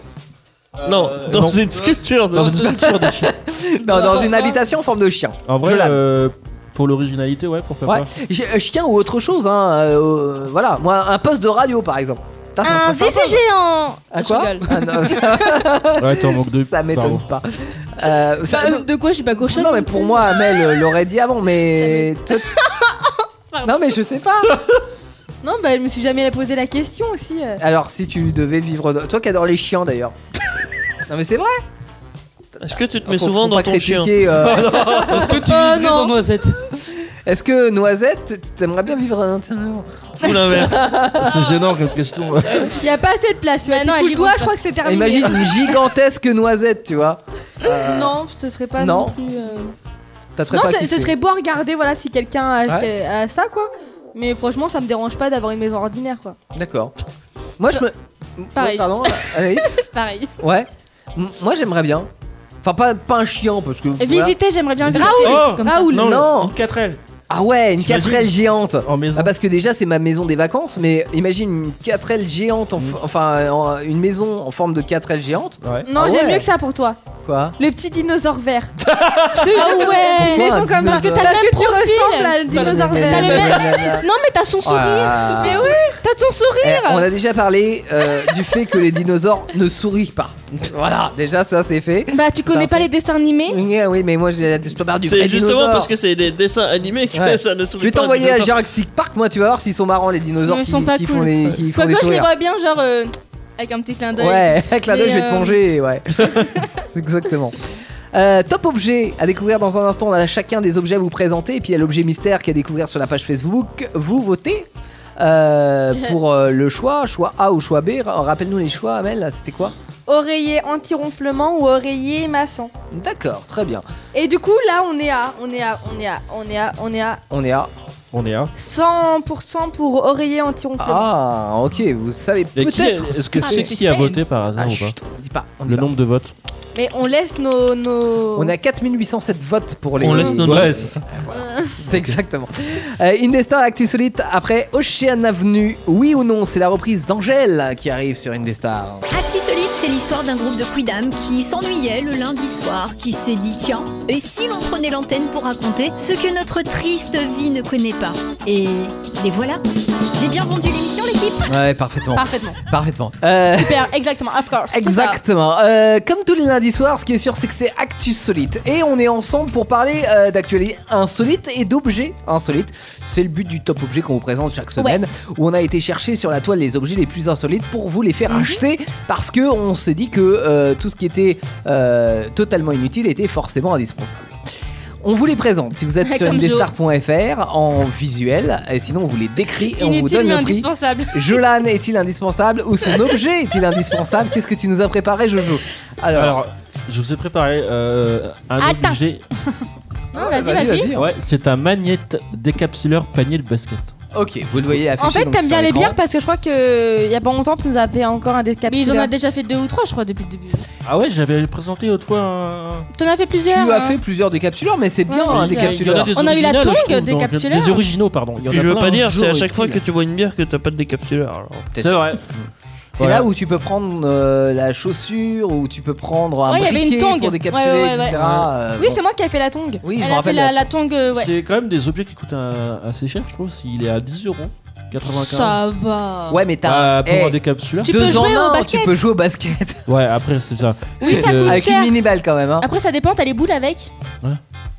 Speaker 6: Non, dans
Speaker 5: non.
Speaker 6: une sculpture.
Speaker 5: Dans une sculpture de chien.
Speaker 2: [laughs] Non, dans une habitation en forme de chien.
Speaker 5: En vrai,
Speaker 2: Je l'avoue.
Speaker 5: euh, pour l'originalité, ouais, pourquoi
Speaker 2: Ouais.
Speaker 5: pas.
Speaker 2: J'ai- euh, Chien ou autre chose, hein. euh, euh, voilà, moi, un poste de radio par exemple. Putain, ça
Speaker 1: Un
Speaker 2: serait
Speaker 1: VC
Speaker 2: sympa.
Speaker 1: géant
Speaker 2: Ah,
Speaker 1: Je
Speaker 2: quoi
Speaker 1: rigole.
Speaker 2: Ah, non, ça... [laughs]
Speaker 5: Ouais, t'en manques de.
Speaker 2: ça m'étonne pas. Euh, ça-
Speaker 1: Bah, euh, de quoi je suis pas cochonne
Speaker 2: non, mais pour moi, Amel euh, l'aurait dit avant, mais.
Speaker 1: [laughs]
Speaker 2: Toi- non, mais je sais pas.
Speaker 1: Non, bah, je me suis jamais posé la question aussi. euh.
Speaker 2: Alors, si tu devais vivre. dans- Toi qui adore les chiens d'ailleurs. Non, mais c'est vrai. Ah,
Speaker 6: Est-ce que tu te
Speaker 2: Faut-
Speaker 6: mets
Speaker 2: faut
Speaker 6: souvent
Speaker 2: pas
Speaker 6: dans ton chien [laughs]
Speaker 2: critiquer, euh,
Speaker 8: Est-ce que tu
Speaker 1: Ah,
Speaker 8: vivrais dans Noisette
Speaker 2: Est-ce que Noisette, tu- t'aimerais bien vivre à l'intérieur
Speaker 6: Ou
Speaker 2: [laughs]
Speaker 6: l'inverse.
Speaker 5: C'est gênant comme question.
Speaker 1: Y a pas assez de place. Maintenant, elle toi, je crois que c'est terminé.
Speaker 2: Imagine une gigantesque noisette, tu vois. Euh,
Speaker 1: Non, ce serait pas
Speaker 2: Non.
Speaker 1: non, plus. euh,
Speaker 2: t'as très
Speaker 1: Non,
Speaker 2: pas
Speaker 1: ce,
Speaker 2: kiffé.
Speaker 1: ce serait beau à regarder, voilà, si quelqu'un a acheté
Speaker 2: Ouais.
Speaker 1: à ça, quoi. Mais franchement, ça me dérange pas d'avoir une maison ordinaire, quoi.
Speaker 2: D'accord. Moi, je me.
Speaker 1: Pareil.
Speaker 2: Ouais, pardon, euh, Anaïs
Speaker 1: [laughs] Pareil.
Speaker 2: Ouais. M- Moi, j'aimerais bien. Enfin, pas, pas un chien, parce que.
Speaker 1: Et
Speaker 2: voilà.
Speaker 1: visiter, j'aimerais bien le visiter.
Speaker 2: Raoul
Speaker 1: des trucs comme ça.
Speaker 2: Oh, Non,
Speaker 5: Une 4L.
Speaker 2: Ah ouais, une 4L géante
Speaker 5: maison.
Speaker 2: Ah, Parce que déjà, c'est ma maison des vacances, mais imagine une 4L géante, en f- enfin, en- une maison en forme de 4L géante.
Speaker 1: Non,
Speaker 2: Ah
Speaker 1: j'aime
Speaker 2: Mm. ouais.
Speaker 1: mieux que ça pour toi.
Speaker 2: Quoi
Speaker 1: Le petit dinosaure
Speaker 2: [laughs]
Speaker 1: vert. ah ouais,
Speaker 2: Pourquoi un
Speaker 1: maison comme ça.
Speaker 2: dinosaure Parce que t'as le
Speaker 1: Parce
Speaker 10: même
Speaker 1: que tu
Speaker 10: profil.
Speaker 1: ressembles à un dinosaure vert.
Speaker 2: T'as le
Speaker 1: [laughs]
Speaker 2: même-
Speaker 1: Non, mais t'as son
Speaker 2: Ah.
Speaker 1: sourire. Mais oui, t'as ton sourire.
Speaker 2: Eh, on a déjà parlé euh, [laughs] du fait que les dinosaures ne sourient pas. Voilà, déjà, ça, c'est fait.
Speaker 1: Bah, tu connais
Speaker 2: Ça
Speaker 1: pas les dessins animés
Speaker 2: Oui, oui, mais moi j'ai je te parle du vrai
Speaker 6: C'est justement
Speaker 2: dinosaure.
Speaker 6: parce que c'est des dessins animés que [laughs]
Speaker 2: Ouais.
Speaker 6: ça ne
Speaker 2: Je
Speaker 6: sourit
Speaker 2: vais
Speaker 6: pas.
Speaker 2: t'envoyer à
Speaker 6: dinosaure.
Speaker 2: Jurassic Park, moi tu vas voir s'ils sont marrants les dinosaures
Speaker 1: Ils
Speaker 2: qui,
Speaker 1: sont pas
Speaker 2: qui
Speaker 1: cool.
Speaker 2: font les qui font
Speaker 1: Quoique,
Speaker 2: des
Speaker 1: je les
Speaker 2: sourires.
Speaker 1: vois bien, genre, euh, avec un petit clin d'œil.
Speaker 2: ouais, [laughs] avec la
Speaker 1: Mais,
Speaker 2: neige je vais te
Speaker 1: euh,
Speaker 2: manger, ouais. [laughs] Exactement. Euh, top objet à découvrir dans un instant. On a chacun des objets à vous présenter. Et puis il y a l'objet mystère qui est à découvrir sur la page Facebook. Vous votez euh, pour euh, le choix, choix A ou choix B. Ra- Rappelle-nous les choix, Amel, là, c'était quoi
Speaker 10: Oreiller anti-ronflement ou oreiller maçon.
Speaker 2: D'accord, très bien.
Speaker 10: Et du coup, là, on est à, on est à, on est à, on est à, on est à
Speaker 2: On est à.
Speaker 5: On est à.
Speaker 10: 100% pour oreiller anti-ronflement.
Speaker 2: Ah, ok, vous savez
Speaker 5: Et qui
Speaker 2: peut-être.
Speaker 5: est-
Speaker 2: ce
Speaker 5: Est-ce que c'est qui a voté par hasard
Speaker 2: Ah,
Speaker 5: ou
Speaker 2: chut,
Speaker 5: pas
Speaker 2: on dit pas. on dit
Speaker 5: Le
Speaker 2: pas.
Speaker 5: nombre de votes.
Speaker 10: Mais on laisse
Speaker 1: Oh
Speaker 10: nos, nos...
Speaker 2: On a 4807 votes pour les.
Speaker 5: On laisse nos noms. Ouais, c'est ça.
Speaker 2: Voilà. [laughs] Exactement. Euh, Indestar Actu Solite après Ocean Avenue. Oui ou non, c'est la reprise d'Angèle qui arrive sur Indestar.
Speaker 7: Actu Solide, c'est l'histoire d'un groupe de quidam qui s'ennuyait le lundi soir, qui s'est dit tiens, et si l'on prenait l'antenne pour raconter ce que notre triste vie ne connaît pas Et les voilà. J'ai bien vendu l'émission, l'équipe
Speaker 2: Ouais, parfaitement.
Speaker 1: Parfaitement.
Speaker 2: Parfaitement. Euh,
Speaker 1: Super, exactement, of course. c'est ça.
Speaker 2: Exactement. Euh, comme tous les lundis soirs, ce qui est sûr, c'est que c'est Actus Solite. Et on est ensemble pour parler euh, d'actualités insolites et d'objets insolites. C'est le but du top objet qu'on vous présente chaque semaine, où on a été chercher sur la toile les objets les plus insolites pour vous les faire
Speaker 1: Mhm.
Speaker 2: acheter, parce que on s'est dit que euh, tout ce qui était euh, totalement inutile était forcément indispensable. On vous les présente si vous êtes sur
Speaker 1: Comme Joe.
Speaker 2: indestar.fr en visuel, et sinon on vous les décrit et on vous
Speaker 1: Inutile
Speaker 2: donne
Speaker 1: mais
Speaker 2: le prix.
Speaker 1: indispensable.
Speaker 2: Jolan est-il indispensable ou son objet est-il indispensable Qu'est-ce que tu nous as préparé, Jojo Alors,
Speaker 5: Alors, je vous ai préparé euh, un
Speaker 1: Attends.
Speaker 5: objet.
Speaker 1: Non, vas-y, vas-y.
Speaker 5: Ouais, c'est un magnète décapsuleur panier de basket.
Speaker 2: Ok, vous le voyez affiché.
Speaker 10: En fait,
Speaker 2: donc,
Speaker 10: t'aimes
Speaker 2: sur
Speaker 10: bien les
Speaker 2: l'écran.
Speaker 10: bières parce que je crois que
Speaker 1: euh,
Speaker 10: il y a pas longtemps, tu nous as fait encore un
Speaker 1: Mais
Speaker 10: décapsuleur.
Speaker 1: ils en ont déjà fait deux ou trois, je crois, depuis le début.
Speaker 5: Ah ouais, j'avais présenté autrefois un.
Speaker 1: T'en as fait plusieurs.
Speaker 2: Tu as
Speaker 1: hein.
Speaker 2: fait plusieurs décapsuleurs, mais c'est bien
Speaker 1: Ouais,
Speaker 2: hein,
Speaker 1: il y a-
Speaker 2: décapsuleur.
Speaker 1: il y en a des On a eu la originales, tongue, je trouve, des donc, capsuleurs.
Speaker 5: Des originaux, pardon. Il y en
Speaker 6: Si
Speaker 5: a
Speaker 6: je veux
Speaker 5: plein.
Speaker 6: pas dire, c'est à
Speaker 5: Jour
Speaker 6: chaque fois que
Speaker 5: est-il.
Speaker 6: tu bois une bière que t'as pas de décapsuleur. alors.
Speaker 5: C'est vrai.
Speaker 2: C'est
Speaker 5: Voilà.
Speaker 2: là où tu peux prendre euh, la chaussure, où tu peux prendre un
Speaker 10: Ouais, il y avait
Speaker 2: briquet
Speaker 10: une tongue.
Speaker 2: pour décapsuler,
Speaker 10: Ouais, ouais, ouais,
Speaker 2: etc.
Speaker 10: ouais.
Speaker 2: euh,
Speaker 10: oui,
Speaker 2: bon.
Speaker 10: c'est moi qui ai fait la tongue.
Speaker 2: Oui, je
Speaker 10: Elle
Speaker 2: me
Speaker 10: a fait
Speaker 2: rappelle
Speaker 10: la,
Speaker 2: la-
Speaker 10: la tongue, euh, ouais.
Speaker 5: C'est quand même des objets qui coûtent un- assez cher, je trouve. Il est à 10 euros. 95.
Speaker 10: Ça va.
Speaker 2: Ouais, mais t'as
Speaker 5: Ah, pour
Speaker 2: eh,
Speaker 5: un décapsuleur.
Speaker 2: Tu
Speaker 5: Deux
Speaker 2: peux jouer
Speaker 5: en
Speaker 2: au
Speaker 5: un,
Speaker 2: basket. hein, tu peux jouer au basket.
Speaker 5: Ouais, après, c'est ça.
Speaker 1: Oui,
Speaker 5: C'est
Speaker 1: ça
Speaker 5: que-
Speaker 1: coûte cher.
Speaker 2: mini-balle quand même. Hein.
Speaker 1: Après, ça dépend, t'as les boules avec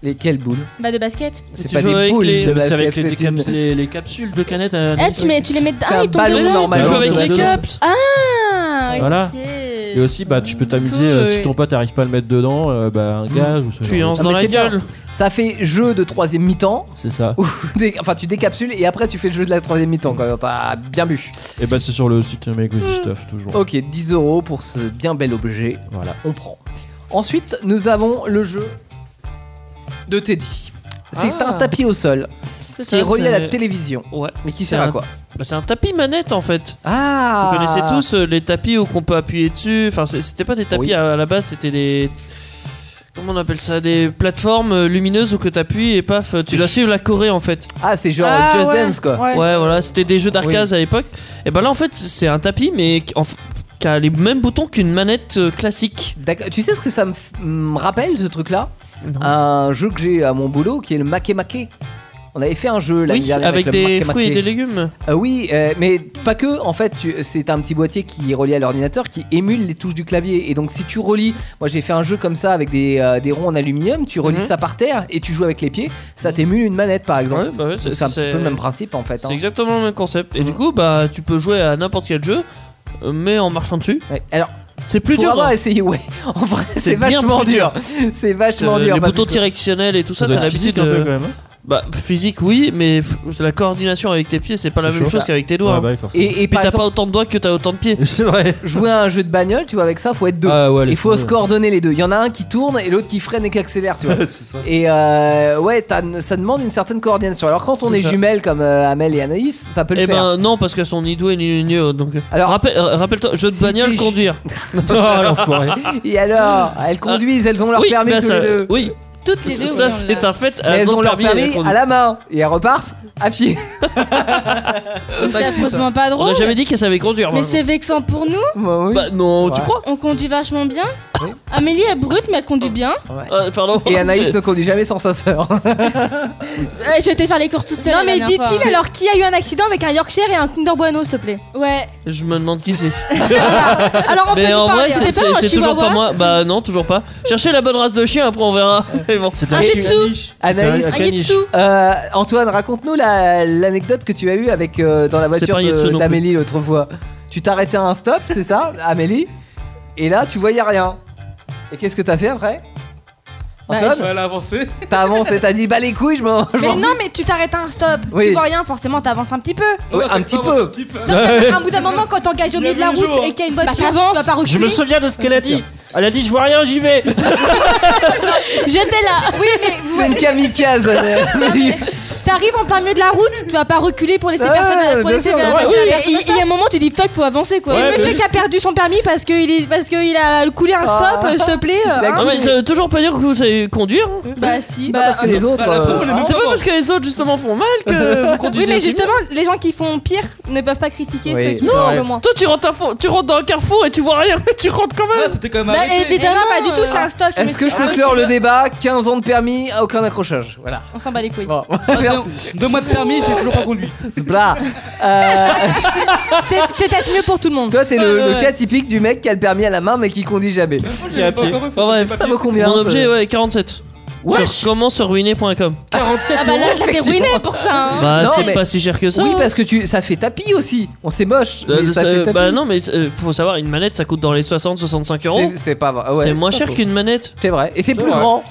Speaker 2: Et quelle boule
Speaker 1: Bah, de basket.
Speaker 2: C'est
Speaker 5: Tu
Speaker 2: pas
Speaker 5: joues
Speaker 2: des
Speaker 5: avec
Speaker 2: boules
Speaker 5: les-
Speaker 2: de
Speaker 5: c'est
Speaker 2: basket,
Speaker 5: avec les,
Speaker 2: c'est une-
Speaker 5: décaps- les- les capsules de canettes. euh, à-
Speaker 1: Eh, tu, mets, tu les mets. Ah,
Speaker 2: un
Speaker 1: ils tombent
Speaker 2: ballon
Speaker 1: dedans.
Speaker 2: normal.
Speaker 5: Tu joues avec les
Speaker 2: caps
Speaker 1: Ah ok.
Speaker 5: Voilà. Et aussi, bah, tu peux t'amuser euh, si ton pote arrive pas à le mettre dedans, euh,
Speaker 1: Mm.
Speaker 5: bah, un gage ou ce genre de-
Speaker 2: Ah, mais c'est bien. Ça fait jeu de troisième mi-temps. [laughs]
Speaker 5: C'est ça.
Speaker 2: où dé- Enfin, tu décapsules et après tu fais le jeu de la troisième mi-temps quand t'as bien bu.
Speaker 5: Et bah, c'est sur le site Make
Speaker 1: Mm.
Speaker 5: With Stuff toujours.
Speaker 2: Ok, 10 euros pour ce bien bel objet.
Speaker 5: Voilà.
Speaker 2: On prend. Ensuite, nous avons le jeu de Teddy. C'est
Speaker 6: Ah.
Speaker 2: un tapis au sol
Speaker 6: C'est
Speaker 2: qui
Speaker 6: ça,
Speaker 2: est relié à la
Speaker 6: c'est-
Speaker 2: télévision.
Speaker 6: Ouais.
Speaker 2: Mais qui
Speaker 6: C'est
Speaker 2: sert à
Speaker 6: un-
Speaker 2: quoi
Speaker 6: bah, C'est un tapis manette en fait.
Speaker 2: Ah
Speaker 6: Vous connaissez tous euh, les tapis où qu'on peut appuyer dessus. Enfin, c'est- c'était pas des tapis
Speaker 2: Oui.
Speaker 6: à, à la base, c'était des. Comment on appelle ça Des plateformes euh, lumineuses où que t'appuies et paf, euh, tu dois suivre la Corée en fait.
Speaker 2: Ah, c'est genre Ah, Just ouais, Dance, quoi. ouais.
Speaker 6: Ouais, voilà, c'était des jeux d'arcade à l'époque. Et bah là en fait, c'est un tapis mais qui, en f- qui a les mêmes boutons qu'une manette euh, classique.
Speaker 2: D'accord. Tu sais ce que ça me f- me rappelle ce truc-là Un jeu que j'ai à mon boulot qui est le Make Make. On avait fait un jeu l'année
Speaker 6: Oui,
Speaker 2: dernière
Speaker 6: avec
Speaker 2: le
Speaker 6: des
Speaker 2: Make
Speaker 6: fruits et
Speaker 2: Make.
Speaker 6: des légumes.
Speaker 2: Euh, oui, euh, mais pas que. En fait, tu- c'est un petit boîtier qui est relié à l'ordinateur qui émule les touches du clavier. Et donc, si tu relis, moi j'ai fait un jeu comme ça avec des, euh, des ronds en aluminium, tu relis
Speaker 6: Mhm.
Speaker 2: ça par terre et tu joues avec les pieds, ça t'émule une manette par exemple.
Speaker 6: Ouais, bah ouais, c'est-
Speaker 2: c'est un petit
Speaker 6: c'est-
Speaker 2: peu le même principe en fait.
Speaker 6: C'est
Speaker 2: hein.
Speaker 6: exactement le même concept.
Speaker 2: Mhm.
Speaker 6: Et du coup, bah, tu peux jouer à n'importe quel jeu, euh, mais en marchant dessus.
Speaker 2: Alors,
Speaker 6: c'est plus
Speaker 2: Pour
Speaker 6: dur.
Speaker 2: avoir
Speaker 6: hein. [laughs]
Speaker 2: essayé, ouais. [laughs] Ah, En vrai,
Speaker 6: C'est
Speaker 2: c'est
Speaker 6: bien
Speaker 2: vachement
Speaker 6: plus
Speaker 2: dur.
Speaker 6: dur.
Speaker 2: C'est vachement
Speaker 6: Euh,
Speaker 2: dur.
Speaker 6: Les
Speaker 2: parce
Speaker 6: boutons
Speaker 2: que-
Speaker 6: directionnels et tout ça,
Speaker 5: Ça doit
Speaker 6: t'as
Speaker 5: être
Speaker 6: l'habitude
Speaker 5: physique un peu,
Speaker 6: de-
Speaker 5: quand même, hein.
Speaker 6: Bah, physique, oui, mais f- la coordination avec tes pieds, c'est pas la
Speaker 5: C'est
Speaker 6: même
Speaker 5: chaud.
Speaker 6: chose
Speaker 5: Ça.
Speaker 6: qu'avec tes doigts.
Speaker 5: Ouais, bah oui,
Speaker 6: hein.
Speaker 5: forcément.
Speaker 2: Et, et
Speaker 6: Puis
Speaker 2: par
Speaker 6: t'as
Speaker 2: exemple,
Speaker 6: pas autant de doigts que t'as autant de pieds.
Speaker 5: [laughs] C'est vrai.
Speaker 2: jouer à un jeu de bagnole, tu vois, avec ça, faut être deux.
Speaker 5: Ah ouais, les
Speaker 2: Il faut
Speaker 5: fameux.
Speaker 2: se coordonner les deux. Il y en a un qui tourne et l'autre qui freine et qui accélère, tu vois.
Speaker 5: [laughs] C'est ça.
Speaker 2: Et euh, ouais, t'as- ça demande une certaine coordination. Alors quand on est,
Speaker 6: C'est ça.
Speaker 2: jumelles comme euh, Amel et Anaïs, ça peut le
Speaker 6: Eh
Speaker 2: faire.
Speaker 6: ben
Speaker 2: [laughs]
Speaker 6: non, parce qu'elles sont ni douées ni ni hautes, donc.
Speaker 2: Alors-
Speaker 6: Rappelle- euh, rappelle-toi, jeu de
Speaker 2: Si
Speaker 6: bagnole,
Speaker 2: t'es- [laughs]
Speaker 6: conduire. [laughs] oh l'enfoiré.
Speaker 2: Et alors, elles conduisent, elles ont leur
Speaker 6: Ah. Oui,
Speaker 2: permis
Speaker 6: bah
Speaker 2: tous
Speaker 6: ça-
Speaker 2: les deux.
Speaker 6: oui.
Speaker 1: Toutes les deux.
Speaker 6: Ça,
Speaker 1: oui, on
Speaker 6: c'est
Speaker 1: l'a.
Speaker 6: un fait.
Speaker 2: Mais elles ont leur permis
Speaker 6: conduire.
Speaker 2: à la main et elles repartent à pied.
Speaker 1: C'est absolument pas
Speaker 6: On
Speaker 1: drôle.
Speaker 6: a jamais dit qu'elles savaient conduire.
Speaker 1: Mais
Speaker 6: moi.
Speaker 1: c'est vexant pour nous.
Speaker 6: Bah
Speaker 1: Oh,
Speaker 6: non, tu
Speaker 2: Ouais.
Speaker 6: crois
Speaker 1: On conduit vachement bien. Amélie est brute, mais elle conduit bien.
Speaker 6: Ah, Pardon.
Speaker 2: Et Anaïs ne conduit jamais sans sa sœur. [laughs]
Speaker 1: Ouais, je t'ai faire les courses toute seule.
Speaker 10: Non,
Speaker 1: la
Speaker 10: mais
Speaker 1: dernière
Speaker 10: dit-il
Speaker 1: fois.
Speaker 10: alors qui a eu un accident avec un Yorkshire et un Kinder Bueno, s'il te plaît
Speaker 1: Ouais.
Speaker 6: Je me demande qui c'est.
Speaker 10: [laughs] Alors on peut
Speaker 6: Mais en vrai, c'est
Speaker 10: c'était
Speaker 6: c'est- c'est toujours pas moi. Bah non, toujours pas. Cherchez la bonne race de chien, après on verra. Et bon.
Speaker 5: C'était
Speaker 1: Un
Speaker 5: chien.
Speaker 1: Jitsu.
Speaker 2: Anaïs,
Speaker 1: Un Yitsu.
Speaker 2: euh, Antoine, raconte-nous la- l'anecdote que tu as eue avec, euh, dans la
Speaker 6: C'est
Speaker 2: voiture
Speaker 6: pas un Yitsu
Speaker 2: de-
Speaker 6: non plus.
Speaker 2: d'Amélie l'autre fois. Tu t'arrêtais à un stop, c'est ça, Amélie Et là, tu voyais rien. Et qu'est-ce que t'as fait après
Speaker 10: Bah,
Speaker 2: Antoine
Speaker 8: Elle a avancé.
Speaker 2: T'as avancé, t'as dit bah les couilles, je m'en. je
Speaker 10: Mais
Speaker 2: m'en
Speaker 10: non, mais tu t'arrêtes à un stop.
Speaker 2: Oui.
Speaker 10: Tu vois rien, forcément, t'avances un petit peu.
Speaker 2: Ouais, un petit peu.
Speaker 10: Sauf qu'à un bout d'un moment, quand t'engages au milieu de la
Speaker 11: le jour.
Speaker 10: route et qu'il y a une voiture, tu
Speaker 1: t'avances.
Speaker 10: vas pas reculer.
Speaker 11: Je me souviens
Speaker 1: Ah,
Speaker 11: de ce qu'elle a dit. Elle a dit je vois rien, j'y
Speaker 5: [laughs]
Speaker 11: vais.
Speaker 10: J'étais là. Oui, mais vous-
Speaker 2: C'est une kamikaze. Amélie.
Speaker 10: t'arrives en plein milieu de la route, tu vas pas reculer pour laisser
Speaker 2: Ouais,
Speaker 10: personne. Pour
Speaker 2: bien
Speaker 10: laisser
Speaker 2: sûr,
Speaker 10: personne
Speaker 2: ouais,
Speaker 10: passer
Speaker 1: Oui,
Speaker 10: derrière son
Speaker 1: il, il
Speaker 10: instant.
Speaker 1: y a un moment, tu dis fuck, faut avancer quoi.
Speaker 10: Et
Speaker 6: Ouais,
Speaker 10: le monsieur
Speaker 6: mais-
Speaker 10: qui a perdu son permis parce qu'il est parce qu'il a coulé un stop,
Speaker 2: Ah.
Speaker 10: euh, s'il te plaît. euh, hein.
Speaker 6: Non, mais ça veut toujours pas dire que vous savez conduire. hein.
Speaker 10: Bah si.
Speaker 2: Bah, parce que les autres.
Speaker 8: Bah, la
Speaker 2: euh,
Speaker 8: troupe, elle est
Speaker 6: C'est pas
Speaker 8: Bon.
Speaker 6: parce que les autres justement font mal
Speaker 10: [laughs]
Speaker 6: que vous conduisez.
Speaker 10: oui, mais
Speaker 6: aussi
Speaker 10: justement, les gens qui font pire ne peuvent pas critiquer
Speaker 2: Oui,
Speaker 10: ceux qui
Speaker 2: c'est
Speaker 10: font
Speaker 2: vrai.
Speaker 10: le moins.
Speaker 6: bien. Toi, tu rentres, à fond- tu rentres dans un carrefour et tu vois rien, [laughs] mais tu rentres quand même.
Speaker 8: Là, c'était quand même
Speaker 10: Bah,
Speaker 8: arrêté.
Speaker 10: et évidemment, pas du tout, c'est un stop.
Speaker 2: Est-ce que je peux
Speaker 10: Ah,
Speaker 2: clore le débat 15 ans de permis, aucun accrochage. Voilà.
Speaker 10: On s'en bat les couilles.
Speaker 2: Bon, merci.
Speaker 8: Deux mois de permis, j'ai toujours pas conduit.
Speaker 2: Blah. Euh,
Speaker 8: [laughs]
Speaker 10: C'est c'est peut-être mieux pour tout le [laughs] monde.
Speaker 2: toi, t'es le,
Speaker 10: Ouais,
Speaker 2: le
Speaker 10: ouais.
Speaker 2: cas typique du mec qui a le permis à la main mais qui conduit jamais.
Speaker 8: Moi,
Speaker 6: Il y a
Speaker 8: j'ai pas
Speaker 6: pied.
Speaker 8: encore eu, faut
Speaker 6: Enfin,
Speaker 8: que je
Speaker 6: bref.
Speaker 8: fasse
Speaker 2: Ça
Speaker 8: papier.
Speaker 2: vaut combien
Speaker 6: Mon
Speaker 2: ça
Speaker 6: objet, ouais, 47. Sur- Comment se ruiner point com.
Speaker 11: 47
Speaker 10: Ah bah là, là, t'es ruiné pour ça. hein.
Speaker 6: Bah,
Speaker 2: Non,
Speaker 6: c'est
Speaker 2: mais-
Speaker 6: pas si cher que ça.
Speaker 2: Oui,
Speaker 6: hein.
Speaker 2: parce que tu, ça fait tapis aussi. On s'est moche.
Speaker 6: Euh,
Speaker 2: mais ça
Speaker 6: ça-
Speaker 2: fait tapis.
Speaker 6: bah non, mais euh, faut savoir, une manette ça coûte dans les 60-65 euros.
Speaker 2: C'est- C'est pas vrai. Ouais,
Speaker 6: c'est moins
Speaker 2: pas
Speaker 6: cher
Speaker 2: faux.
Speaker 6: qu'une manette.
Speaker 2: C'est vrai. Et c'est plus
Speaker 6: vrai.
Speaker 2: grand.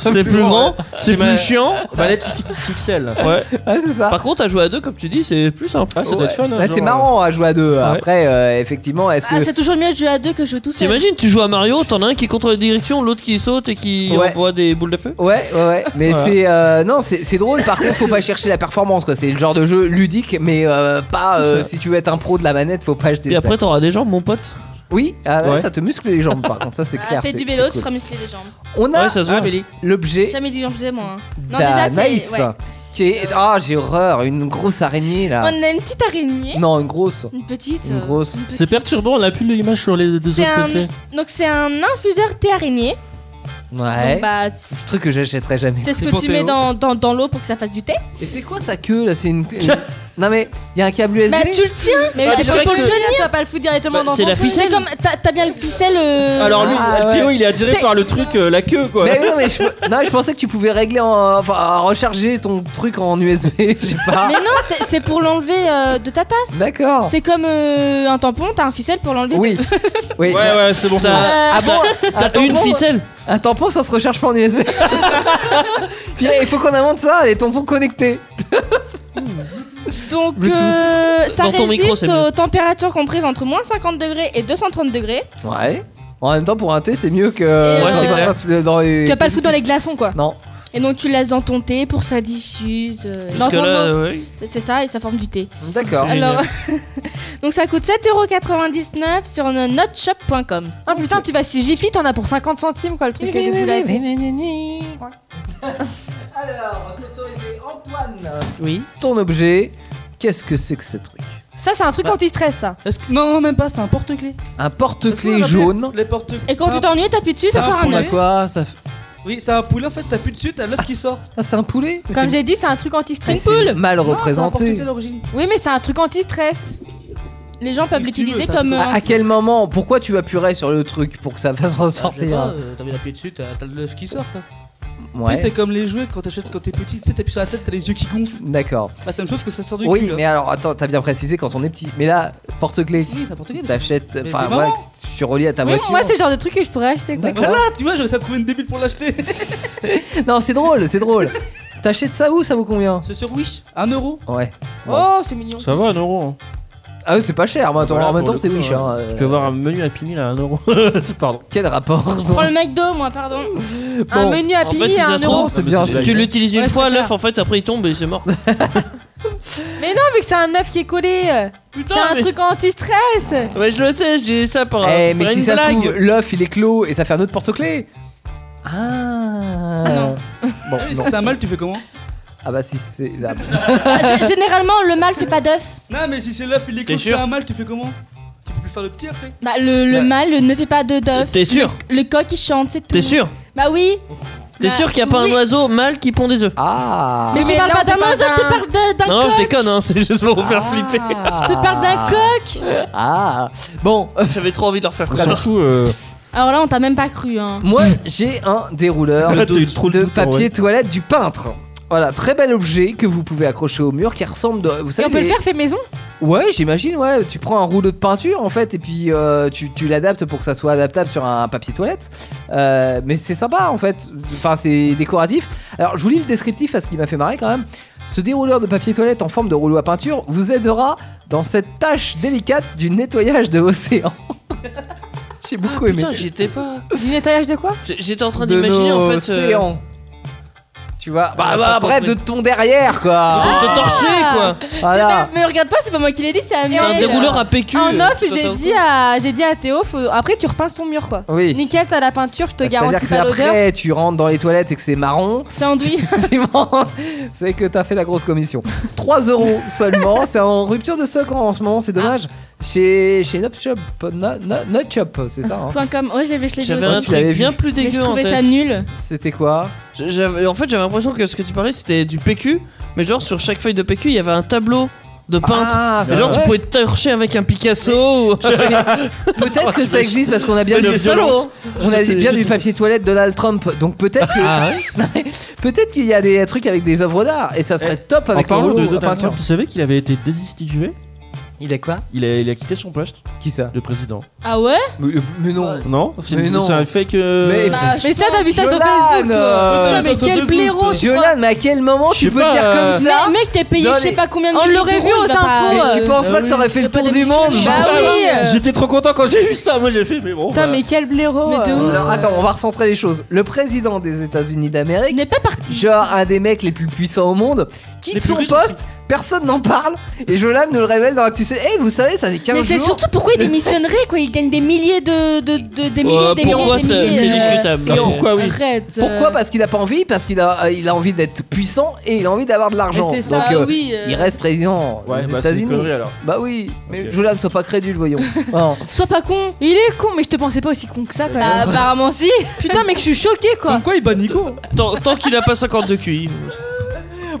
Speaker 6: C'est plus grand, c'est plus chiant.
Speaker 5: Manette Pixel.
Speaker 6: Ouais.
Speaker 2: Ah, c'est ça. Ah,
Speaker 6: Par contre, à jouer à deux, comme tu dis, c'est plus simple.
Speaker 5: ça doit être fun,
Speaker 6: hein.
Speaker 2: Là, Bah, c'est marrant à jouer à deux. Après, euh, effectivement, est-ce que.
Speaker 1: Ah, c'est toujours mieux de jouer à deux que je joue tout seul.
Speaker 6: T'imagines, tu joues à Mario, t'en as un qui est contre la direction, l'autre qui saute et qui
Speaker 2: Ouais.
Speaker 6: envoie des boules de feu.
Speaker 2: Ouais, ouais, ouais. Mais
Speaker 6: Voilà.
Speaker 2: c'est euh, non, c'est c'est drôle. Par contre, faut pas chercher la performance. quoi. C'est le genre de jeu ludique, mais euh, pas euh,
Speaker 6: C'est ça.
Speaker 2: si tu veux être un pro de la manette, faut pas acheter.
Speaker 6: Et
Speaker 2: ça.
Speaker 6: après, t'auras des jambes, mon pote.
Speaker 2: Oui, ah, là,
Speaker 6: Ouais.
Speaker 2: ça te muscle les jambes. Par contre, ça c'est clair.
Speaker 1: Ah, Fais
Speaker 2: c'est-
Speaker 1: du
Speaker 2: c'est
Speaker 1: vélo, tu
Speaker 2: cool.
Speaker 1: seras musclé les jambes.
Speaker 2: On a Bah,
Speaker 6: ça se voit, Billy.
Speaker 2: l'objet
Speaker 1: Jamais dit que j'en faisais moi. hein. Non, déjà, c'est.
Speaker 2: d'Anaïs.
Speaker 1: ouais.
Speaker 2: Qui est ah, j'ai horreur, une grosse araignée là.
Speaker 1: On a une petite araignée.
Speaker 2: Ah. Non, une grosse.
Speaker 1: Une petite.
Speaker 2: Une
Speaker 1: euh,
Speaker 2: grosse.
Speaker 11: C'est perturbant, on a plus l'image sur les deux
Speaker 1: C'est
Speaker 11: autres
Speaker 1: un...
Speaker 11: PC.
Speaker 1: Donc, c'est un infuseur thé araignée.
Speaker 2: Ouais.
Speaker 1: Donc, bah,
Speaker 2: ce truc que j'achèterai jamais.
Speaker 1: C'est ce que tu mets dans, dans, dans l'eau pour que ça fasse du thé.
Speaker 2: oh. Et c'est quoi sa queue là C'est une.
Speaker 11: [laughs]
Speaker 2: une- non mais il y a un câble USB.
Speaker 1: Bah tu le tiens
Speaker 11: Ah,
Speaker 1: Mais
Speaker 2: Bah,
Speaker 1: c'est
Speaker 2: direct,
Speaker 1: pour le
Speaker 2: euh,
Speaker 1: tenir Tu vas pas le foutre directement
Speaker 2: Bah,
Speaker 1: dans
Speaker 2: c'est
Speaker 1: ton
Speaker 2: la
Speaker 1: poing.
Speaker 2: ficelle.
Speaker 1: C'est comme t'as t'as bien le ficelle euh,
Speaker 11: Alors lui,
Speaker 2: Ah,
Speaker 11: Théo, il est attiré
Speaker 1: C'est-
Speaker 11: par le truc, euh, la queue quoi.
Speaker 2: Mais non, mais je, non, je pensais que tu pouvais régler, en, enfin, recharger ton truc en USB, [laughs] je sais pas.
Speaker 1: Mais non c'est- c'est pour l'enlever euh, de ta tasse
Speaker 2: D'accord.
Speaker 1: C'est comme euh, un tampon T'as un ficelle pour l'enlever
Speaker 2: Oui. Oui.
Speaker 11: Ouais, ouais, c'est bon.
Speaker 1: Euh,
Speaker 2: T'as- Ah bon
Speaker 6: T'as
Speaker 2: Un
Speaker 6: une
Speaker 2: tampon-
Speaker 6: ficelle
Speaker 2: Un tampon, ça se recharge pas
Speaker 11: [laughs]
Speaker 2: en USB. Tiens, il faut qu'on invente ça, les tampons connectés.
Speaker 1: Donc
Speaker 2: Bluetooth.
Speaker 1: euh, ça
Speaker 2: Dans ton micro,
Speaker 1: résiste
Speaker 2: c'est mieux.
Speaker 1: aux températures comprises entre moins 50 degrés et 230 degrés
Speaker 2: Ouais. En même temps, pour un thé, c'est mieux que.
Speaker 1: euh, Ouais, c'est
Speaker 2: ça
Speaker 1: clair.
Speaker 2: passe dans les-
Speaker 1: Tu vas pas le foutre dans les glaçons quoi
Speaker 2: Non
Speaker 1: Et donc tu le laisses dans ton thé pour que ça diffuse euh, dans ton
Speaker 6: Jusque-là,
Speaker 1: eau.
Speaker 6: ouais.
Speaker 1: C'est ça et ça forme du thé
Speaker 2: D'accord.
Speaker 1: Alors, [laughs] donc ça coûte 7,99€ sur noteshop.com.
Speaker 10: Ah putain, tu vas si Jiffy, t'en as pour 50 centimes quoi le truc à des boulettes.
Speaker 2: [laughs] Alors, sponsorisé Antoine.
Speaker 8: Oui.
Speaker 2: Ton objet, qu'est-ce que c'est que ce truc
Speaker 10: Ça, c'est un truc
Speaker 8: Bah.
Speaker 10: anti-stress, ça.
Speaker 8: Est-ce que- Non, non, même pas, c'est un porte-clés.
Speaker 2: Un porte-clés
Speaker 8: Est-ce qu'on appelle
Speaker 2: jaune.
Speaker 8: Les porte
Speaker 1: Et quand tu t'ennuies, t'appuies dessus, ça sort un
Speaker 2: a
Speaker 1: œuf.
Speaker 2: quoi ça...
Speaker 8: Oui, c'est un poulet en fait, t'as plus dessus, t'as l'œuf qui sort.
Speaker 2: Ah, c'est un poulet
Speaker 10: Comme j'ai dit, c'est un truc anti-stress.
Speaker 2: Mais c'est mal
Speaker 10: Non, c'est un
Speaker 2: représenté.
Speaker 10: porte-clés Oui, mais c'est un truc anti-stress.
Speaker 1: Les gens peuvent l'utiliser comme. euh,
Speaker 2: À, à quel moment Pourquoi tu appuierais sur le truc pour que ça
Speaker 8: Ah,
Speaker 2: fasse ressortir
Speaker 8: euh, T'as envie d'appuyer dessus, t'as l'œuf qui sort quoi. Tu
Speaker 2: Ouais.
Speaker 8: sais, c'est comme les jouets quand t'achètes quand t'es petit, tu sais, t'appuies sur la tête, t'as les yeux qui gonflent.
Speaker 2: D'accord.
Speaker 8: Bah, c'est la même chose que ça sort du
Speaker 2: Oui,
Speaker 8: cul. là.
Speaker 2: mais alors attends, t'as bien précisé quand on est petit. Mais là, porte-clés,
Speaker 8: Oui, c'est un porte-clés, mais
Speaker 2: t'achètes,
Speaker 8: c'est- mais
Speaker 2: enfin
Speaker 8: c'est
Speaker 2: voilà,
Speaker 8: marrant.
Speaker 2: que tu relies à ta
Speaker 1: Ah
Speaker 10: Oui,
Speaker 2: voiture.
Speaker 10: moi, c'est le genre de truc que je pourrais acheter. Quoi.
Speaker 8: Voilà, tu vois, j'aurais ça trouvé une débile pour l'acheter.
Speaker 2: [laughs] non, c'est drôle, c'est drôle. T'achètes ça où Ça vaut combien
Speaker 8: C'est sur Wish, 1 euro.
Speaker 2: Ouais.
Speaker 10: Oh, c'est mignon.
Speaker 5: Ça va, un euro. hein.
Speaker 2: Ah oui, c'est pas cher, mais attends,
Speaker 5: Voilà,
Speaker 2: en même
Speaker 5: pour
Speaker 2: temps,
Speaker 5: le
Speaker 2: c'est
Speaker 5: coup,
Speaker 2: Wish.
Speaker 5: ouais.
Speaker 2: Hein,
Speaker 5: Tu
Speaker 2: euh,
Speaker 5: peux avoir un menu Happy Meal à 1 euro. [laughs] Pardon.
Speaker 2: Quel rapport
Speaker 1: Je prends le McDo, moi, pardon.
Speaker 10: Un menu à
Speaker 6: En fait, si
Speaker 10: pilier à
Speaker 6: ça
Speaker 10: un
Speaker 6: se trouve,
Speaker 10: euro.
Speaker 2: c'est bien,
Speaker 6: si
Speaker 2: c'est
Speaker 6: tu
Speaker 2: bien.
Speaker 6: l'utilises une
Speaker 10: Ouais,
Speaker 6: fois,
Speaker 10: c'est
Speaker 6: l'œuf, en fait, après il tombe et c'est mort.
Speaker 10: Mais non, mais que c'est un œuf qui est
Speaker 1: euh,
Speaker 10: collé.
Speaker 6: Putain,
Speaker 10: C'est un
Speaker 6: mais-
Speaker 10: truc anti-stress.
Speaker 6: [laughs] Ouais, je le sais, j'ai ça par.
Speaker 8: Ah,
Speaker 2: Eh,
Speaker 6: pour
Speaker 2: mais
Speaker 6: faire
Speaker 2: si
Speaker 6: une
Speaker 2: ça se
Speaker 6: blague.
Speaker 2: trouve, l'œuf il est clos et ça fait un autre porte-clés. Ah. Bon,
Speaker 8: Si
Speaker 2: non.
Speaker 8: c'est un mal, tu fais comment
Speaker 2: Ah bah si c'est. ah, bah.
Speaker 1: Ah, g- Généralement, le mâle fait pas d'œuf.
Speaker 8: Non, mais si c'est l'œuf, il est
Speaker 2: T'es
Speaker 8: clos, c'est
Speaker 2: sûr
Speaker 8: un mal, tu fais comment Tu peux plus faire le petit après
Speaker 1: Bah, le, le
Speaker 8: Ouais.
Speaker 1: mâle ne fait pas de d'œuf.
Speaker 6: T'es sûr
Speaker 1: Le coq, il chante, c'est tout.
Speaker 6: T'es sûr
Speaker 1: Bah oui.
Speaker 6: T'es
Speaker 1: Bah,
Speaker 6: sûr qu'il n'y a pas
Speaker 1: oui.
Speaker 6: un oiseau mâle qui pond des œufs
Speaker 2: Ah
Speaker 1: Mais je te parle
Speaker 10: là,
Speaker 1: pas
Speaker 10: on te
Speaker 1: d'un
Speaker 10: parle
Speaker 1: oiseau, je te
Speaker 10: d'un-
Speaker 1: parle d'un d'un
Speaker 6: Non,
Speaker 1: coq. Ah.
Speaker 6: je déconne, hein, c'est juste pour vous faire flipper.
Speaker 1: Je te parle d'un coq.
Speaker 2: Ah Bon,
Speaker 6: [laughs] J'avais trop envie de leur faire
Speaker 5: S'en
Speaker 6: ça.
Speaker 5: fout, euh,
Speaker 1: Alors là, on t'a même pas cru, hein.
Speaker 2: moi j'ai un dérouleur
Speaker 5: Là,
Speaker 2: de,
Speaker 5: Ah, t'as eu le trou de
Speaker 2: de
Speaker 5: bouton,
Speaker 2: papier
Speaker 5: ouais.
Speaker 2: toilette du peintre. Voilà, très bel objet que vous pouvez accrocher au mur qui ressemble de. Vous
Speaker 10: Et
Speaker 2: savez,
Speaker 10: on peut le
Speaker 2: les-
Speaker 10: faire fait maison.
Speaker 2: Ouais, j'imagine, ouais. Tu prends un rouleau de peinture en fait et puis euh, tu, tu l'adaptes pour que ça soit adaptable sur un papier toilette. Euh, mais c'est sympa en fait. Enfin, c'est décoratif. Alors, je vous lis le descriptif parce qu'il m'a fait marrer quand même. Ce dérouleur de papier toilette en forme de rouleau à peinture vous aidera dans cette tâche délicate du nettoyage de l'océan. J'ai beaucoup aimé.
Speaker 6: Putain, j'y étais pas.
Speaker 10: Du nettoyage de quoi
Speaker 6: J'- J'étais en train
Speaker 2: De
Speaker 6: d'imaginer en
Speaker 2: nos
Speaker 6: fait. euh,
Speaker 2: océans. Tu vois, bah,
Speaker 6: Ah,
Speaker 2: bah,
Speaker 6: pas
Speaker 2: après
Speaker 6: compris.
Speaker 2: de ton derrière quoi.
Speaker 6: De te torcher quoi.
Speaker 2: Voilà.
Speaker 1: Mais regarde pas, c'est pas moi qui l'ai dit, c'est Amel.
Speaker 6: C'est un dérouleur à PQ.
Speaker 10: En
Speaker 6: euh,
Speaker 10: off,
Speaker 6: tout
Speaker 10: j'ai
Speaker 6: un
Speaker 10: dit,
Speaker 6: coup.
Speaker 10: à... j'ai dit à Théo, faut- après tu repinces ton mur quoi.
Speaker 2: Oui.
Speaker 10: Nickel, t'as la peinture, je te
Speaker 2: C'est-à-dire
Speaker 10: garantis
Speaker 2: que
Speaker 10: pas l'odeur.
Speaker 2: après, tu rentres dans les toilettes et que c'est marron. [laughs]
Speaker 1: C'est enduit.
Speaker 2: effectivement, c'est que t'as fait la grosse commission. 3 euros seulement, c'est en rupture de stock en ce moment, c'est dommage. Chez, chez Notshop, No- No- Notshop, c'est
Speaker 1: [laughs]
Speaker 2: ça. hein.
Speaker 1: Point .com. Ouais, j'avais, je l'ai vu
Speaker 6: J'avais
Speaker 1: aussi.
Speaker 6: un
Speaker 2: Tu l'avais
Speaker 6: truc bien
Speaker 2: vu.
Speaker 6: plus
Speaker 1: Mais je
Speaker 6: dégueu en
Speaker 1: trouvais ça
Speaker 6: tête.
Speaker 1: nul.
Speaker 2: C'était quoi
Speaker 6: J'- j'avais- En fait, j'avais l'impression que ce que tu parlais c'était du PQ, mais genre sur chaque feuille de PQ, il y avait un tableau de peintre.
Speaker 2: Ah,
Speaker 6: Et
Speaker 2: c'est
Speaker 6: genre, tu
Speaker 2: vrai.
Speaker 6: pouvais te torcher avec un Picasso. ou- [laughs] Oh,
Speaker 2: Peut-être que ça existe parce qu'on a bien
Speaker 6: Mais
Speaker 2: du-
Speaker 6: c'est salaud, hein.
Speaker 2: On a
Speaker 6: Je te- Ah
Speaker 2: bien
Speaker 6: je-
Speaker 2: du papier toilette de Donald Trump, donc peut-être que [laughs] peut-être qu'il y a
Speaker 6: Eh,
Speaker 2: des trucs avec des œuvres d'art et ça serait top
Speaker 5: En
Speaker 2: avec le
Speaker 5: parlant
Speaker 2: rouleau
Speaker 5: de
Speaker 2: à
Speaker 5: Donald
Speaker 2: peinture.
Speaker 5: Trump, tu savais qu'il avait été désinstitué
Speaker 2: Il a quoi
Speaker 5: il a, il a quitté son poste.
Speaker 2: Qui ça
Speaker 5: De président.
Speaker 1: Ah ouais
Speaker 6: Oh,
Speaker 2: Mais, non.
Speaker 5: Non C'est
Speaker 2: Mais
Speaker 5: une-
Speaker 2: non.
Speaker 5: c'est un fake. euh,
Speaker 2: Mais-
Speaker 1: Bah, Mais ça, t'as vu ça sur
Speaker 2: Jolan,
Speaker 1: Facebook,
Speaker 2: euh,
Speaker 1: toi Putain, mais
Speaker 2: sur
Speaker 1: quel
Speaker 2: Facebook,
Speaker 1: blaireau,
Speaker 2: toi.
Speaker 1: tu
Speaker 2: Jolan,
Speaker 1: crois
Speaker 2: mais à quel moment
Speaker 1: Je
Speaker 2: tu
Speaker 1: sais
Speaker 2: peux
Speaker 1: pas,
Speaker 2: dire
Speaker 1: euh,
Speaker 2: comme ça
Speaker 1: Mais mec, t'es payé
Speaker 2: Dans
Speaker 1: je sais
Speaker 2: les- Oh,
Speaker 1: pas combien de
Speaker 10: On
Speaker 1: milliers
Speaker 10: l'aurait vu
Speaker 1: d'euros,
Speaker 10: aux
Speaker 1: il va pas- euh,
Speaker 10: infos,
Speaker 1: Mais
Speaker 2: Tu penses pas que ça aurait fait le tour du monde
Speaker 1: Bah
Speaker 2: euh,
Speaker 1: oui
Speaker 5: J'étais trop content quand j'ai vu ça, moi j'ai fait, mais bon.
Speaker 1: Putain,
Speaker 5: bah.
Speaker 1: mais quel blaireau euh.
Speaker 2: Alors attends, on va recentrer les choses. Le président des États-Unis d'Amérique n'est
Speaker 1: pas parti.
Speaker 2: Genre un des mecs les plus puissants au monde quitte son poste, personne n'en parle et Jolan nous le révèle dans l'actu. Eh, vous savez, ça fait 15
Speaker 1: Mais c'est
Speaker 2: jours.
Speaker 1: surtout pourquoi il démissionnerait, quoi Il gagne des milliers de. de, de- des milliers,
Speaker 2: Ouais,
Speaker 1: des milliers,
Speaker 2: pourquoi
Speaker 1: des
Speaker 2: Euh, c'est-
Speaker 1: milliers,
Speaker 2: c'est
Speaker 1: euh,
Speaker 2: discutable.
Speaker 1: euh,
Speaker 2: Et pourquoi, oui.
Speaker 1: Arrête. euh,
Speaker 2: Pourquoi Parce qu'il a pas envie, parce qu'il a, euh, il a envie d'être puissant et il a envie d'avoir de l'argent.
Speaker 1: Mais
Speaker 2: Donc
Speaker 1: c'est ça, oui, euh.
Speaker 2: il reste président
Speaker 5: Ouais, bah,
Speaker 2: des
Speaker 5: c'est une
Speaker 2: États-Unis.
Speaker 5: connerie, alors.
Speaker 2: Bah oui, mais Jolan, sois pas
Speaker 1: [laughs]
Speaker 2: crédule, voyons. Non.
Speaker 1: Sois pas con. Il est con, mais je te pensais pas aussi con que ça, quand même.
Speaker 10: Bah,
Speaker 1: apparemment si. Putain, mec, je suis choqué, quoi.
Speaker 8: Pourquoi il bat Nico
Speaker 6: Tant, tant qu'il a pas 52 QI.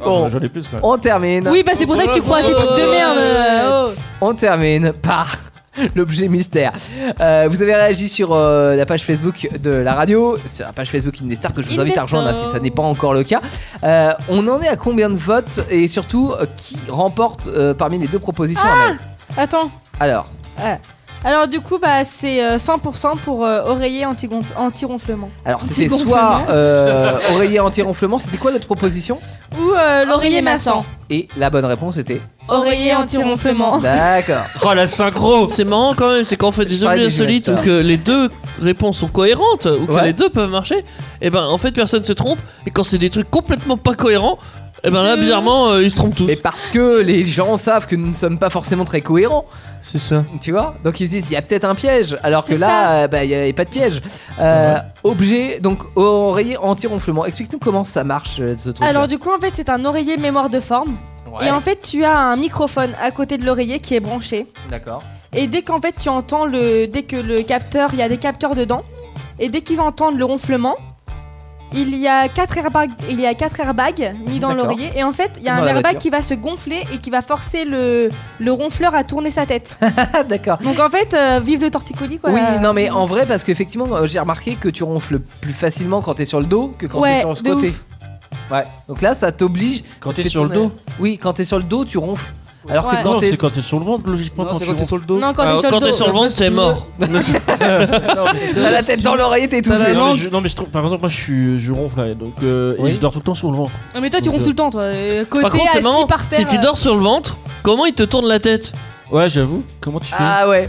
Speaker 2: Bon,
Speaker 6: j'en
Speaker 5: ai plus quand
Speaker 2: On termine.
Speaker 1: Oui, bah, c'est pour ça que tu crois à ces trucs de merde, euh, oh.
Speaker 2: On termine par [laughs] l'objet mystère. Euh, vous avez réagi sur euh, la page Facebook de la radio, sur la page Facebook Indestar que je vous invite à rejoindre hein, si ça n'est pas encore le cas. Euh, on en est à combien de votes et surtout euh, qui remporte euh, parmi les deux propositions
Speaker 10: Ah
Speaker 2: Amel
Speaker 10: Attends.
Speaker 2: Alors,
Speaker 10: Ouais. Alors du coup, bah, c'est euh, 100% pour euh, oreiller anti-gonf- anti-ronflement.
Speaker 2: alors c'était
Speaker 10: Anti-gonflement. [laughs]
Speaker 2: soit euh, oreiller anti-ronflement, c'était quoi l'autre proposition
Speaker 10: Ou euh, l'oreiller maçon.
Speaker 2: Et la bonne réponse était
Speaker 10: Oreiller anti-ronflement.
Speaker 2: D'accord.
Speaker 6: Oh la synchro C'est marrant quand même, c'est quand on fait des
Speaker 2: parlais
Speaker 6: objets
Speaker 2: du
Speaker 6: insolites où
Speaker 2: Genesta.
Speaker 6: que les deux réponses sont cohérentes, ou que
Speaker 2: Ouais.
Speaker 6: les deux peuvent marcher, et ben en fait personne se trompe, et quand c'est des trucs complètement pas cohérents, et ben là bizarrement euh, ils se trompent tous.
Speaker 2: Mais parce que les gens savent que nous ne sommes pas forcément très cohérents.
Speaker 6: C'est ça.
Speaker 2: Tu vois Donc ils se disent, il y a peut-être un piège. Alors que
Speaker 6: C'est
Speaker 2: là, euh, bah, il n'y avait pas de piège. Euh, Objet, donc oreiller anti-ronflement. Explique-nous comment ça marche euh, ce truc.
Speaker 10: [laughs] Alors du coup, en fait, c'est un oreiller mémoire de forme.
Speaker 2: Ouais.
Speaker 10: Et en fait, tu as un microphone à côté de l'oreiller qui est branché.
Speaker 2: D'accord.
Speaker 10: Et dès qu'en fait tu entends le. Dès que le capteur. Il y a des capteurs dedans. Et dès qu'ils entendent le ronflement. Il y a quatre airbags, il y a quatre airbags mis dans
Speaker 1: D'accord.
Speaker 10: l'oreiller. Et en fait, il y a
Speaker 1: Dans
Speaker 10: un
Speaker 1: la
Speaker 10: airbag
Speaker 1: voiture.
Speaker 10: qui va se gonfler et qui va forcer le, le ronfleur à tourner sa tête.
Speaker 2: D'accord.
Speaker 10: Donc en fait, euh, vive le torticolis quoi.
Speaker 2: Oui, non mais en vrai parce qu'effectivement euh, j'ai remarqué que tu ronfles plus facilement quand t'es sur le dos que quand
Speaker 10: Ouais,
Speaker 2: c'est sur ce
Speaker 10: de
Speaker 2: côté.
Speaker 10: ouf.
Speaker 2: Ouais. Donc là ça t'oblige.
Speaker 5: Quand
Speaker 2: tu
Speaker 5: t'es
Speaker 2: fais
Speaker 5: sur le
Speaker 2: tourner-
Speaker 5: dos
Speaker 2: Oui, quand t'es sur le dos tu ronfles. Alors que
Speaker 10: Ouais.
Speaker 2: quand
Speaker 5: Non,
Speaker 2: t'es
Speaker 5: c'est quand t'es sur le ventre, logiquement.
Speaker 2: Non,
Speaker 5: quand
Speaker 2: c'est
Speaker 5: tu
Speaker 2: quand t'es
Speaker 5: ronfles.
Speaker 2: sur le dos.
Speaker 10: Non, quand t'es
Speaker 5: Ah,
Speaker 10: sur le dos.
Speaker 5: sur le ventre, t'es
Speaker 2: [laughs]
Speaker 5: mort.
Speaker 2: [laughs] T'as la tête dans l'oreille, t'es tout
Speaker 5: Non,
Speaker 2: fait.
Speaker 5: mais je- non, mais je trouve, par exemple, moi je, suis, je ronfle là, donc euh, et
Speaker 2: Oui.
Speaker 5: je dors tout le temps sur le ventre.
Speaker 1: Non, mais toi, tu
Speaker 5: Donc,
Speaker 1: ronfles tout le temps, toi. euh, Côté
Speaker 6: Par contre, c'est
Speaker 1: assis
Speaker 6: marrant,
Speaker 1: par
Speaker 6: si
Speaker 1: terre. euh,
Speaker 6: tu dors sur le ventre, comment il te tourne la tête
Speaker 5: Ouais, j'avoue, comment tu fais
Speaker 2: Ah ouais.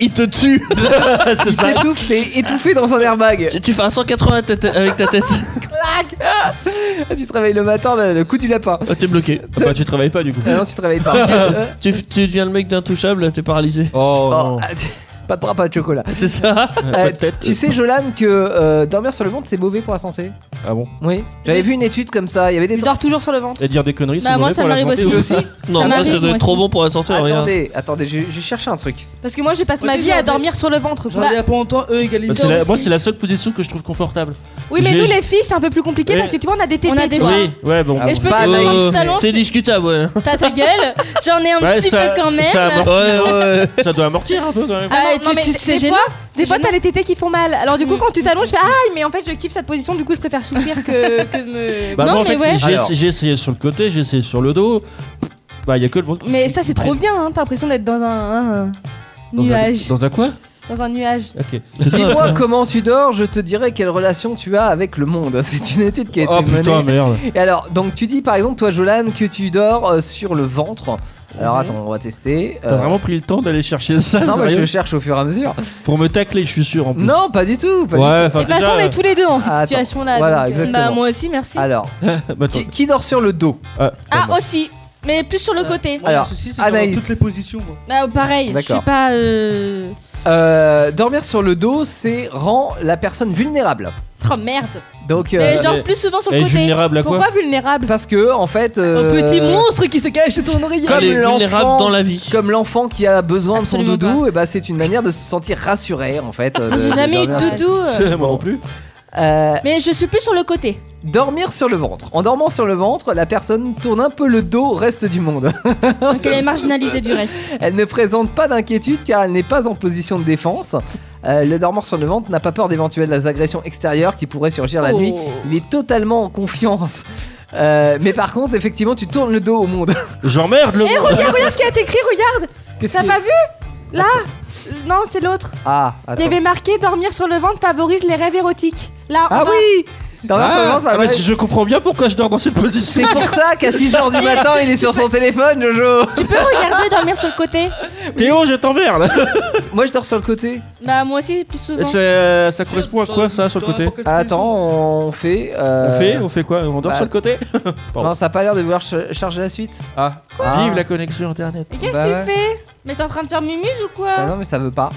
Speaker 6: Il te tue [laughs] C'est
Speaker 2: Il
Speaker 6: ça
Speaker 2: t'étouffe, t'es étouffé dans un airbag.
Speaker 6: Tu- Tu fais un 180 tête- avec
Speaker 2: [laughs]
Speaker 6: ta tête.
Speaker 2: Clac
Speaker 5: euh,
Speaker 2: Ah, Tu te réveilles le matin, le, le coup du lapin.
Speaker 6: Ah, t'es
Speaker 2: [laughs]
Speaker 6: bloqué. Ah, bah, tu travailles pas du coup.
Speaker 2: Ah non, tu travailles pas. Euh,
Speaker 6: [laughs] tu, tu deviens le mec d'intouchable, t'es paralysé.
Speaker 5: Oh,
Speaker 2: oh, ah, [laughs] tu- pas de bras, pas de chocolat.
Speaker 6: C'est ça
Speaker 2: Euh,
Speaker 6: Pas de tête.
Speaker 2: tu sais, [laughs] Jolan, que euh, dormir sur le ventre c'est mauvais pour la santé.
Speaker 5: Ah bon
Speaker 2: Oui. J'avais vu une étude comme ça. Il y avait des.
Speaker 10: Il dort toujours sur le ventre.
Speaker 5: [laughs] Et dire des conneries,
Speaker 10: Bah, moi,
Speaker 5: c'est mauvais
Speaker 10: ça
Speaker 5: pour la
Speaker 10: m'arrive
Speaker 5: santé
Speaker 10: aussi.
Speaker 5: aussi.
Speaker 6: Non,
Speaker 10: Ça
Speaker 6: ça,
Speaker 10: m'arrive,
Speaker 6: ça doit
Speaker 10: moi
Speaker 6: être trop
Speaker 10: aussi.
Speaker 6: bon pour la santé, regarde.
Speaker 2: Attendez, attendez, j'ai j'ai cherché un truc.
Speaker 10: Parce que moi, je passe
Speaker 8: Ouais,
Speaker 10: ma
Speaker 8: tu
Speaker 10: vie à
Speaker 8: sais,
Speaker 10: dormir sur le ventre.
Speaker 8: J'en
Speaker 10: quoi.
Speaker 8: ai il y a pas longtemps, eux égalité.
Speaker 5: Bah, c'est la- moi, c'est la seule position que je trouve confortable.
Speaker 10: Oui, mais
Speaker 5: J'ai-
Speaker 10: nous les filles, c'est un peu plus compliqué
Speaker 5: Oui.
Speaker 10: parce que tu vois, on a des TP.
Speaker 1: On a des
Speaker 10: tu vois.
Speaker 1: seins.
Speaker 5: Oui, ouais, bon. Bah, euh,
Speaker 1: Et je peux te dire dans le salon,
Speaker 6: C'est
Speaker 1: si-
Speaker 6: discutable, ouais.
Speaker 1: T'as ta gueule J'en ai un
Speaker 5: Ouais,
Speaker 1: petit
Speaker 5: ça-
Speaker 1: peu quand même.
Speaker 5: Ça, amortit,
Speaker 6: Ouais,
Speaker 5: hein. [laughs] ça doit amortir un peu quand même.
Speaker 1: Ah,
Speaker 10: Ah,
Speaker 1: tu-
Speaker 10: non, mais
Speaker 1: tu-
Speaker 10: des-
Speaker 1: c'est
Speaker 10: des
Speaker 1: gênant. Mm.
Speaker 10: fois- Des fois, t'as les tétés qui font mal. Alors, du coup, quand tu t'allonges, je fais Aïe, mais en fait, je kiffe cette position, du coup, je préfère souffrir que, que de me.
Speaker 1: [laughs]
Speaker 5: Bah, moi, en fait, j'ai-
Speaker 2: Alors.
Speaker 5: j'ai essayé sur le côté, j'ai essayé sur le dos. Bah, il y a que le ventre.
Speaker 10: Mais ça, c'est trop bien, hein. t'as l'impression d'être dans un, un- un
Speaker 5: Dans un-
Speaker 10: nuage.
Speaker 5: Dans un quoi
Speaker 10: Dans un nuage.
Speaker 2: [laughs]
Speaker 5: Ok. [laughs]
Speaker 2: Dis-moi comment tu dors, je te dirai quelle relation tu as avec le monde. [laughs] C'est une étude qui a été
Speaker 5: Oh, putain,
Speaker 2: menée.
Speaker 5: merde.
Speaker 2: Et alors, donc tu dis par exemple, toi Jolan, que tu dors euh, sur le ventre. Alors attends, on va tester.
Speaker 5: T'as
Speaker 2: Euh,
Speaker 5: vraiment pris le temps d'aller chercher ça
Speaker 2: Non, mais
Speaker 5: sérieux
Speaker 2: je cherche au fur et à mesure.
Speaker 5: Pour me tacler, je suis sûr en plus.
Speaker 2: Non, pas du tout. pas du
Speaker 5: Ouais,
Speaker 2: tout.
Speaker 5: enfin,
Speaker 10: De toute façon,
Speaker 1: Euh,
Speaker 10: on est tous les deux dans cette
Speaker 2: Attends,
Speaker 10: situation-là.
Speaker 2: voilà,
Speaker 10: donc, euh,
Speaker 2: exactement. Bah, moi
Speaker 1: aussi, merci.
Speaker 2: Alors,
Speaker 5: [laughs] Bah,
Speaker 2: qui, qui dort sur le dos Euh,
Speaker 1: Ah, aussi. Mais plus
Speaker 5: Euh,
Speaker 1: sur le côté.
Speaker 2: Alors, Anaïs.
Speaker 8: toutes les positions. moi.
Speaker 1: Bah, pareil, je suis
Speaker 2: D'accord.
Speaker 1: pas. euh,
Speaker 2: Euh, dormir sur le dos, c'est rend la personne vulnérable.
Speaker 1: Oh merde.
Speaker 2: Donc,
Speaker 1: Mais genre plus souvent sur le côté. Pourquoi
Speaker 2: vulnérable Parce que en fait, euh,
Speaker 1: petit monstre qui s'est caché sous ton oreiller.
Speaker 2: Comme
Speaker 6: Elle est
Speaker 2: l'enfant-
Speaker 6: vulnérable dans la vie.
Speaker 2: Comme l'enfant qui a besoin de son doudou, et bah c'est une manière de se sentir rassuré en fait. euh, de-
Speaker 1: Ah, J'ai jamais eu de
Speaker 2: dormir-
Speaker 1: doudou. euh.
Speaker 5: Moi non plus.
Speaker 2: Euh,
Speaker 1: Mais je suis plus sur le côté.
Speaker 2: dormir sur le ventre. En dormant sur le ventre, la personne tourne un peu le dos au reste du monde.
Speaker 1: [laughs] Donc elle est marginalisée du reste.
Speaker 2: Elle ne présente pas d'inquiétude car elle n'est pas en position de défense. Euh, le dormeur sur le ventre n'a pas peur d'éventuelles agressions extérieures qui pourraient surgir la
Speaker 1: Oh.
Speaker 2: nuit. Il est totalement en confiance. Euh, mais par contre, effectivement, tu tournes le dos au monde.
Speaker 5: J'emmerde le
Speaker 1: Eh,
Speaker 10: Eh, regarde, regarde ce qui a été écrit, regarde
Speaker 2: Qu'est-ce
Speaker 10: T'as
Speaker 2: qui-
Speaker 10: pas vu Là Non, c'est l'autre.
Speaker 2: Ah,
Speaker 10: Il y avait marqué dormir sur le ventre favorise les rêves érotiques. Là, on
Speaker 2: Ah
Speaker 10: va-
Speaker 2: oui Dormir sur le
Speaker 11: Ah,
Speaker 2: ventre, ça
Speaker 11: ah, mais
Speaker 2: va être-
Speaker 11: je comprends bien pourquoi je dors dans cette position.
Speaker 2: C'est pour ça qu'à 6h du matin, il est sur son téléphone, Jojo
Speaker 1: Tu peux regarder dormir sur le côté
Speaker 11: [laughs] Théo, je t'envers là
Speaker 2: [laughs] Moi je dors sur le côté.
Speaker 1: Bah moi aussi plus
Speaker 11: Et
Speaker 1: souvent.
Speaker 11: c'est- euh, Ça correspond à quoi ça sur le côté
Speaker 2: Ah, Attends, on fait. euh,
Speaker 11: On fait On fait quoi On dort
Speaker 2: bah,
Speaker 11: sur le
Speaker 2: [laughs]
Speaker 11: côté Pardon.
Speaker 2: Non, ça a pas l'air de vouloir ch- charger la suite.
Speaker 11: Ah,
Speaker 2: Ah.
Speaker 11: vive la connexion internet.
Speaker 1: Mais qu'est-ce
Speaker 2: Bah
Speaker 1: que tu
Speaker 2: ouais.
Speaker 1: fais Mais t'es en train de faire mumuse ou quoi
Speaker 2: Bah non, mais ça veut pas.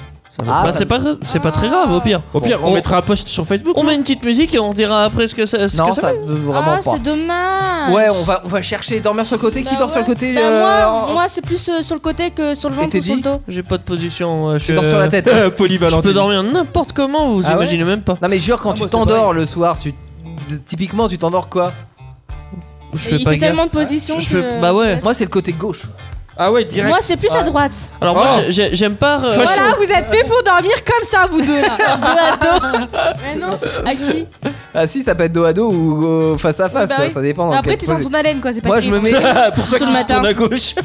Speaker 6: Bah, c'est pas, c'est pas très grave, au pire.
Speaker 11: Au pire, on mettra un post sur Facebook.
Speaker 6: On met une petite musique et on dira après ce que ça. Ce
Speaker 2: Non,
Speaker 6: que ça,
Speaker 2: ça
Speaker 6: veut.
Speaker 2: veut vraiment
Speaker 1: Ah,
Speaker 2: pas.
Speaker 1: c'est dommage.
Speaker 2: Ouais, on va, on va chercher dormir sur le côté. Qui
Speaker 1: Ah, Bah
Speaker 2: dort sur le
Speaker 1: ouais.
Speaker 2: côté
Speaker 1: Bah,
Speaker 2: euh,
Speaker 1: moi,
Speaker 2: en-
Speaker 1: moi, c'est plus euh, sur le côté que sur le ventre
Speaker 2: t'es
Speaker 1: ou sur le
Speaker 2: dit
Speaker 1: dos.
Speaker 6: J'ai pas de position. euh, je
Speaker 2: Tu dors sur la tête.
Speaker 11: Polyvalent.
Speaker 6: Je peux dormir n'importe comment, vous
Speaker 2: Ah ouais
Speaker 6: imaginez même pas.
Speaker 2: Non, mais jure, quand tu t'endors le soir, tu. Typiquement, tu t'endors quoi
Speaker 6: Je
Speaker 1: Et il fait tellement de positions
Speaker 6: Je
Speaker 1: que...
Speaker 6: fais- bah ouais.
Speaker 2: Moi, c'est le côté gauche.
Speaker 11: Ah ouais,
Speaker 1: Moi, c'est plus à droite.
Speaker 6: Alors moi,
Speaker 11: Oh.
Speaker 6: j'ai- j'ai- j'aime pas. euh,
Speaker 10: Voilà, vous êtes faits pour dormir comme ça, vous deux
Speaker 2: [laughs]
Speaker 10: là. Dos à dos. Mais non, à qui
Speaker 2: Ah, si, ça peut être dos à dos ou euh, face à face,
Speaker 10: Bah
Speaker 2: quoi.
Speaker 10: oui.
Speaker 2: Ça dépend. dans
Speaker 10: Mais Après,
Speaker 2: quelle
Speaker 10: tu sens
Speaker 2: pose-
Speaker 10: ton haleine quoi, c'est pas
Speaker 2: Moi, je me
Speaker 10: terrible. [laughs]
Speaker 1: [laughs]
Speaker 2: mets.
Speaker 11: [laughs] Pour ça
Speaker 10: Tout
Speaker 11: qu'il
Speaker 10: le
Speaker 11: se
Speaker 10: matin.
Speaker 11: tourne
Speaker 10: Bah
Speaker 11: à gauche.
Speaker 10: [laughs]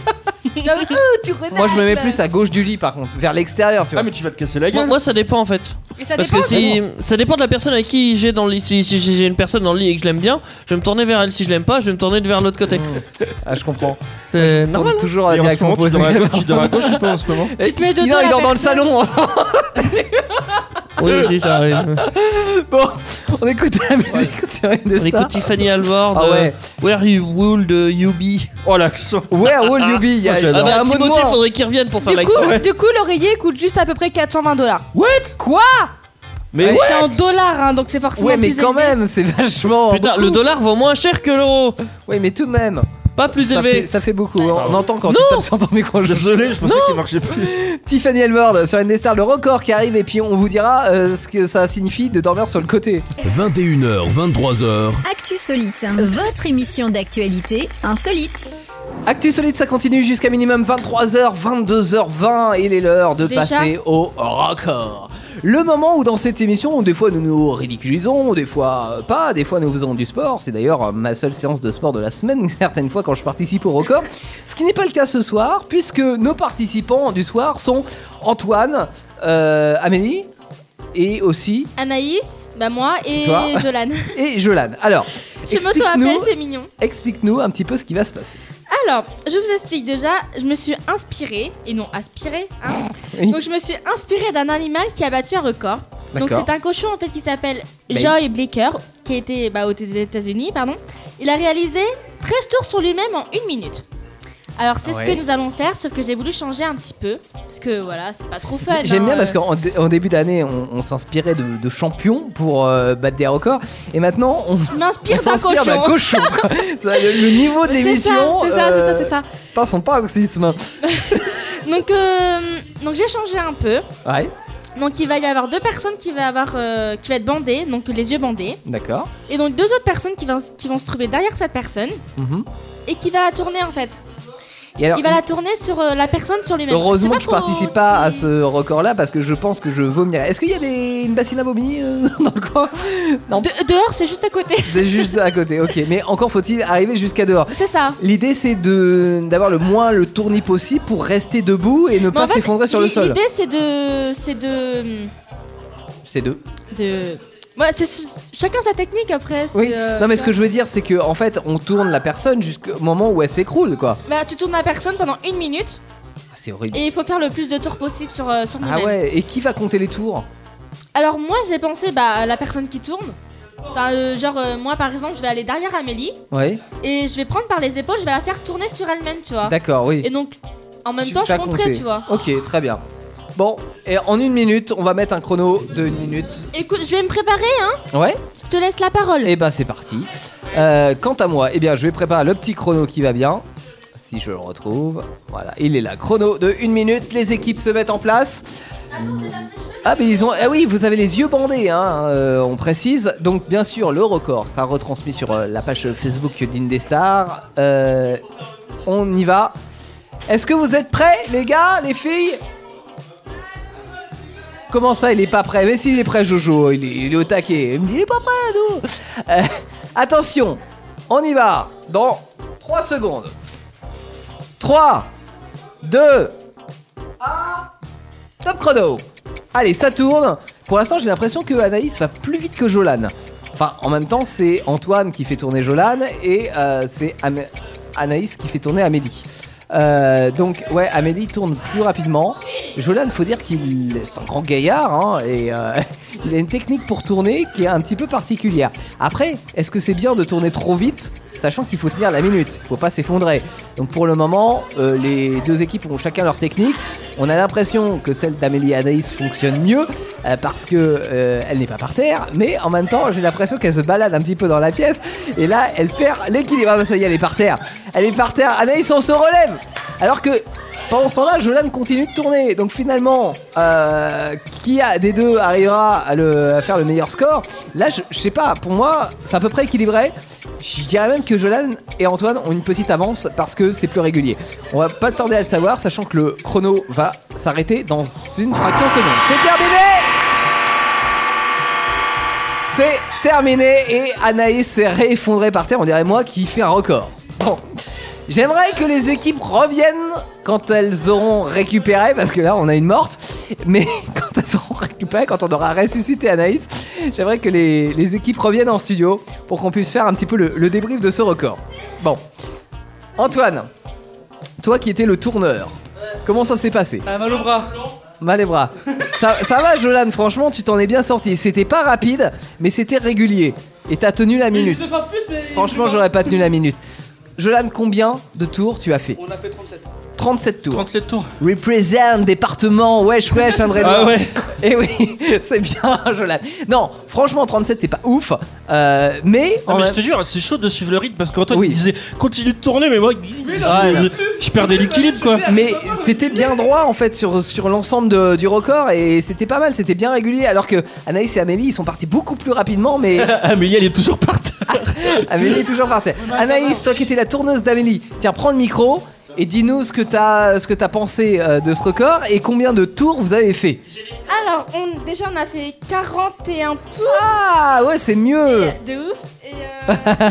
Speaker 10: Non, mais, euh, tu renardes,
Speaker 2: Moi, je me mets
Speaker 10: là.
Speaker 2: plus à gauche du lit, par contre, vers l'extérieur, tu vois.
Speaker 11: Ah, mais tu vas te casser la
Speaker 6: Moi,
Speaker 11: gueule.
Speaker 6: moi, ça dépend en fait.
Speaker 10: Mais ça
Speaker 6: Parce
Speaker 10: dépend,
Speaker 6: que si ça dépend de la personne avec qui j'ai dans le lit. Si, si j'ai une personne dans le lit et que je l'aime bien, je vais me tourner vers elle. Si je l'aime pas, je vais me tourner vers l'autre côté.
Speaker 2: Ah, je comprends.
Speaker 6: C'est
Speaker 2: Tourne
Speaker 6: normal.
Speaker 5: Oh,
Speaker 2: toujours à la
Speaker 11: Et en ce
Speaker 2: direction
Speaker 11: moment, tu
Speaker 2: opposée.
Speaker 11: dors à gauche, tu dors à gauche ou pas en ce moment
Speaker 2: Eh,
Speaker 1: te mets de
Speaker 2: non,
Speaker 1: dos à
Speaker 2: il
Speaker 1: la
Speaker 2: dort dans le salon. hein.
Speaker 6: Oui, aussi, ça arrive.
Speaker 2: [laughs] bon, on écoute la musique. sur
Speaker 6: On
Speaker 2: Indestar.
Speaker 6: écoute Tiffany Alvord.
Speaker 2: Ah ouais.
Speaker 6: euh, Where you would euh, you be
Speaker 11: Oh, l'accent.
Speaker 2: Where will you be Il y a,
Speaker 6: Ah
Speaker 2: il y a
Speaker 6: bah,
Speaker 2: un mot de
Speaker 6: Timothée,
Speaker 2: moins.
Speaker 6: faudrait qu'il revienne pour faire
Speaker 10: Du coup,
Speaker 6: l'accent.
Speaker 10: du coup, l'oreiller coûte juste à peu près 420 dollars.
Speaker 11: What
Speaker 2: Quoi
Speaker 11: Mais
Speaker 2: Ouais.
Speaker 1: C'est en dollars, hein, donc c'est forcément
Speaker 2: Ouais, mais
Speaker 1: plus
Speaker 2: quand
Speaker 1: élevé.
Speaker 2: même, c'est vachement.
Speaker 6: Putain, le dollar vaut moins cher que l'euro.
Speaker 2: Ouais, mais tout de même.
Speaker 6: Pas plus
Speaker 2: Ça
Speaker 6: élevé.
Speaker 2: fait, ça fait beaucoup. hein. On entend quand tu tapes sur ton micro. je-
Speaker 11: Désolé, je pensais qu'il marchait plus.
Speaker 2: Tiffany Elmord sur Indestar, le record qui arrive, et puis on vous dira euh, ce que ça signifie de dormir sur le côté.
Speaker 9: 21h, 23h.
Speaker 7: Actu Solite, votre émission d'actualité insolite.
Speaker 2: Actu solide, ça continue jusqu'à minimum 23h, 22h20. Il est l'heure de
Speaker 1: Déjà
Speaker 2: passer au record. Le moment où dans cette émission, des fois nous nous ridiculisons, des fois euh, pas, des fois nous faisons du sport. C'est d'ailleurs euh, ma seule séance de sport de la semaine, [laughs] certaines fois quand je participe au record. Ce qui n'est pas le cas ce soir, puisque nos participants du soir sont Antoine, euh, Amélie et aussi
Speaker 1: Anaïs, bah moi
Speaker 2: C'est
Speaker 1: et
Speaker 2: toi.
Speaker 1: Jolan.
Speaker 2: [laughs] et Jolan. Alors,
Speaker 1: Je m'auto-appelle,
Speaker 2: explique-nous
Speaker 1: c'est mignon.
Speaker 2: explique-nous un petit peu ce qui va se passer.
Speaker 1: Alors, je vous explique déjà, je me suis inspirée, et non aspirée, hein.
Speaker 2: [laughs] Oui.
Speaker 1: Donc je me suis inspirée d'un animal qui a battu un record. Donc
Speaker 2: D'accord. Ben
Speaker 1: c'est un cochon en fait qui s'appelle
Speaker 2: Mais-
Speaker 1: Joy Blaker, qui était bah, aux États-Unis, pardon. Il a réalisé 13 tours sur lui-même en une minute. Alors c'est ce
Speaker 2: Ah Ouais.
Speaker 1: que nous allons faire, sauf que j'ai voulu changer un petit peu, parce que voilà, c'est pas trop fun.
Speaker 2: J'aime
Speaker 1: hein,
Speaker 2: bien parce
Speaker 1: euh.
Speaker 2: qu'en dé- en début d'année, on, on s'inspirait de, de champions pour euh, battre des records. Et maintenant, on,
Speaker 1: Je
Speaker 2: on
Speaker 1: m'inspire d'un
Speaker 2: s'inspire d'un
Speaker 1: cochon. [laughs]
Speaker 2: cochon. quoi. Ça, le, le niveau de
Speaker 1: C'est ça,
Speaker 2: l'émission.
Speaker 1: c'est ça, c'est ça, c'est ça.
Speaker 2: Putain, son paroxysme.
Speaker 1: Donc, euh, donc j'ai changé un peu.
Speaker 2: Ouais,
Speaker 1: Donc il va y avoir deux personnes qui va avoir euh, qui va être bandées, donc les yeux bandés,
Speaker 2: d'accord.
Speaker 1: et donc deux autres personnes qui vont qui vont se trouver derrière cette personne
Speaker 2: Mhm.
Speaker 1: et qui va la tourner en fait.
Speaker 2: Et alors,
Speaker 1: il va la tourner sur euh, la personne sur lui-même.
Speaker 2: heureusement que
Speaker 1: C'est
Speaker 2: je
Speaker 1: pas trop-
Speaker 2: participe pas à ce record-là parce que je pense que je vomirais. Est-ce qu'il y a des, une bassine à vomi euh, [laughs] dans le coin Non,
Speaker 1: euh, De- dehors, c'est juste à côté.
Speaker 2: c'est juste à côté. Ok, mais encore faut-il arriver jusqu'à dehors.
Speaker 1: C'est ça.
Speaker 2: L'idée c'est de d'avoir le moins le tournis possible pour rester debout et
Speaker 1: Mais
Speaker 2: ne
Speaker 1: en
Speaker 2: pas
Speaker 1: fait,
Speaker 2: s'effondrer sur le
Speaker 1: l'i-
Speaker 2: sol.
Speaker 1: L'idée c'est de c'est de
Speaker 2: C'est deux.
Speaker 1: de Ouais, c'est chacun sa technique après. c'est,
Speaker 2: Oui.
Speaker 1: euh,
Speaker 2: non mais ce que je veux dire c'est que en fait on tourne la personne jusqu'au moment où elle s'écroule quoi.
Speaker 1: bah, tu tournes la personne pendant une minute
Speaker 2: Ah, c'est horrible.
Speaker 1: et il faut faire le plus de tours possible sur, euh, sur
Speaker 2: Ah
Speaker 1: lui-même.
Speaker 2: ouais, et qui va compter les tours
Speaker 1: Alors moi j'ai pensé bah, à la personne qui tourne. Enfin, euh, genre euh, moi par exemple je vais aller derrière Amélie
Speaker 2: Oui.
Speaker 1: et je vais prendre par les épaules, je vais la faire tourner sur elle-même, tu vois.
Speaker 2: D'accord, oui.
Speaker 1: Et donc en même
Speaker 2: Tu
Speaker 1: temps je
Speaker 2: vas
Speaker 1: compterai,
Speaker 2: compter.
Speaker 1: tu vois.
Speaker 2: OK, très bien. Bon, et en une minute, on va mettre un chrono de une minute.
Speaker 1: Écoute, je vais me préparer, hein.
Speaker 2: Ouais
Speaker 1: Je te laisse la parole.
Speaker 2: Et bah c'est parti. Euh, quant à moi, eh bien je vais préparer le petit chrono qui va bien. Si je le retrouve. Voilà, il est là. Chrono de une minute, les équipes se mettent en place. Ah mais ils ont ah oui vous avez les yeux bandés hein, euh, on précise donc bien sûr le record sera retransmis sur euh, la page Facebook d'Indestar Euh, on y va est-ce que vous êtes prêts les gars les filles comment ça il est pas prêt mais s'il est prêt Jojo il est, il est au taquet il est pas prêt nous Euh, attention on y va dans 3 secondes 3 2 Top chrono Allez, ça tourne. Pour l'instant, j'ai l'impression que Anaïs va plus vite que Jolan. Enfin, en même temps, c'est Antoine qui fait tourner Jolan et euh, c'est Am- Anaïs qui fait tourner Amélie. Euh, donc, ouais, Amélie tourne plus rapidement. Jolan, faut dire qu'il est un grand gaillard hein, et euh, [laughs] il a une technique pour tourner qui est un petit peu particulière. Après, est-ce que c'est bien de tourner trop vite Sachant qu'il faut tenir la minute, faut pas s'effondrer. Donc pour le moment, euh, les deux équipes ont chacun leur technique. On a l'impression que celle d'Amélie et Anaïs fonctionne mieux euh, parce que euh, elle n'est pas par terre, mais en même temps, j'ai l'impression qu'elle se balade un petit peu dans la pièce et là, elle perd l'équilibre. Ah bah ça y est, elle est par terre. Elle est par terre. Anaïs, on se relève. Alors que pendant ce temps-là, Jolan continue de tourner. Donc finalement, euh, qui a des deux arrivera à, le- à faire le meilleur score Là, je, je sais pas. Pour moi, c'est à peu près équilibré. Je dirais même que Jolan et Antoine ont une petite avance parce que c'est plus régulier. On va pas tarder à le savoir, sachant que le chrono va s'arrêter dans une fraction de seconde. C'est terminé c'est terminé et Anaïs s'est réeffondrée par terre, on dirait moi qui fait un record. Bon. J'aimerais que les équipes reviennent quand elles auront récupéré, parce que là on a une morte, mais [laughs] quand elles auront récupéré, quand on aura ressuscité Anaïs, j'aimerais que les, les équipes reviennent en studio pour qu'on puisse faire un petit peu le, le débrief de ce record. Bon. Antoine, toi qui étais le tourneur, comment ça s'est passé
Speaker 8: mal au bras.
Speaker 10: Ah,
Speaker 2: Mal les bras. ça, ça va, Jolan, franchement, tu t'en es bien sorti. C'était pas rapide, mais c'était régulier. Et t'as tenu la minute. Franchement, j'aurais pas tenu la minute. Jolan, combien de tours tu as fait
Speaker 8: On a fait 37.
Speaker 2: 37 tours. 37 tours. Represent département, wesh wesh, André
Speaker 8: Ah ouais.
Speaker 2: Et oui, [laughs] c'est bien, Jolan. Non, franchement, 37, c'est pas ouf. euh, mais.
Speaker 6: Non,
Speaker 2: en
Speaker 6: mais je
Speaker 2: même-
Speaker 6: te jure, c'est chaud de suivre le rythme parce qu'Antoine il disait continue de tourner, mais moi je,
Speaker 2: Ouais.
Speaker 6: je perdais l'équilibre quoi. [laughs]
Speaker 2: Mais t'étais bien droit en fait sur, sur l'ensemble de- du record et c'était pas mal, c'était bien régulier. Alors que Anaïs et Amélie ils sont partis beaucoup plus rapidement,
Speaker 8: [laughs]
Speaker 2: mais
Speaker 6: Amélie elle Ah, est toujours par terre.
Speaker 2: Amélie est toujours par terre. Anaïs, toi qui étais la tourneuse d'Amélie, tiens, prends le micro et dis-nous ce que t'as ce que t'as pensé euh, de ce record et combien de tours vous avez fait.
Speaker 1: Alors, on, déjà, on a fait 41 tours.
Speaker 2: Ah ouais, c'est mieux.
Speaker 1: Et, de ouf. Et, euh,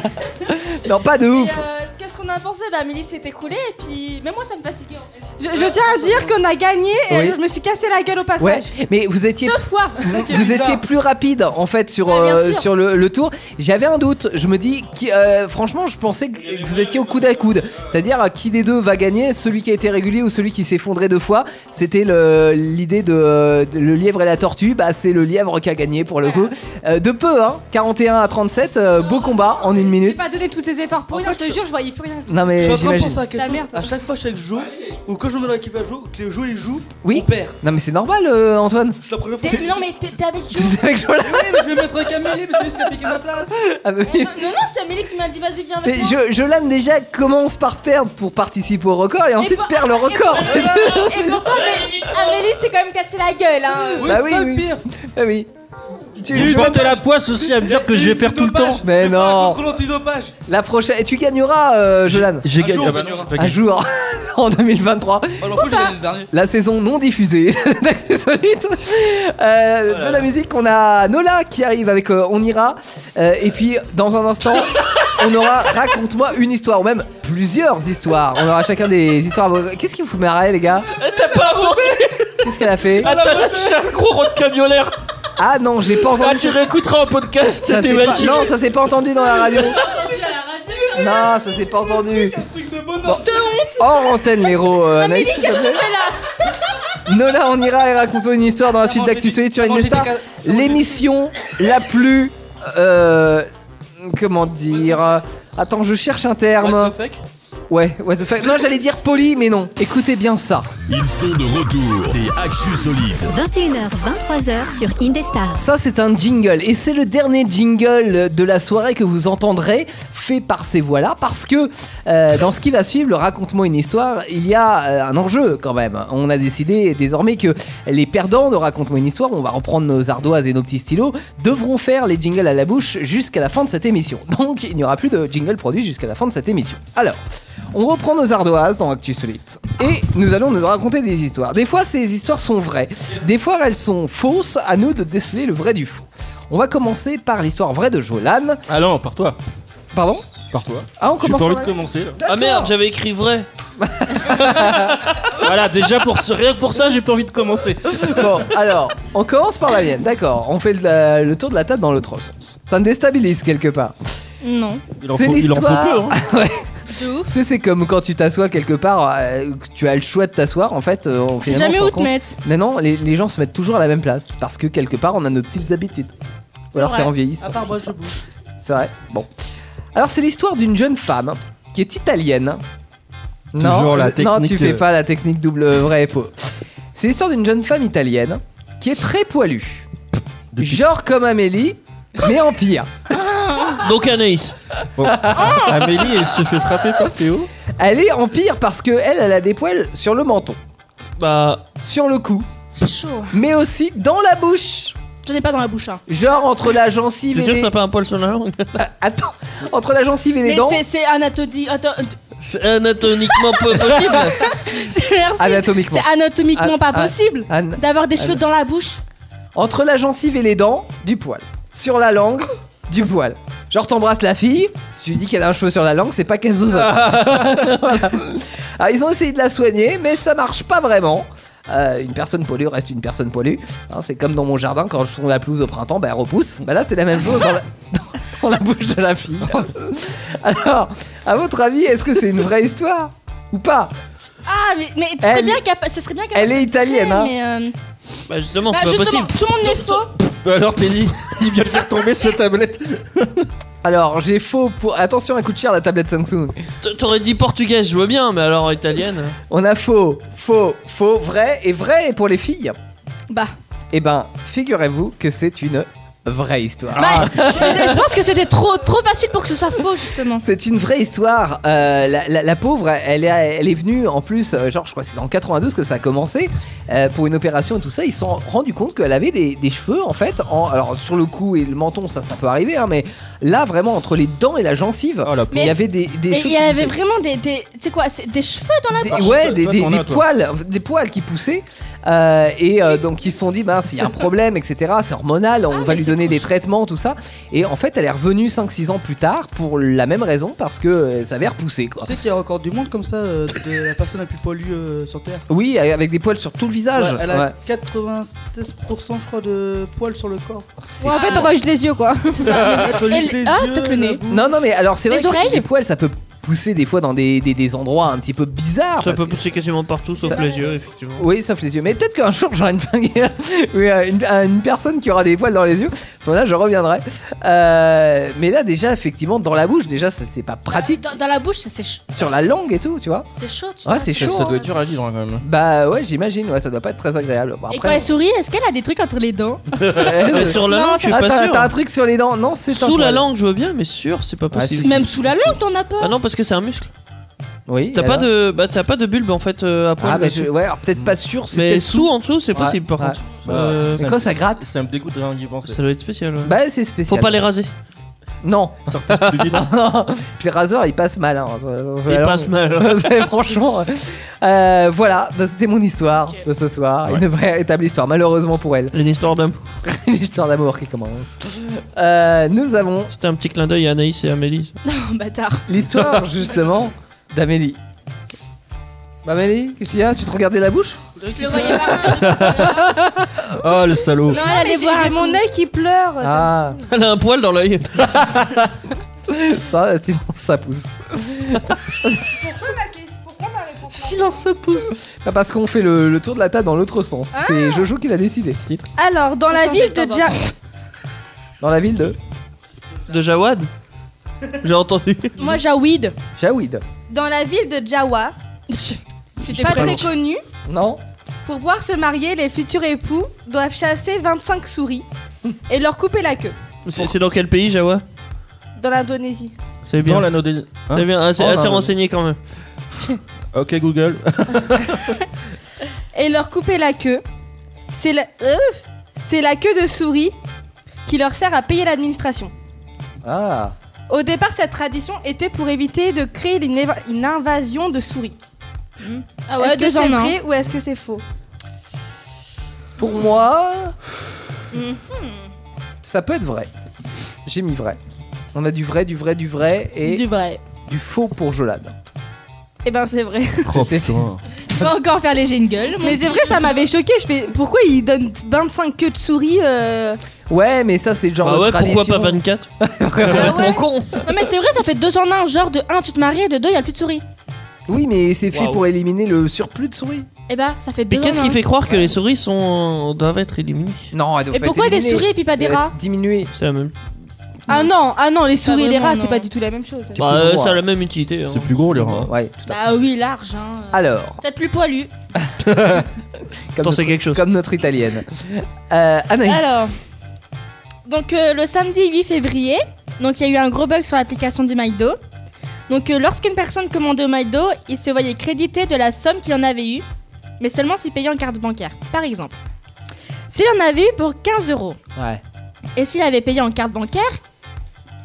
Speaker 2: non, pas de ouf.
Speaker 1: et, euh, qu'est-ce qu'on a pensé Bah, Amélie s'est écroulée et puis. Mais moi, ça me fatiguait en fait. Euh,
Speaker 10: Je, je tiens à dire qu'on a gagné et
Speaker 2: Oui.
Speaker 10: je me suis cassé la gueule au passage.
Speaker 2: Ouais, mais vous étiez
Speaker 10: Deux [laughs] fois.
Speaker 2: Vous étiez plus rapide en fait sur,
Speaker 10: bien
Speaker 2: euh,
Speaker 10: sûr.
Speaker 2: sur le, le tour. J'avais un doute. Je me dis, qui, euh, franchement, je pensais que vous étiez au coude à coude. C'est-à-dire euh, qui des deux va gagner, celui qui a été régulier ou celui qui s'est effondré deux fois. C'était le- l'idée de, euh, de le lièvre et la tortue. Bah, c'est le lièvre qui a gagné pour le coup. Euh, de peu, hein. 41 à 37, euh, beau combat en une
Speaker 10: J'ai
Speaker 2: minute.
Speaker 10: pas donné tous ces efforts pour rien, je te jure, je voyais plus rien.
Speaker 2: Non, mais
Speaker 8: je suis en train de
Speaker 2: j'imagine.
Speaker 8: penser à quelque
Speaker 10: La
Speaker 8: chose.
Speaker 10: merde,
Speaker 8: à chaque fois, chaque jour, ou quand je me mets dans l'équipe à jouer, que les joueurs ils jouent,
Speaker 2: Oui.
Speaker 8: on perd.
Speaker 2: Non, mais c'est normal, euh, Antoine.
Speaker 8: Je suis la première fois.
Speaker 1: T'es- Non, mais t'es t'es avec Joe.
Speaker 2: C'est avec Jolan.
Speaker 8: Oui, mais je vais mettre un camélier, mais c'est juste qui a piqué ma place.
Speaker 2: Ah, bah oui.
Speaker 1: Non, non, non, c'est Amélie qui m'a dit vas-y, viens avec
Speaker 2: Mais
Speaker 1: moi.
Speaker 2: Jo- Jolan déjà commence par perdre pour participer au record et ensuite
Speaker 1: pour-
Speaker 2: perd le record.
Speaker 1: Et pour- Et pourtant,
Speaker 2: [laughs]
Speaker 1: mais Amélie s'est quand même cassé la gueule. Hein.
Speaker 2: Bah oui, oui. Ah oui. Tu
Speaker 6: J'ai eu porté la poisse aussi à me dire que je vais perdre tout le temps.
Speaker 2: Mais non.
Speaker 8: l'antidopage.
Speaker 2: La prochaine, et tu gagneras, euh, Jolan.
Speaker 6: J'ai gagné. Ah bah non, j'ai pas
Speaker 2: Un
Speaker 6: gagné.
Speaker 2: jour, [laughs] en 2023,
Speaker 8: Oh, l'enfant, j'ai gagné le dernier.
Speaker 2: la saison non diffusée [laughs] d'Actu Solide.
Speaker 6: Oh
Speaker 2: Euh, de la musique, on a Nola qui arrive avec euh, On ira. Euh, et puis, dans un
Speaker 6: [laughs]
Speaker 2: instant, on aura Raconte-moi une histoire, ou même plusieurs histoires. On aura chacun des histoires. Qu'est-ce qui vous fait marrer, les gars
Speaker 6: Eh, T'as pas entendu
Speaker 2: Qu'est-ce qu'elle a fait
Speaker 6: Attaché un gros rod camionneur
Speaker 2: Ah non, j'ai pas entendu.
Speaker 6: Ah, tu réécouteras en podcast,
Speaker 2: Ça
Speaker 6: c'était
Speaker 2: s'est pas-
Speaker 6: magique
Speaker 2: Non, ça s'est pas entendu dans la radio. Non, ça s'est pas entendu. Bon. Hors antenne, les héros. euh, Anaïs, s'il te plaît. Nola, on ira et raconte-toi une histoire dans la suite d'Actu Solide sur Indestar. L'émission la plus. euh, comment dire euh, Attends, je cherche un terme. What the fuck Ouais, what the fuck. Non, j'allais dire poli, mais non. Écoutez bien ça.
Speaker 9: Ils sont de retour. C'est Actu Solide.
Speaker 7: 21h, 23h sur Indestar.
Speaker 2: Ça, c'est un jingle. Et c'est le dernier jingle de la soirée que vous entendrez, fait par ces voix-là, parce que euh, dans ce qui va suivre, le Raconte-moi une histoire, il y a euh, un enjeu quand même. On a décidé désormais que les perdants de Raconte-moi une histoire, on va reprendre nos ardoises et nos petits stylos, devront faire les jingles à la bouche jusqu'à la fin de cette émission. [laughs] Donc, il n'y aura plus de jingle produit jusqu'à la fin de cette émission. Alors. On reprend nos ardoises dans Actu Solite et nous allons nous raconter des histoires. Des fois, ces histoires sont vraies, des fois, elles sont fausses. À nous de déceler le vrai du faux. On va commencer par l'histoire vraie de Jolan.
Speaker 5: Ah non, par toi.
Speaker 2: Pardon
Speaker 5: Par toi.
Speaker 2: Ah, on
Speaker 5: J'ai
Speaker 2: commence
Speaker 5: pas
Speaker 2: par
Speaker 5: envie
Speaker 2: la-
Speaker 5: de commencer là.
Speaker 6: Ah merde, j'avais écrit vrai voilà, déjà pour ce, rien que pour ça, j'ai pas envie de commencer.
Speaker 2: Bon, alors, on commence par la mienne, d'accord. On fait la- le tour de la table dans l'autre sens. Ça me déstabilise quelque part.
Speaker 1: Non.
Speaker 2: C'est l'histoire.
Speaker 11: hein.
Speaker 2: [laughs] Ouais.
Speaker 1: De
Speaker 2: Tu sais, c'est comme quand tu t'assois quelque part, euh, que tu as le choix de t'asseoir, en fait, euh, on finalement,
Speaker 1: jamais
Speaker 2: on se
Speaker 1: où
Speaker 2: rend
Speaker 1: te
Speaker 2: compte-
Speaker 1: mettre.
Speaker 2: Mais non, les, les gens se mettent toujours à la même place, parce que quelque part, on a nos petites habitudes. Ou alors c'est en vieillissant.
Speaker 11: À part moi, je
Speaker 2: bouge. C'est vrai. Bon. Alors, c'est l'histoire d'une jeune femme qui est italienne. non,
Speaker 11: Toujours la
Speaker 2: je- non, tu
Speaker 11: technique,
Speaker 2: fais
Speaker 11: euh,
Speaker 2: pas la technique double vrai et faux. C'est l'histoire d'une jeune femme italienne qui est très poilue. Genre comme Amélie, mais en pire.
Speaker 1: Ah.
Speaker 6: Donc Anaïs.
Speaker 2: Amélie, elle se fait frapper par Théo. Oh Elle est en pire parce que elle, elle a des poils sur le menton.
Speaker 6: Bah.
Speaker 2: Sur le cou.
Speaker 1: Ah, Chaud.
Speaker 2: Mais aussi dans la bouche.
Speaker 1: J'en ai pas dans la bouche. Hein.
Speaker 2: Genre entre la gencive
Speaker 6: T'es
Speaker 2: et
Speaker 6: sûr que
Speaker 2: les...
Speaker 6: t'as pas un poil sur la langue
Speaker 2: Bah, Attends, entre la gencive et les
Speaker 1: Mais
Speaker 2: dents.
Speaker 1: c'est- c'est anatomique. [laughs]
Speaker 6: C'est anatomiquement pas possible.
Speaker 2: Anatomiquement.
Speaker 1: C'est anatomiquement
Speaker 2: Ah,
Speaker 1: pas
Speaker 2: ah,
Speaker 1: possible
Speaker 2: ah,
Speaker 1: d'avoir des
Speaker 2: ah,
Speaker 1: cheveux
Speaker 2: non.
Speaker 1: dans la bouche.
Speaker 2: Entre la gencive et les dents, du poil. Sur la langue, du poil. Genre t'embrasses la fille, si tu lui dis qu'elle a un cheveu sur la langue, c'est pas qu'elle zouze. Voilà. Alors, ils ont essayé de la soigner, mais ça marche pas vraiment. Euh, une personne pollue reste une personne pollue. Hein, c'est comme dans mon jardin, quand je sonne la pelouse au printemps, bah, elle repousse. Bah, là, c'est la même chose dans la, [laughs] dans la bouche de la fille. [laughs] Alors, à votre avis, est-ce que c'est une vraie histoire ou pas
Speaker 1: Ah, mais, mais tu serais
Speaker 2: Elle-
Speaker 1: bien capable. Ce serait bien capable.
Speaker 2: Elle est italienne, hein.
Speaker 1: Mais, euh,
Speaker 6: Bah justement,
Speaker 1: bah,
Speaker 6: c'est pas
Speaker 1: justement,
Speaker 6: possible.
Speaker 1: tout le monde est faux.
Speaker 6: Bah alors Teddy,
Speaker 2: [laughs] il vient de faire tomber sa tablette. Alors, j'ai faux pour. Attention, elle coûte cher la tablette Samsung.
Speaker 6: t- t'aurais dit portugaise, je vois bien, mais alors italienne.
Speaker 2: On a faux, faux, faux, vrai et vrai pour les filles.
Speaker 1: Bah.
Speaker 2: Eh ben, figurez-vous que c'est une vraie histoire.
Speaker 1: bah, [laughs] je, je pense que c'était trop, trop facile pour que ce soit faux, justement.
Speaker 2: C'est une vraie histoire. Euh, la, la- la pauvre, elle est, elle est venue en plus, euh, genre je crois que c'est dans 92 que ça a commencé, euh, pour une opération et tout ça. Ils se sont rendus compte qu'elle avait des, des cheveux en fait. en- alors sur le cou et le menton, ça, ça peut arriver, hein, mais là vraiment entre les dents et la gencive, il y
Speaker 1: Mais-
Speaker 2: avait des, des
Speaker 1: mais
Speaker 2: cheveux
Speaker 1: il
Speaker 2: qui
Speaker 1: y avait
Speaker 2: poussaient.
Speaker 1: vraiment des, des c'est quoi, c'est des cheveux dans la
Speaker 2: Des-
Speaker 1: bouche.
Speaker 2: ouais, des,
Speaker 11: Ah, toi,
Speaker 2: des-
Speaker 11: t'en
Speaker 2: des
Speaker 11: as, toi.
Speaker 2: poils, des poils qui poussaient. euh, et euh, donc ils se sont dit,
Speaker 11: [laughs]
Speaker 2: ben s'il y a un problème, etc. C'est hormonal, on va lui donner des traitements, tout ça. Et en fait, elle est revenue 5-6 ans plus tard pour la même raison, parce que euh, ça avait repoussé. Quoi.
Speaker 8: Tu sais qu'il y a encore du monde comme ça euh, de la personne la plus pollue euh, sur Terre
Speaker 2: Oui, avec des poils sur tout le visage.
Speaker 8: Ouais, Elle a
Speaker 2: Ouais.
Speaker 8: 96% je crois de poils sur le corps.
Speaker 2: Ouais, en fait, on
Speaker 1: voit juste les yeux quoi. [laughs] C'est ça.
Speaker 8: Ouais, tu vois
Speaker 1: Et-
Speaker 8: juste les
Speaker 1: ah,
Speaker 8: yeux,
Speaker 1: peut-être le
Speaker 8: la
Speaker 1: nez.
Speaker 8: bouche.
Speaker 2: Non, non, mais alors c'est
Speaker 1: Les
Speaker 2: vrai que
Speaker 1: oreilles
Speaker 2: les poils, ça peut pousser des fois dans des, des- des endroits un petit peu bizarres.
Speaker 6: Ça
Speaker 2: parce
Speaker 6: peut
Speaker 2: que-
Speaker 6: pousser quasiment partout, sauf
Speaker 2: Ça-
Speaker 6: les yeux, effectivement.
Speaker 2: Oui, sauf les yeux. Mais peut-être qu'un jour j'aurai une... [laughs] oui, euh, une, euh, une personne qui aura des poils dans les yeux. À ce moment-là, je reviendrai. Euh, mais là, déjà, effectivement, dans la bouche, déjà, ça, c'est pas pratique.
Speaker 1: Dans, dans la bouche, ça, c'est ch-
Speaker 2: Sur la langue et tout, tu vois.
Speaker 1: c'est chaud. Tu
Speaker 2: Ouais,
Speaker 1: vois.
Speaker 2: c'est chaud.
Speaker 11: ça doit
Speaker 2: hein.
Speaker 11: être dur à vivre hein, quand même.
Speaker 2: Bah ouais, j'imagine. Ouais, ça doit pas être très agréable. Bon,
Speaker 1: Et quand
Speaker 2: après,
Speaker 1: elle sourit, est-ce qu'elle a des trucs entre les dents
Speaker 6: mais sur la
Speaker 1: Non,
Speaker 6: langue,
Speaker 1: ça-
Speaker 6: je suis
Speaker 2: Ah,
Speaker 6: pas
Speaker 2: t'as-
Speaker 6: sûr.
Speaker 2: t'as un truc sur les dents Non, c'est Ah, un
Speaker 6: Sous la
Speaker 2: poil.
Speaker 6: langue, je vois bien, mais sûr, c'est pas possible.
Speaker 1: Même sous la langue, t'en as
Speaker 6: Ah
Speaker 1: pas.
Speaker 6: non, parce que c'est un muscle.
Speaker 2: Oui.
Speaker 6: T'as pas
Speaker 2: alors
Speaker 6: de, bah, t'as pas de bulbe en fait euh, à poil.
Speaker 2: Ah bah
Speaker 6: dessus.
Speaker 2: je... ouais, alors peut-être pas sûr. c'est
Speaker 6: Mais
Speaker 2: peut-être
Speaker 6: sous en dessous, c'est
Speaker 2: Ouais,
Speaker 6: possible par
Speaker 2: ouais.
Speaker 6: contre.
Speaker 11: Bah,
Speaker 6: Euh,
Speaker 2: Mais quand ça gratte,
Speaker 11: Ça me dégoûte rien d'y penser.
Speaker 6: Ça doit être spécial. ouais.
Speaker 2: bah c'est spécial.
Speaker 6: Faut pas les raser.
Speaker 2: Non.
Speaker 11: Ça repousse
Speaker 2: [laughs]
Speaker 11: plus vite.
Speaker 2: Puis le rasoir, il passe mal. hein.
Speaker 6: Il passe mal.
Speaker 2: [laughs] C'est- Franchement, euh, voilà, donc c'était mon histoire de ce soir. Une vraie établie histoire, malheureusement pour elle.
Speaker 6: Une histoire d'amour.
Speaker 2: [laughs] Une histoire d'amour qui commence. Euh, nous avons
Speaker 6: C'était un petit clin d'œil à Anaïs et Amélie.
Speaker 1: [laughs] Non, bâtard. [laughs]
Speaker 6: [laughs]
Speaker 2: l'histoire justement d'Amélie. Bah, Amélie, qu'est-ce qu'il y a Tu te regardais la bouche
Speaker 1: Je le voyais partir.
Speaker 11: [laughs] Oh le salaud.
Speaker 1: Non, elle allait
Speaker 10: J'ai j'ai
Speaker 1: voir
Speaker 10: mon œil qui pleure. ça
Speaker 2: Ah,
Speaker 6: Elle a un poil dans l'œil.
Speaker 2: [laughs] ça, sinon ça pousse.
Speaker 6: Silence, ça pousse. Ah.
Speaker 2: Pas Bah, parce qu'on fait le, le tour de la table dans l'autre sens. C'est Jojo qui l'a décidé. Titre.
Speaker 10: me- Alors, dans la
Speaker 1: change
Speaker 10: ville
Speaker 1: de
Speaker 10: de
Speaker 1: temps en
Speaker 10: Ja...
Speaker 2: Dans la ville de
Speaker 6: De Jawad
Speaker 1: [laughs]
Speaker 6: J'ai entendu.
Speaker 1: Moi, Jawid.
Speaker 2: Jawid.
Speaker 10: Dans la ville de Jawa,
Speaker 1: J'étais
Speaker 10: pas
Speaker 1: prête.
Speaker 10: très connue,
Speaker 2: Non
Speaker 10: pour voir se marier, les futurs époux doivent chasser 25 souris et leur couper la queue.
Speaker 6: C'est c'est dans quel pays, Jawa
Speaker 10: Dans l'Indonésie.
Speaker 6: C'est
Speaker 11: Dans
Speaker 6: bien.
Speaker 11: l'anneau des. hein
Speaker 6: C'est bien, assez,
Speaker 11: Oh,
Speaker 6: assez
Speaker 11: non.
Speaker 6: renseigné quand
Speaker 2: [laughs]
Speaker 6: même.
Speaker 11: Ok Google.
Speaker 10: Et leur couper la queue, c'est la... Euh, c'est la queue de souris qui leur sert à payer l'administration.
Speaker 2: Ah
Speaker 10: Au départ, cette tradition était pour éviter de créer une, éva- une invasion de souris.
Speaker 1: Ah ouais,
Speaker 10: est-ce que
Speaker 1: deux
Speaker 10: c'est
Speaker 1: en un.
Speaker 10: vrai ou est-ce que c'est faux
Speaker 2: Pour moi,
Speaker 1: Mhm.
Speaker 2: ça peut être vrai. J'ai mis vrai. On a du vrai, du vrai, du vrai et
Speaker 1: Du vrai.
Speaker 2: du faux pour Jolade.
Speaker 10: Eh ben c'est vrai.
Speaker 5: Oh, putain.
Speaker 10: Tu vas encore faire les jingles. Mais c'est vrai, ça m'avait choqué. Je fais pourquoi il donne 25 queues de souris euh,
Speaker 2: Ouais, mais ça, c'est le genre
Speaker 6: Ah
Speaker 2: de
Speaker 6: ouais,
Speaker 2: tradition.
Speaker 6: pourquoi pas 24
Speaker 2: Complètement con.
Speaker 1: Non mais c'est vrai, ça fait deux en un, genre de un tu te maries et de deux il y a plus de souris.
Speaker 2: Oui, mais c'est fait
Speaker 6: Waouh.
Speaker 2: pour éliminer le surplus de souris.
Speaker 1: Et bah ça fait deux
Speaker 6: Mais
Speaker 1: en
Speaker 6: qu'est-ce
Speaker 1: un.
Speaker 6: qui fait croire que les souris sont doivent être éliminées
Speaker 2: Non,
Speaker 1: Et pourquoi des souris et puis pas des rats
Speaker 2: Diminuer.
Speaker 6: C'est la même.
Speaker 10: Ah non, ah non, les souris et les
Speaker 1: vraiment,
Speaker 10: rats,
Speaker 1: non.
Speaker 10: c'est pas du tout la même chose.
Speaker 6: Bah, euh,
Speaker 2: gros,
Speaker 6: ça a
Speaker 2: hein.
Speaker 6: la même utilité.
Speaker 2: C'est
Speaker 6: plus gros les rats.
Speaker 2: Ouais.
Speaker 1: Bah oui, large hein.
Speaker 2: Alors,
Speaker 1: Peut-être plus poilu.
Speaker 2: comme notre,
Speaker 6: quelque chose.
Speaker 2: comme notre italienne. Euh, Anaïs.
Speaker 1: Alors, donc euh, le samedi 8 février, donc il y a eu un gros bug sur l'application du MyDo. Donc euh, lorsqu'une personne commandait au MyDo, il se voyait crédité de la somme qu'il en avait eue, mais seulement s'il payait en carte bancaire, par exemple. S'il en avait eu pour 15 euros,
Speaker 2: Ouais.
Speaker 1: et s'il avait payé en carte bancaire,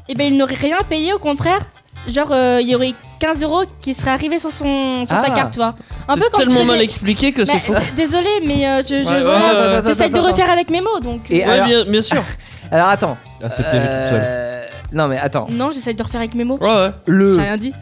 Speaker 1: eh ben il n'aurait rien payé, au contraire, genre euh, il y aurait 15 euros qui seraient arrivés sur, son, sur sa
Speaker 6: Ah.
Speaker 1: carte, tu vois. Un
Speaker 6: C'est
Speaker 1: peu comme tu
Speaker 6: tellement
Speaker 1: fais
Speaker 6: mal
Speaker 1: des-
Speaker 6: expliqué que c'est
Speaker 1: Mais
Speaker 6: faux.
Speaker 1: Désolé, mais euh, je, je-
Speaker 6: Ouais,
Speaker 1: voilà,
Speaker 6: ouais, attends, attends,
Speaker 1: j'essaie de
Speaker 6: attends,
Speaker 1: refaire avec mes mots, donc.
Speaker 2: Et
Speaker 1: euh,
Speaker 2: alors-
Speaker 6: sûr.
Speaker 2: [laughs] alors attends.
Speaker 5: Ah, c'est piégé
Speaker 2: piégé
Speaker 5: toute seule.
Speaker 2: Non, mais attends.
Speaker 1: Non, j'essaie de refaire avec mes mots.
Speaker 2: Le.
Speaker 1: J'ai rien dit.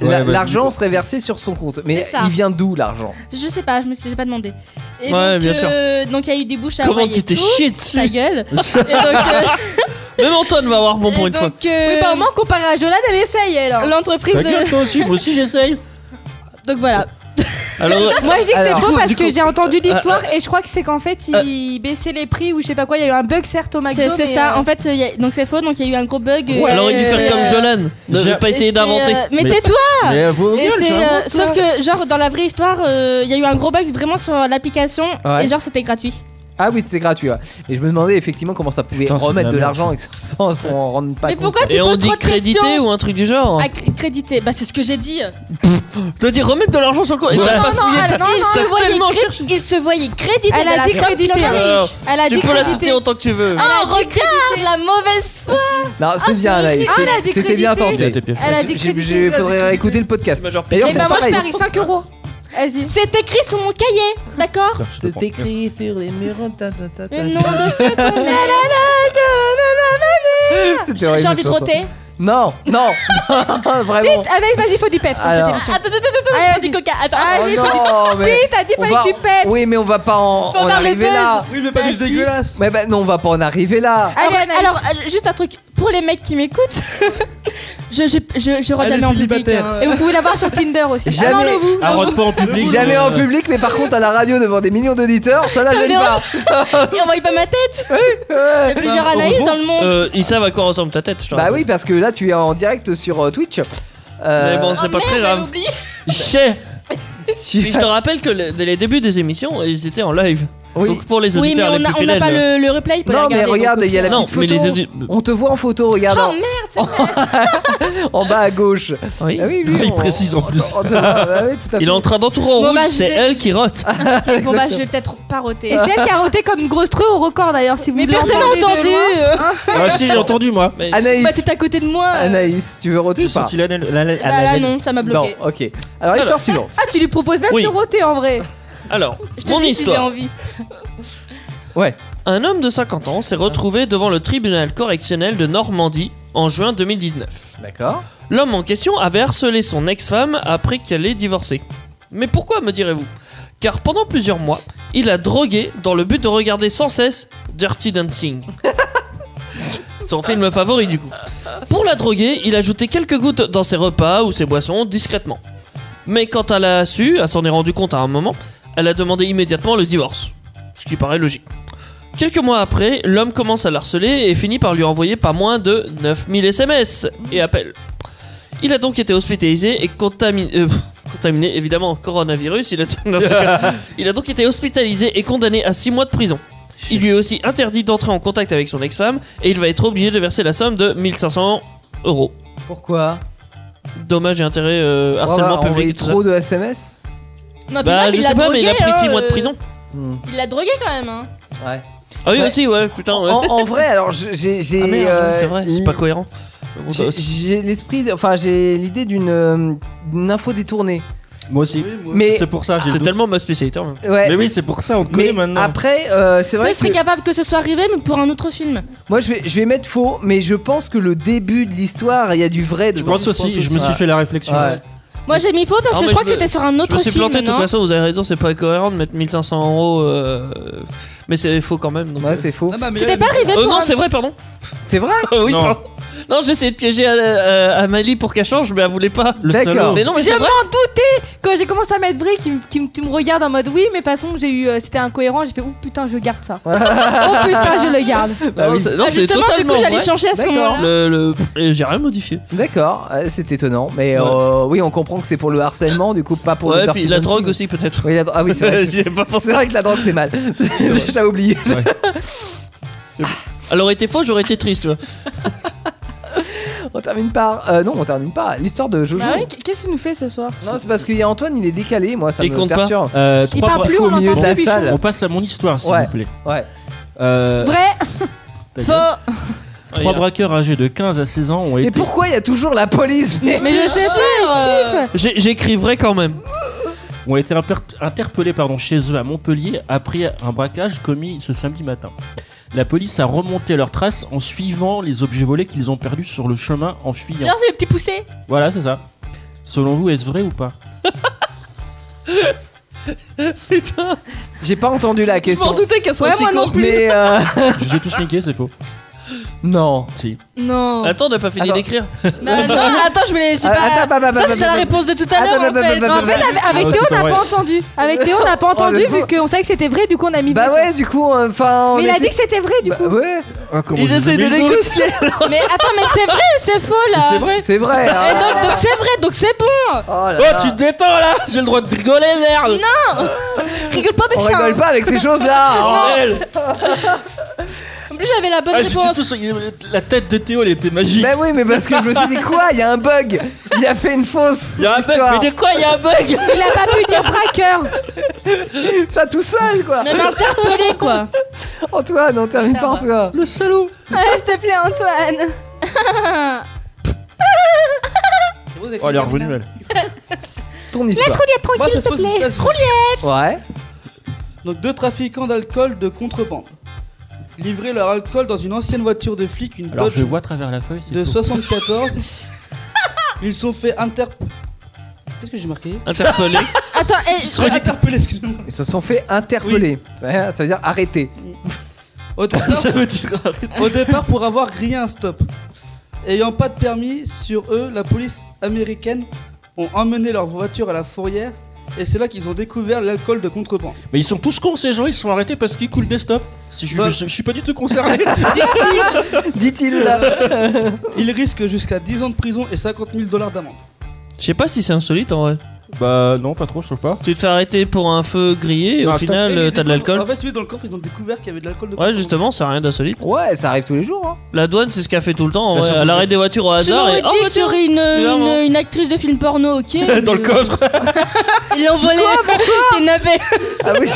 Speaker 2: la-
Speaker 5: Ouais, vas-y.
Speaker 2: L'argent serait versé sur son compte. Mais
Speaker 1: C'est ça.
Speaker 2: il vient d'où l'argent
Speaker 1: Je sais pas, je me suis j'ai pas demandé. Et
Speaker 2: Ouais,
Speaker 1: donc,
Speaker 2: bien sûr.
Speaker 1: euh, donc il y a eu des bouches à
Speaker 6: Comment
Speaker 1: oreille
Speaker 6: tu
Speaker 1: et
Speaker 6: t'es
Speaker 1: tout,
Speaker 6: chié dessus
Speaker 1: Ta gueule. et donc, euh,
Speaker 6: Même Antoine va avoir bon [laughs] pour
Speaker 1: et
Speaker 6: une fois.
Speaker 1: donc, euh,
Speaker 10: Oui, bah au moins comparé à Jolane, elle essaye elle. hein.
Speaker 1: L'entreprise. euh,
Speaker 6: Ta gueule, toi aussi, moi aussi j'essaye.
Speaker 1: [laughs] Donc voilà. [laughs]
Speaker 6: Alors,
Speaker 10: Moi je dis que c'est
Speaker 6: Alors,
Speaker 10: faux
Speaker 6: du
Speaker 10: parce
Speaker 6: coup-
Speaker 10: que j'ai
Speaker 6: [laughs]
Speaker 10: entendu l'histoire
Speaker 6: Ah,
Speaker 10: et je crois que c'est qu'en fait ils baissaient les prix ou je sais pas quoi, il y a eu un bug certes au McDo. euh,
Speaker 1: C'est c'est ça, en fait, il y a- donc c'est faux, donc il y a eu un gros bug. euh,
Speaker 6: Elle aurait dû
Speaker 1: euh,
Speaker 6: faire comme Jolan. Ne
Speaker 5: J'ai-
Speaker 6: pas essayer
Speaker 1: c'est,
Speaker 6: d'inventer.
Speaker 1: euh, mais tais-toi
Speaker 5: Mais à vos
Speaker 1: Et
Speaker 5: gueules,
Speaker 1: c'est,
Speaker 5: ça,
Speaker 1: euh,
Speaker 5: hein.
Speaker 1: Sauf que, genre, dans la vraie histoire, euh, il y a eu un gros bug vraiment sur l'application
Speaker 2: Ouais.
Speaker 1: et genre c'était gratuit.
Speaker 2: Ah oui, c'était gratuit. ouais. Et je me demandais effectivement comment ça pouvait
Speaker 6: Putain, c'est de
Speaker 2: remettre
Speaker 6: la
Speaker 2: de
Speaker 6: merde,
Speaker 2: l'argent sans s'en rendre pas
Speaker 1: Mais
Speaker 2: compte.
Speaker 1: pourquoi tu
Speaker 6: Et on
Speaker 1: poses
Speaker 6: dit
Speaker 1: trop de
Speaker 6: crédité
Speaker 1: questions
Speaker 6: ou un truc du genre.
Speaker 1: Ah, cr- crédité, bah c'est ce que j'ai dit.
Speaker 6: T'as dit remettre de l'argent sur le compte. Et
Speaker 1: Non,
Speaker 6: t'as pas
Speaker 1: non, non,
Speaker 6: fouillé
Speaker 1: elle-
Speaker 6: ta-
Speaker 1: Ah, non,
Speaker 6: t'as
Speaker 1: il se voyait
Speaker 6: tellement
Speaker 1: cré-
Speaker 6: cherché.
Speaker 1: Il se voyait crédité.
Speaker 10: Elle
Speaker 1: de
Speaker 10: a
Speaker 1: la
Speaker 10: dit
Speaker 1: somme qu'il en
Speaker 10: crédité.
Speaker 1: avait.
Speaker 6: Alors,
Speaker 1: Elle a
Speaker 6: tu
Speaker 1: dit
Speaker 6: peux la
Speaker 1: crédité.
Speaker 6: citer autant que tu veux.
Speaker 1: Ah, regarde la mauvaise foi
Speaker 2: Non, c'est
Speaker 1: Ah,
Speaker 2: bien là.
Speaker 1: c'est-
Speaker 2: c'est-
Speaker 1: Ah, elle a dit
Speaker 2: C'était bien
Speaker 1: crédité. Elle
Speaker 2: tenté.
Speaker 1: a été piégée. Elle a dit
Speaker 2: J'ai- j'ai-
Speaker 1: crédité, elle a
Speaker 2: faudrait
Speaker 1: dit
Speaker 2: réécouter le podcast. D'ailleurs,
Speaker 1: Et
Speaker 2: c'est
Speaker 1: bah moi je
Speaker 2: pareil.
Speaker 1: parie 5 euros. C'est écrit sur mon cahier, d'accord
Speaker 2: C'est écrit sur les murs. ta, ta, ta, ta.
Speaker 1: Le nom de
Speaker 2: [laughs]
Speaker 1: ceux qu'on aime.
Speaker 2: C'était
Speaker 1: J'ai-
Speaker 2: horrible,
Speaker 1: J'ai envie de
Speaker 2: cette chanson.
Speaker 1: roter.
Speaker 2: Non, non, [laughs] vraiment.
Speaker 10: Cite, Anaïs, vas-y, faut du peps sur cette
Speaker 2: Alors.
Speaker 10: émission.
Speaker 1: Ah, Attends, attends, attends,
Speaker 10: Allez,
Speaker 1: attends, je
Speaker 10: vas-y.
Speaker 1: dis coca. Attends,
Speaker 10: Ah,
Speaker 2: Oh
Speaker 10: oui,
Speaker 2: non, mais
Speaker 10: Si, t'as dit
Speaker 2: on
Speaker 10: fallait
Speaker 2: va-
Speaker 10: du peps.
Speaker 2: Oui, mais on va pas en,
Speaker 10: Faut
Speaker 2: en
Speaker 10: faire le
Speaker 2: arriver
Speaker 10: buzz.
Speaker 2: là.
Speaker 10: Oui, mais pas du
Speaker 2: du
Speaker 10: Bah, si. dégueulasse.
Speaker 2: Mais bah, non, on va pas en arriver là.
Speaker 1: Alors,
Speaker 10: Allez, Anaïs.
Speaker 1: alors, euh, juste un truc, pour les mecs qui m'écoutent, [laughs] je, je, je, je rôde
Speaker 2: Elle est
Speaker 1: jamais en public.
Speaker 2: célibataire.
Speaker 1: hein.
Speaker 10: Et vous pouvez l'avoir sur Tinder aussi.
Speaker 2: Jamais.
Speaker 10: Ah non, le vous.
Speaker 5: Ah, rentre pas en public.
Speaker 2: Jamais en
Speaker 5: euh,
Speaker 2: public, mais par contre à la radio devant des millions d'auditeurs, ça là
Speaker 1: Ça me
Speaker 2: j'aime pas.
Speaker 1: dérange. [laughs] Et on voit pas ma tête. Il y a plusieurs Anaïs dans le monde.
Speaker 2: [laughs]
Speaker 6: Euh, Ils savent à quoi ressemble ta tête. je te
Speaker 2: Bah
Speaker 6: rappelle.
Speaker 2: oui, parce que là tu es en direct sur euh, Twitch. Euh,
Speaker 6: Mais bon, c'est
Speaker 1: Oh
Speaker 6: pas très
Speaker 1: merde, j'avais
Speaker 6: grave.
Speaker 1: oublié.
Speaker 6: Chais.
Speaker 1: [laughs]
Speaker 6: Puis je te rappelle que le- dès les débuts des émissions, ils étaient en live. Donc pour les
Speaker 1: Oui, mais
Speaker 6: auditeurs,
Speaker 1: on
Speaker 6: les
Speaker 1: n'a
Speaker 6: plus
Speaker 1: on n'a
Speaker 6: fidèles,
Speaker 1: pas le, le replay. il peut
Speaker 2: non,
Speaker 1: le
Speaker 2: mais
Speaker 1: regarder,
Speaker 2: regarde,
Speaker 1: donc,
Speaker 2: il y a la
Speaker 6: Non,
Speaker 2: petite
Speaker 6: mais
Speaker 2: photo.
Speaker 6: les audi-
Speaker 2: [laughs] On te voit en photo, regarde.
Speaker 1: Oh
Speaker 2: en-
Speaker 1: merde, c'est vrai.
Speaker 2: en [laughs] bas à gauche.
Speaker 6: Oui.
Speaker 2: Ah oui, oui,
Speaker 5: Il
Speaker 2: on-
Speaker 5: précise en plus.
Speaker 2: on te voit, bah oui, tout à
Speaker 6: Il est en
Speaker 2: [laughs]
Speaker 6: train d'entourer en
Speaker 1: Bon,
Speaker 6: rouge,
Speaker 1: bah, je
Speaker 6: c'est
Speaker 1: vais-
Speaker 6: elle qui rote.
Speaker 1: Ok, bon bah je vais peut-être pas roter.
Speaker 10: Et c'est elle qui a roté comme une grosse truie au record d'ailleurs, si vous
Speaker 1: Mais personne n'a
Speaker 10: l'entendez de
Speaker 1: entendu.
Speaker 10: loin.
Speaker 1: Hein
Speaker 5: Ah si, j'ai entendu moi.
Speaker 6: Mais-
Speaker 2: Anaïs,
Speaker 1: Bah t'es à côté de moi.
Speaker 2: Anaïs, tu veux roter ou
Speaker 5: J'ai
Speaker 2: pas
Speaker 5: senti la- la- la-
Speaker 1: Bah
Speaker 5: la-
Speaker 1: là non, ça m'a
Speaker 2: Non,
Speaker 1: bloqué.
Speaker 2: ok. Alors, histoire suivante.
Speaker 10: Ah, tu lui proposes même
Speaker 6: Oui.
Speaker 10: de roter en vrai.
Speaker 6: Alors,
Speaker 1: Je te
Speaker 6: mon
Speaker 1: dis si j'ai
Speaker 6: histoire.
Speaker 1: envie.
Speaker 2: Ouais.
Speaker 6: Un homme de 50 ans s'est retrouvé devant le tribunal correctionnel de Normandie en juin 2019.
Speaker 2: D'accord.
Speaker 6: L'homme en question avait harcelé son ex-femme après qu'elle ait divorcé. Mais pourquoi, me direz-vous Car pendant plusieurs mois, il a drogué dans le but de regarder sans cesse Dirty Dancing. [laughs] Son film favori du coup. Pour la droguer, il ajoutait quelques gouttes dans ses repas ou ses boissons discrètement. Mais quand elle a su, elle s'en est rendue compte à un moment, elle a demandé immédiatement le divorce. Ce qui paraît logique. Quelques mois après, l'homme commence à l'harceler et finit par lui envoyer pas moins de 9000 SMS et appels. Il a donc été hospitalisé et contaminé. euh, pff, contaminé, évidemment, coronavirus. Il a, dans ce
Speaker 5: [laughs]
Speaker 6: cas- il a donc été hospitalisé et condamné à 6 mois de prison. Il lui est aussi interdit d'entrer en contact avec son ex-femme et il va être obligé de verser la somme de 1500 euros.
Speaker 2: Pourquoi
Speaker 6: Dommages et intérêts, euh, harcèlement
Speaker 2: On va
Speaker 6: public.
Speaker 2: envoyer
Speaker 6: et tout ça.
Speaker 2: trop de SMS
Speaker 1: Non, puis
Speaker 6: Bah,
Speaker 1: même,
Speaker 6: je
Speaker 1: il l'a
Speaker 6: sais pas, mais il a
Speaker 1: drogué,
Speaker 6: pris 6
Speaker 1: hein,
Speaker 6: mois de
Speaker 1: euh,
Speaker 6: prison.
Speaker 2: Hmm.
Speaker 1: Il l'a drogué quand même. hein.
Speaker 2: Ouais.
Speaker 6: Ah oui,
Speaker 2: Ouais.
Speaker 6: aussi, ouais, putain.
Speaker 2: En,
Speaker 6: ouais.
Speaker 2: en vrai, alors je- j'ai. j'ai,
Speaker 6: Ah merde,
Speaker 2: euh,
Speaker 6: c'est vrai, c'est pas cohérent. Mais bon, ça
Speaker 2: J'ai
Speaker 6: aussi.
Speaker 2: j'ai l'esprit. de- Enfin, j'ai l'idée d'une euh, d'une info détournée.
Speaker 5: Moi aussi.
Speaker 2: Mais-
Speaker 5: C'est pour ça. j'ai
Speaker 6: C'est
Speaker 5: doute.
Speaker 6: tellement ma spécialité en même temps.
Speaker 2: Ouais.
Speaker 5: Mais oui, c'est pour ça, on te connaît
Speaker 2: Mais
Speaker 5: maintenant.
Speaker 2: après, euh, c'est
Speaker 1: Ça,
Speaker 2: vrai
Speaker 1: il serait
Speaker 2: que
Speaker 1: capable que ce soit arrivé, mais pour un autre film.
Speaker 2: moi je vais, je vais mettre faux, mais je pense que le début de l'histoire, il y a du vrai.
Speaker 5: Je
Speaker 2: dedans.
Speaker 5: pense aussi, je me suis
Speaker 2: Ouais.
Speaker 5: fait la réflexion.
Speaker 2: Ouais.
Speaker 1: Moi j'ai mis faux parce
Speaker 6: Non,
Speaker 1: que
Speaker 6: Ah, mais
Speaker 1: je crois
Speaker 6: je
Speaker 1: que
Speaker 6: me-
Speaker 1: c'était sur un
Speaker 6: Je
Speaker 1: autre
Speaker 6: me suis
Speaker 1: film.
Speaker 6: planté, de toute
Speaker 1: non
Speaker 6: façon, vous avez raison, c'est pas cohérent de mettre 1500 euros. euh, Mais c'est faux quand même. ouais, c'est
Speaker 2: faux.
Speaker 1: C'était pas arrivé
Speaker 6: Euh,
Speaker 1: pour
Speaker 6: non,
Speaker 1: un-
Speaker 6: c'est vrai, pardon.
Speaker 2: C'est vrai
Speaker 6: [laughs] Oui, non. Non, j'ai essayé de piéger euh, euh, Amalie pour qu'elle change, mais elle voulait pas. Le
Speaker 10: D'accord.
Speaker 6: Mais non, mais
Speaker 10: je
Speaker 6: c'est
Speaker 10: m'en
Speaker 6: vrai.
Speaker 10: doutais quand j'ai commencé à mettre vrai qui, me- qui me- tu me regardes en mode oui mais de toute façon j'ai eu euh, c'était incohérent j'ai fait oh putain je garde
Speaker 2: [laughs]
Speaker 10: ça oh putain je le garde
Speaker 6: Non, c'est- non,
Speaker 10: Ah,
Speaker 6: c'est
Speaker 10: justement, du coup,
Speaker 6: totalement
Speaker 10: j'allais
Speaker 6: vrai.
Speaker 10: changer à ce
Speaker 6: D'accord.
Speaker 10: moment-là.
Speaker 6: Le- le- et J'ai rien modifié.
Speaker 2: D'accord, euh, c'est étonnant, mais euh, oui, on comprend que c'est pour le harcèlement, du coup pas pour
Speaker 6: Ouais,
Speaker 2: le
Speaker 6: puis la drogue
Speaker 2: [laughs]
Speaker 6: aussi, peut-être.
Speaker 2: Oui, la dro-
Speaker 6: [laughs]
Speaker 2: ah oui, c'est vrai.
Speaker 6: J'y ai pas pensé.
Speaker 2: C'est vrai que la drogue
Speaker 6: [laughs]
Speaker 2: c'est mal. J'ai oublié.
Speaker 6: Elle aurait été faux, j'aurais été triste. tu vois.
Speaker 2: [laughs] On termine par. euh, non, on termine pas. L'histoire de Jojo.
Speaker 10: Bah ouais, qu'est-ce que tu nous fais ce soir
Speaker 2: Non, c'est parce qu'il y a Antoine, il est décalé, moi ça
Speaker 11: Il
Speaker 2: me
Speaker 11: compte pas.
Speaker 2: perturbe.
Speaker 11: Euh, Il trois parle fois- plus,
Speaker 2: Faux au
Speaker 11: on
Speaker 2: milieu de
Speaker 11: entend
Speaker 2: la
Speaker 11: plus,
Speaker 2: salle.
Speaker 11: Bichon. On passe à mon histoire, s'il
Speaker 2: Ouais,
Speaker 11: vous plaît.
Speaker 2: Ouais.
Speaker 11: Euh,
Speaker 1: Vrai
Speaker 11: ta gueule.
Speaker 1: Faux
Speaker 11: Trois braqueurs âgés de 15 à 16 ans ont
Speaker 2: Mais
Speaker 11: été.
Speaker 2: pourquoi il y a toujours la police
Speaker 1: Mais je
Speaker 2: [laughs]
Speaker 1: sais pas, il kiffe.
Speaker 6: J'ai- J'écris vrai quand même.
Speaker 11: ont été imper- interpellés pardon, chez eux à Montpellier après un braquage commis ce samedi matin. La police a remonté leurs traces en suivant les objets volés qu'ils ont perdus sur le chemin en fuyant.
Speaker 1: Genre j'ai le petit poussé.
Speaker 11: Voilà, c'est ça. Selon vous, est-ce vrai ou [laughs] pas
Speaker 6: Putain.
Speaker 2: J'ai pas entendu la question.
Speaker 6: m'en doutais qu'elle soit Ouais, aussi moi non courte. plus.
Speaker 2: Mais euh,
Speaker 11: Je vous ai tous niqué, c'est faux.
Speaker 2: Non.
Speaker 11: Si.
Speaker 1: Non. Bah,
Speaker 6: Attends, on n'a pas fini d'écrire.
Speaker 1: Non, Euh,
Speaker 6: [laughs]
Speaker 1: non, attends, je voulais. j'ai
Speaker 6: Ah,
Speaker 1: pas-
Speaker 6: attends, bah, bah, bah,
Speaker 1: Ça, c'était
Speaker 6: bah,
Speaker 1: la
Speaker 6: bah,
Speaker 1: réponse de tout à l'heure.
Speaker 6: bah,
Speaker 1: En
Speaker 6: bah,
Speaker 1: fait,
Speaker 6: bah, bah,
Speaker 1: En fait,
Speaker 6: bah,
Speaker 1: avec-
Speaker 6: bah,
Speaker 1: avec
Speaker 6: bah,
Speaker 1: Théo,
Speaker 6: c'est
Speaker 1: on n'a
Speaker 6: pas
Speaker 1: pas
Speaker 6: vrai.
Speaker 1: entendu. Avec Théo, on n'a pas
Speaker 10: Oh,
Speaker 1: entendu
Speaker 10: le
Speaker 1: vu
Speaker 10: pauvre.
Speaker 1: qu'on savait que c'était vrai, du coup, on a mis.
Speaker 2: Bah
Speaker 1: vrai,
Speaker 2: ouais, du coup, enfin.
Speaker 1: Mais il a dit que c'était vrai, du coup.
Speaker 2: Ouais.
Speaker 1: Ils essayent de négocier. Mais attends, mais c'est vrai ou c'est faux là
Speaker 2: C'est vrai. C'est vrai, hein.
Speaker 1: Et donc, donc c'est vrai, donc c'est bon.
Speaker 2: Oh,
Speaker 6: Oh, tu te détends là J'ai le droit de rigoler, merde
Speaker 1: Non Rigole pas avec
Speaker 2: On
Speaker 1: ça. hein.
Speaker 2: rigole pas avec
Speaker 1: [laughs]
Speaker 2: ces choses-là. Oh.
Speaker 11: Bordel.
Speaker 1: En plus, j'avais la bonne
Speaker 11: Ah, j'étais
Speaker 1: réponse.
Speaker 11: tout sur- La tête de Théo, elle était magique.
Speaker 2: Bah oui, mais parce que je me suis dit quoi Il y a un bug. Il a fait une fausse. Il y a un
Speaker 6: mais de quoi il y a un bug
Speaker 1: Il a pas pu dire braqueur.
Speaker 2: Ça tout seul quoi.
Speaker 1: Même interpellé quoi.
Speaker 2: Antoine, on termine par toi.
Speaker 11: Le salaud.
Speaker 10: Ouais, s'il te plaît
Speaker 1: [laughs]
Speaker 10: Antoine
Speaker 11: Oh, elle est revenue, elle.
Speaker 2: Ton
Speaker 8: histoire.
Speaker 10: Laisse rouler tranquille,
Speaker 8: Moi, ça
Speaker 10: s'il
Speaker 8: se
Speaker 10: te
Speaker 8: pose-
Speaker 10: plaît.
Speaker 8: ça se-
Speaker 10: Rouliette
Speaker 2: Ouais.
Speaker 8: Donc deux trafiquants d'alcool de contrebande livraient leur alcool dans une ancienne voiture de flic, une
Speaker 11: Alors,
Speaker 8: Dodge
Speaker 11: je vois à travers la feuille, c'est
Speaker 8: de
Speaker 11: faux. [laughs]
Speaker 8: 74. Ils sont fait inter... Qu'est-ce que j'ai marqué
Speaker 6: Interpeller.
Speaker 1: Attends, et...
Speaker 8: Interpellés, excusez-moi.
Speaker 2: Ils se sont fait interpeller. Ça veut dire arrêter.
Speaker 6: Oh,
Speaker 2: [laughs]
Speaker 8: Au départ,
Speaker 11: [laughs]
Speaker 8: Au départ, pour avoir grillé un stop. Ayant pas de permis sur eux, la police américaine ont emmené leur voiture à la fourrière et c'est là qu'ils ont découvert l'alcool de contrebande.
Speaker 11: Mais ils sont tous cons ces gens, ils se sont arrêtés parce qu'ils coulent des stops. Si je, Bah, je- je suis pas du tout
Speaker 1: [laughs]
Speaker 8: [laughs]
Speaker 11: concerné.
Speaker 2: Dit-il
Speaker 8: Ils risquent jusqu'à 10 ans de prison et 50 000 dollars d'amende.
Speaker 6: Je sais pas si c'est insolite en vrai.
Speaker 11: Bah non, pas trop, je trouve pas.
Speaker 6: Tu te fais arrêter pour un feu grillé et
Speaker 11: Non,
Speaker 6: au
Speaker 11: attends,
Speaker 6: final
Speaker 8: Eh, Mais
Speaker 6: euh,
Speaker 8: ils
Speaker 6: t'as de
Speaker 8: découvrent-
Speaker 6: l'alcool.
Speaker 8: En fait, si tu veux, dans le coffre, ils ont découvert qu'il y avait de l'alcool de
Speaker 6: Ouais, justement, ça a rien d'insolite.
Speaker 2: Ouais, ça arrive tous les jours. hein.
Speaker 6: La douane, c'est ce qu'elle fait tout le temps. en
Speaker 11: Bah,
Speaker 6: vrai.
Speaker 11: surtout
Speaker 6: Elle
Speaker 11: que-
Speaker 6: arrête des voitures au
Speaker 1: Sinon,
Speaker 6: hasard
Speaker 1: on
Speaker 6: et.
Speaker 1: dit qu'il y aurait une, une, une actrice de film porno, ok euh,
Speaker 11: Dans le coffre.
Speaker 1: [laughs] Ils l'ont volé.
Speaker 2: Quoi, pourquoi
Speaker 1: Kidnappé.
Speaker 2: Ah oui,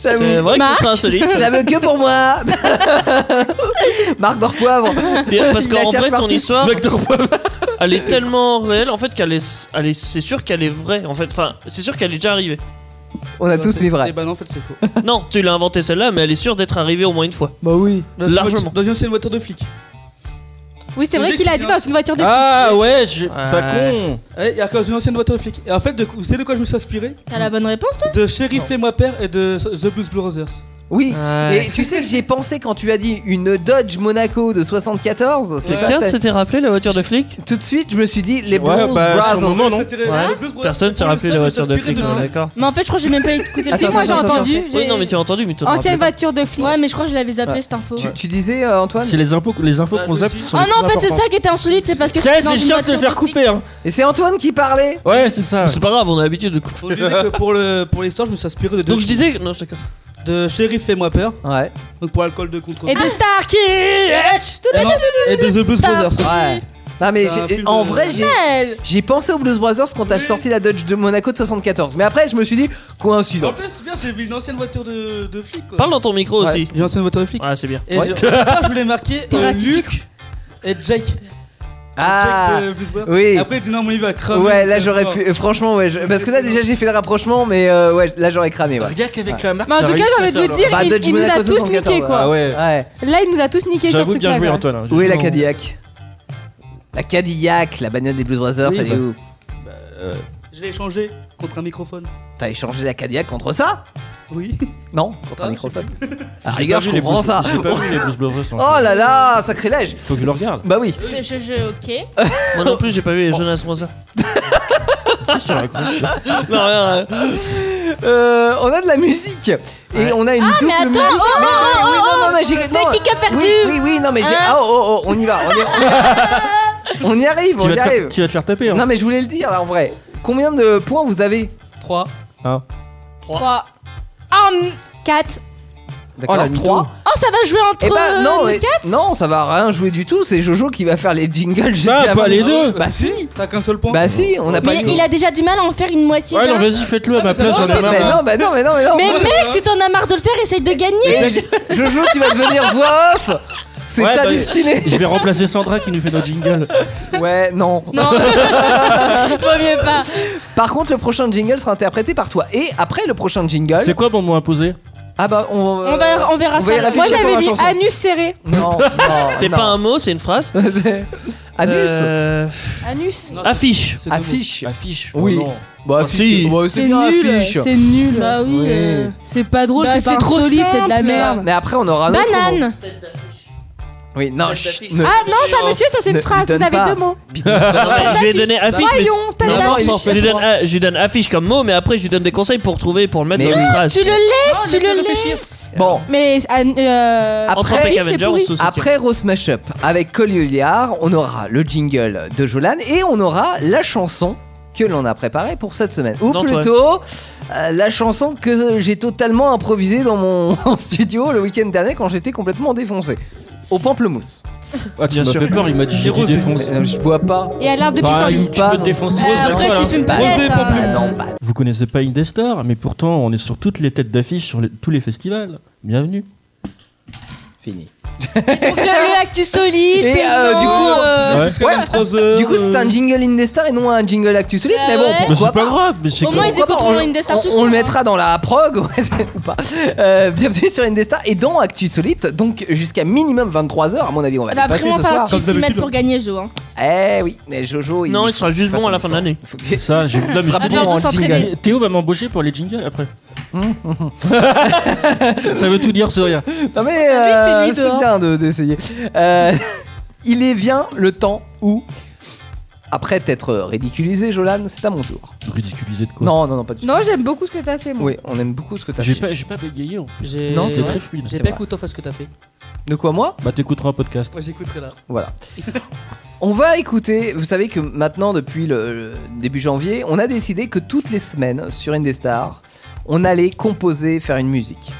Speaker 2: j'avoue.
Speaker 6: C'est vrai que ce serait
Speaker 2: [laughs]
Speaker 6: insolite. ça.
Speaker 2: J'avais que
Speaker 6: [laughs]
Speaker 2: pour moi. Marc Dorpoivre. [laughs]
Speaker 6: Puis, euh, Parce
Speaker 2: Il la
Speaker 6: qu'en
Speaker 2: cherche
Speaker 6: vrai, ton
Speaker 2: partout.
Speaker 6: histoire, elle est tellement réelle en fait qu'elle est, elle est- c'est sûr qu'elle est vraie en fait. Enfin, c'est sûr qu'elle est déjà arrivée.
Speaker 2: On a tous mis vrai.
Speaker 8: Et bah non, en fait, c'est faux.
Speaker 6: [laughs] Non, tu l'as inventé celle-là, mais elle est sûre d'être arrivée au moins une fois.
Speaker 2: Bah oui.
Speaker 8: Dans une
Speaker 6: Largement.
Speaker 8: voiture- Dans une ancienne voiture de flic.
Speaker 10: Oui c'est vrai
Speaker 8: Logique,
Speaker 10: qu'il a
Speaker 8: c'est
Speaker 10: dit
Speaker 8: bien.
Speaker 10: dans une voiture de
Speaker 11: Ah
Speaker 10: flic.
Speaker 11: ouais, j'ai- pas
Speaker 6: Ouais.
Speaker 11: con.
Speaker 8: Ouais, Eh, il y a dans une ancienne voiture de flic. Et en fait, de- vous savez de quoi je me suis inspiré
Speaker 1: T'as la bonne réponse, toi
Speaker 8: De Sheriff et moi père
Speaker 11: [laughs]
Speaker 8: et de The Blues Brothers.
Speaker 2: Oui,
Speaker 8: Ouais.
Speaker 2: et tu sais que j'ai pensé quand tu as dit une Dodge Monaco de 74, c'est
Speaker 6: Ouais.
Speaker 2: ça
Speaker 6: Quelqu'un
Speaker 2: t'as-
Speaker 6: s'était rappelé la voiture de flic
Speaker 2: Tout de suite, je me suis dit les
Speaker 6: Ouais,
Speaker 2: Blues
Speaker 6: bah, sur
Speaker 2: Brothers.
Speaker 6: le moment, non.
Speaker 8: C'était-
Speaker 6: Ouais.
Speaker 8: les Blues Brothers,
Speaker 6: Personne s'est
Speaker 8: pour
Speaker 6: rappelé la
Speaker 8: l'instant,
Speaker 6: voiture de
Speaker 8: s'inspirait
Speaker 6: flic,
Speaker 8: de
Speaker 6: on est
Speaker 8: ça.
Speaker 6: d'accord.
Speaker 1: Mais en fait, je crois que j'ai même pas écouté le
Speaker 2: Attends,
Speaker 1: film. Moi, j'ai
Speaker 2: attends, attends,
Speaker 1: entendu.
Speaker 6: Oui,
Speaker 1: j'ai-
Speaker 6: non, mais tu as entendu, mais tu te
Speaker 1: Ancienne
Speaker 6: rappelles pas.
Speaker 1: voiture de flic. Ouais, mais je crois que je l'avais zappé
Speaker 11: Ouais.
Speaker 1: cette info.
Speaker 2: Tu, tu disais euh, Antoine
Speaker 11: C'est les infos, les infos concepts qui sont.
Speaker 1: Ah
Speaker 11: les
Speaker 1: non, en
Speaker 11: plus
Speaker 1: fait, c'est
Speaker 11: importantes.
Speaker 1: ça qui était insolite, c'est parce que.
Speaker 11: Bah, Ça,
Speaker 1: c'était dans
Speaker 11: c'est
Speaker 1: une
Speaker 11: chiant de se
Speaker 1: voiture
Speaker 11: faire
Speaker 1: flic.
Speaker 11: couper. Hein.
Speaker 2: Et c'est Antoine qui parlait
Speaker 11: Ouais, c'est ça.
Speaker 6: C'est pas grave, on a l'habitude de couper.
Speaker 8: On disait que pour le- pour l'histoire, je me suis inspiré de
Speaker 6: Donc je disais. Non, je t'accorde.
Speaker 8: de Sheriff Fais-moi peur.
Speaker 2: Ouais.
Speaker 8: Donc pour alcool de contre. Ah,
Speaker 10: Et
Speaker 2: Ah.
Speaker 10: de Starkey
Speaker 8: Et non, et de The Blues Brothers.
Speaker 2: Ouais. Non mais
Speaker 8: C'est un
Speaker 2: j'ai-
Speaker 8: film
Speaker 2: en
Speaker 8: de-
Speaker 2: vrai j'ai
Speaker 1: Michel
Speaker 2: j'ai pensé aux Blues Brothers quand t'as sorti la Dodge de Monaco de 74 mais après je me suis dit
Speaker 8: En
Speaker 2: coïncidence.
Speaker 8: plus, bien, j'ai vu une ancienne voiture de, de flic. Quoi.
Speaker 6: Parle dans ton micro
Speaker 2: Ouais.
Speaker 6: aussi.
Speaker 8: J'ai une ancienne voiture de flic.
Speaker 6: Ah, c'est bien.
Speaker 8: Et
Speaker 2: Ouais.
Speaker 8: je- Ah, je voulais marquer
Speaker 1: T'es
Speaker 8: euh,
Speaker 1: raciste.
Speaker 8: Luc et Jake.
Speaker 2: Ah
Speaker 8: Jake de Blues Brothers.
Speaker 2: oui.
Speaker 8: Après, non, mon il va cramer.
Speaker 2: Ouais là
Speaker 8: ça
Speaker 2: j'aurais
Speaker 8: va.
Speaker 2: pu euh, franchement ouais je- parce que là déjà j'ai fait le rapprochement mais euh, ouais là j'aurais cramé ouais.
Speaker 11: Rien qu'avec la marque.
Speaker 10: Mais en
Speaker 11: t'as
Speaker 10: tout cas,
Speaker 11: réussi
Speaker 10: j'ai
Speaker 11: à
Speaker 10: envie de
Speaker 11: faire
Speaker 10: vous dire,
Speaker 11: leur-
Speaker 2: Bah,
Speaker 10: il,
Speaker 2: Dodge
Speaker 10: il nous a
Speaker 2: Monaco
Speaker 10: tous
Speaker 2: 74,
Speaker 10: niqué quoi
Speaker 11: Ah ouais.
Speaker 2: Ouais.
Speaker 10: Là il nous a tous niqué sur ce
Speaker 11: J'avoue
Speaker 10: truc
Speaker 11: bien joué Antoine. hein. J'ai
Speaker 2: Où est la
Speaker 11: vraiment-
Speaker 2: Cadillac La Cadillac, la bagnole des Blues Brothers,
Speaker 11: Oui,
Speaker 2: elle est
Speaker 11: bah.
Speaker 2: où
Speaker 11: Euh,
Speaker 8: Je l'ai échangé contre un microphone.
Speaker 2: T'as échangé la Cadillac contre ça
Speaker 8: Oui.
Speaker 2: Non, contre un microphone. À la rigueur, je
Speaker 11: J'ai pas vu les
Speaker 2: comprends
Speaker 11: Blues-
Speaker 2: ça.
Speaker 11: J'ai pas vu les Blues Brothers. en
Speaker 2: [laughs] Oh
Speaker 11: fait.
Speaker 2: là là, sacrilège
Speaker 11: Faut que je le regarde.
Speaker 2: Bah oui.
Speaker 1: Je, je, je- ok.
Speaker 6: Moi non plus, j'ai pas vu les Jonas
Speaker 2: [laughs]
Speaker 6: Brothers. Non, rien, rien.
Speaker 2: Euh, on a de la musique et on a une
Speaker 1: Ah,
Speaker 2: double
Speaker 1: mais attends,
Speaker 2: musique.
Speaker 1: oh,
Speaker 2: Mais- mais-
Speaker 1: oh, oh,
Speaker 2: oui, non, non,
Speaker 1: oh,
Speaker 2: mais j'ai
Speaker 1: c'est
Speaker 2: non,
Speaker 1: qui qui a perdu
Speaker 2: Oui, oui, oui, non, mais j'ai.
Speaker 1: Hein
Speaker 2: Ah, oh, oh, on y va,
Speaker 1: [laughs]
Speaker 2: on, est- on y arrive,
Speaker 11: Tu
Speaker 2: on
Speaker 11: vas
Speaker 2: y
Speaker 11: te faire-
Speaker 2: arrive.
Speaker 11: tu vas te faire taper, hein.
Speaker 2: Non, mais je voulais le dire là, en vrai. Combien de points vous avez 3
Speaker 11: Ah.
Speaker 1: 3. 1, 4.
Speaker 11: Oh, la
Speaker 2: D'accord,
Speaker 11: mytho.
Speaker 2: 3
Speaker 1: Oh, ça va jouer entre
Speaker 2: Eh ben non,
Speaker 1: euh,
Speaker 2: mais-
Speaker 1: nous quatre
Speaker 2: non, ça va rien jouer du tout. C'est Jojo qui va faire les jingles juste
Speaker 11: Bah,
Speaker 2: avant.
Speaker 11: pas les deux.
Speaker 2: Bah si.
Speaker 8: T'as qu'un seul point.
Speaker 2: Bah si, on n'a pas.
Speaker 1: Mais
Speaker 2: eu-
Speaker 1: il a déjà du mal à en faire une moitié.
Speaker 11: Ouais,
Speaker 1: là.
Speaker 11: non, vas-y, faites-le à ma place, j'en ai
Speaker 2: Mais
Speaker 11: marre.
Speaker 2: non, bah non, mais non, mais non.
Speaker 1: mais
Speaker 2: Moi, ça
Speaker 1: mec,
Speaker 2: va.
Speaker 1: si t'en as marre de le faire, essaye de
Speaker 2: Et
Speaker 1: gagner.
Speaker 2: Jo- [laughs] Jojo, tu vas devenir voix off. C'est
Speaker 11: Ouais,
Speaker 2: ta
Speaker 11: bah,
Speaker 2: destinée.
Speaker 11: Je vais remplacer Sandra qui nous fait Ah, nos
Speaker 2: [laughs]
Speaker 11: jingles.
Speaker 2: Ouais, bah, non.
Speaker 1: [laughs]
Speaker 2: [laughs]
Speaker 1: Non, vaut mieux pas.
Speaker 2: Par contre, le prochain jingle sera interprété par toi. Et après le prochain jingle.
Speaker 11: C'est quoi mon mot imposé
Speaker 2: Ah bah, on,
Speaker 1: On, va, on verra
Speaker 2: on va y
Speaker 1: ça.
Speaker 2: réfléchir pendant la chanson.
Speaker 10: anus serré.
Speaker 2: [laughs] Non, non,
Speaker 6: C'est
Speaker 2: non.
Speaker 6: pas un mot, c'est une
Speaker 2: [laughs]
Speaker 6: phrase.
Speaker 2: Anus.
Speaker 6: Euh,
Speaker 10: Anus.
Speaker 1: Ah,
Speaker 6: Affiche. Ah,
Speaker 2: Affiche.
Speaker 11: Affiche.
Speaker 2: Oui.
Speaker 11: Oh non.
Speaker 2: Bah, affiche.
Speaker 11: si.
Speaker 2: Bah, c'est bien affiche.
Speaker 13: C'est nul.
Speaker 1: Bah oui.
Speaker 2: Oui.
Speaker 1: euh,
Speaker 13: C'est pas drôle,
Speaker 1: Bah,
Speaker 13: c'est
Speaker 1: c'est
Speaker 13: pas
Speaker 1: trop
Speaker 13: solide, c'est de la
Speaker 1: simple.
Speaker 13: merde.
Speaker 2: Mais après, on aura Ah, un autre mot.
Speaker 1: Banane.
Speaker 2: Oui, non,
Speaker 6: Tête
Speaker 2: chut,
Speaker 6: d'affiche.
Speaker 2: ne-
Speaker 1: Ah non, ça monsieur, ça c'est
Speaker 2: Ne
Speaker 1: une phrase.
Speaker 2: lui donne
Speaker 1: Vous avez
Speaker 2: pas.
Speaker 1: deux mots.
Speaker 6: Je lui ai donné affiche. mais-
Speaker 1: Voyons, tête
Speaker 6: Non, non,
Speaker 1: d'affiche.
Speaker 6: je lui donne- ah, je lui donne affiche comme mot, mais après je lui donne des conseils pour trouver, pour le mettre
Speaker 2: Mais
Speaker 6: dans une phrase.
Speaker 1: Tu le laisses, tu
Speaker 13: laisse-le
Speaker 1: le
Speaker 13: réfléchir.
Speaker 1: laisses.
Speaker 2: Bon,
Speaker 10: Mais an- euh,
Speaker 6: Entre
Speaker 2: Après,
Speaker 6: Peck
Speaker 10: affiche et
Speaker 6: Avenger,
Speaker 10: pourri.
Speaker 6: on se soutient.
Speaker 2: après Rose Mashup, avec Colliard, on aura le jingle de Jolan et on aura la chanson que l'on a préparée pour cette semaine. Ou
Speaker 6: D'Antoine.
Speaker 2: plutôt, euh, la chanson que j'ai totalement improvisée dans mon [laughs] en studio le week-end dernier quand j'étais complètement défoncé. Au pamplemousse.
Speaker 11: Ah, tu
Speaker 6: Bien
Speaker 11: m'as
Speaker 6: sûr.
Speaker 11: fait peur, il m'a dit j'ai
Speaker 8: Rosé.
Speaker 11: du défonce.
Speaker 2: Euh, Je bois pas.
Speaker 1: Et à l'arbre de
Speaker 11: Bah,
Speaker 1: pissenlit.
Speaker 11: tu peux te défoncer.
Speaker 1: Euh, après, tu fumes pas. euh,
Speaker 8: Rosé, pamplemousse.
Speaker 2: Non, bah,
Speaker 11: Vous connaissez pas Indestar, mais pourtant on est sur toutes les têtes d'affiche sur les- tous les festivals. Bienvenue.
Speaker 2: fini.
Speaker 1: Donc le le actu solide.
Speaker 2: Et, euh,
Speaker 1: non,
Speaker 2: du coup,
Speaker 1: euh,
Speaker 11: Ouais.
Speaker 2: Ouais. Du coup, c'est un jingle Indestar et non un jingle Actu Solide,
Speaker 1: Euh,
Speaker 2: mais bon,
Speaker 1: ouais.
Speaker 11: Mais
Speaker 2: pourquoi
Speaker 11: c'est pas grave, mais c'est
Speaker 1: Au moins,
Speaker 11: grave.
Speaker 1: ils
Speaker 2: Pourquoi pas,
Speaker 1: écouteront
Speaker 2: on-
Speaker 1: Indestar
Speaker 2: on-
Speaker 1: tout
Speaker 2: on le
Speaker 1: court, hein.
Speaker 2: mettra dans la prog, [laughs] ouais, c'est- ou pas. Euh, bienvenue sur Indestar et dans Actu Solite, donc jusqu'à minimum 23h, à mon avis, on va
Speaker 1: va
Speaker 2: les passer
Speaker 1: Bah, vraiment
Speaker 2: ce
Speaker 1: falloir
Speaker 2: soir.
Speaker 1: que tu t'y mettes pour gagner, Jo. hein.
Speaker 2: Eh oui, mais Jojo, il.
Speaker 6: Non, il sera juste bon à la fin de l'année.
Speaker 2: faut que-
Speaker 11: Ça,
Speaker 2: [laughs]
Speaker 11: j'ai vu
Speaker 2: il sera
Speaker 1: mais
Speaker 2: bon
Speaker 1: attends,
Speaker 2: en
Speaker 1: de s'entraîner.
Speaker 2: jingle.
Speaker 11: Et Théo va m'embaucher pour les jingles
Speaker 2: [laughs]
Speaker 11: après. ça veut tout dire, ce rien.
Speaker 2: Non, mais euh,
Speaker 1: hein.
Speaker 2: c'est bien de- d'essayer. Euh, [laughs] il est bien le temps où, après t'être ridiculisé, Jolan, c'est à mon tour.
Speaker 11: Ridiculisé de quoi
Speaker 2: Non, non, non, pas du tout.
Speaker 10: Non, j'aime beaucoup ce que t'as fait, moi.
Speaker 2: Oui, on aime beaucoup ce que t'as
Speaker 11: J'ai
Speaker 2: fait.
Speaker 11: pas, j'ai pas bégayé en plus.
Speaker 6: J'ai-
Speaker 11: Non, c'est
Speaker 6: ouais.
Speaker 11: très fluide.
Speaker 8: J'ai
Speaker 2: C'est
Speaker 8: pas
Speaker 2: vrai.
Speaker 8: écouté en fait ce que t'as fait.
Speaker 2: De quoi, moi
Speaker 11: Bah, t'écouteras un podcast.
Speaker 8: Moi j'écouterai là.
Speaker 2: Voilà. [laughs] On va écouter, vous savez que maintenant depuis le le début janvier, on a décidé que toutes les semaines sur Indestar, on allait composer, faire une musique.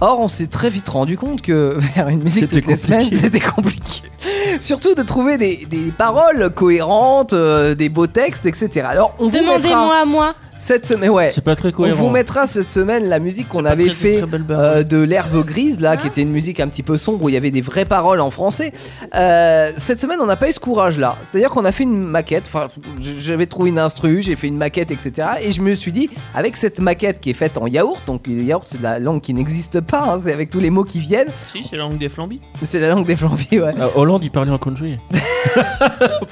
Speaker 2: Or, on s'est très vite rendu compte que [laughs] faire une musique
Speaker 11: C'était
Speaker 2: toutes les
Speaker 11: compliqué.
Speaker 2: semaines, c'était compliqué. [laughs] Surtout de trouver des, des paroles cohérentes, euh, des beaux textes, etc. Alors, on vous mettra
Speaker 1: Demandez-moi à moi.
Speaker 2: cette semaine, ouais,
Speaker 11: C'est pas très
Speaker 2: on
Speaker 11: cohérent.
Speaker 2: vous mettra cette semaine la musique qu'on
Speaker 6: hein. pas
Speaker 2: avait
Speaker 6: très-
Speaker 2: fait
Speaker 6: très belle barre.
Speaker 2: euh, de l'herbe grise là, qui était une musique un petit peu sombre où il y avait des vraies paroles en français. Euh, cette semaine, on n'a pas eu ce courage là. C'est-à-dire qu'on a fait une maquette. Enfin, j- j'avais trouvé une instru, j'ai fait une maquette, etc. Et je me suis dit, avec cette maquette qui est faite en yaourt, donc le yaourt c'est de la langue qui n'existe pas, hein, c'est avec tous les mots qui viennent,
Speaker 6: Si, c'est la langue des flambis.
Speaker 2: c'est la langue des flambiers.
Speaker 6: Ah
Speaker 2: Ouais.
Speaker 11: Euh, Hollande, il parlait en country.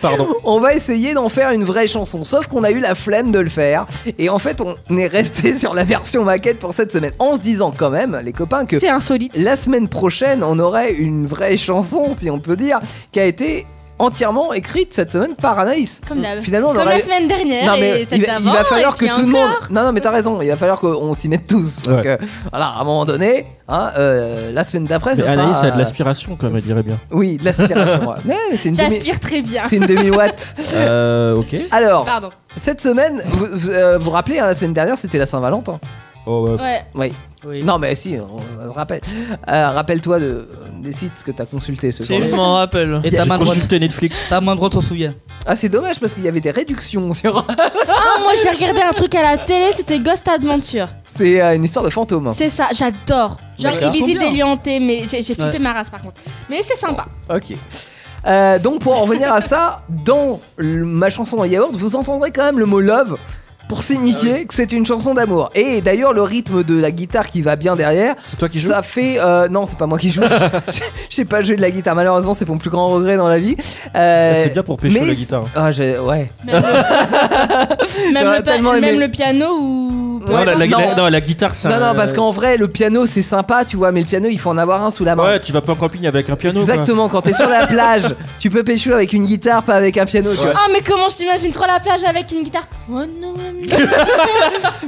Speaker 11: Pardon.
Speaker 2: on va essayer d'en faire une vraie chanson, sauf qu'on a eu la flemme de le faire. Et en fait, on est resté sur la version maquette pour cette semaine, en se disant quand même, les copains, que
Speaker 10: C'est insolite.
Speaker 2: la semaine prochaine, on aurait une vraie chanson, si on peut dire, qui a été entièrement écrite cette semaine par Anaïs.
Speaker 1: Comme d'hab.
Speaker 2: Finalement, on
Speaker 1: Comme
Speaker 2: aurait-
Speaker 1: la semaine dernière.
Speaker 2: Non
Speaker 1: et
Speaker 2: mais
Speaker 1: celle
Speaker 2: il va, il va
Speaker 1: d'avant,
Speaker 2: falloir
Speaker 1: et
Speaker 2: que
Speaker 1: puis
Speaker 2: tout le
Speaker 1: encore.
Speaker 2: monde. Non non mais t'as raison. Il va falloir qu'on s'y mette tous parce
Speaker 11: Ouais.
Speaker 2: que voilà à un moment donné, hein, euh, la semaine d'après,
Speaker 11: Mais
Speaker 2: ça
Speaker 11: Anaïs
Speaker 2: sera.
Speaker 11: a de
Speaker 2: euh,
Speaker 11: l'aspiration, comme elle dirait bien.
Speaker 2: Oui, de l'aspiration. ouais. Ouais, mais c'est une demi-
Speaker 1: J'aspire très bien.
Speaker 2: c'est une demi
Speaker 11: [laughs]
Speaker 2: watt.
Speaker 11: Euh, ok.
Speaker 2: Alors
Speaker 1: Pardon.
Speaker 2: cette semaine, vous vous, euh, vous rappelez hein, la semaine dernière, c'était la Saint-Valentin.
Speaker 11: Oh, ouais.
Speaker 1: Ouais.
Speaker 2: Oui.
Speaker 6: Oui.
Speaker 2: Non mais si, on, on se rappelle. Euh, Rappelle-toi de, des sites que t'as consultés ce
Speaker 6: Si,
Speaker 2: jour-là.
Speaker 6: je m'en rappelle.
Speaker 8: Et ta
Speaker 11: J'ai
Speaker 8: main droite,
Speaker 11: consulté Netflix.
Speaker 8: ta main droite s'en souvient.
Speaker 2: Ah c'est dommage parce qu'il y avait des réductions sur. [laughs]
Speaker 1: Ah, moi j'ai regardé un truc à la télé, c'était Ghost Adventure.
Speaker 2: c'est euh, une histoire de fantôme.
Speaker 1: C'est ça, j'adore. Genre,
Speaker 8: D'accord.
Speaker 1: il visite
Speaker 8: Ils
Speaker 1: des
Speaker 8: sont bien.
Speaker 1: lieux hantés, mais j'ai j'ai flippé
Speaker 8: Ouais.
Speaker 1: ma race par contre. Mais c'est sympa.
Speaker 2: Ok. Euh, donc pour en revenir à ça, dans l- ma chanson à yaourt, vous entendrez quand même le mot love. pour
Speaker 11: Ah
Speaker 2: signifier que c'est une chanson d'amour. Et d'ailleurs, le rythme de la guitare qui va bien derrière,
Speaker 5: toi qui
Speaker 2: ça fait. euh, non, c'est pas moi
Speaker 11: [laughs]
Speaker 2: qui joue. [laughs] Je- Je sais pas jouer de la guitare. Malheureusement, c'est mon plus grand regret dans la vie. Euh,
Speaker 11: Bah, C'est bien pour pécho
Speaker 2: mais
Speaker 11: la
Speaker 2: c-
Speaker 11: guitare.
Speaker 2: Ah, j'ai- ouais.
Speaker 1: Même,
Speaker 2: [laughs] J'aurais
Speaker 1: le, pa-
Speaker 2: tellement aimé.
Speaker 1: même le piano ou.
Speaker 2: Ouais,
Speaker 11: la, la-
Speaker 2: non.
Speaker 11: la- non, la guitare, c'est
Speaker 2: Non,
Speaker 11: un-
Speaker 2: non, parce qu'en vrai, le piano, c'est sympa, tu vois, mais le piano, il faut en avoir un sous la main.
Speaker 11: Ouais, tu vas pas en camping avec un piano. quoi.
Speaker 2: Exactement, quand t'es sur
Speaker 11: [laughs]
Speaker 2: la plage, tu peux pécho avec une guitare, pas avec un piano, tu vois.
Speaker 1: Ah, mais comment je t'imagine trop à la plage avec une guitare Oh non, non, non.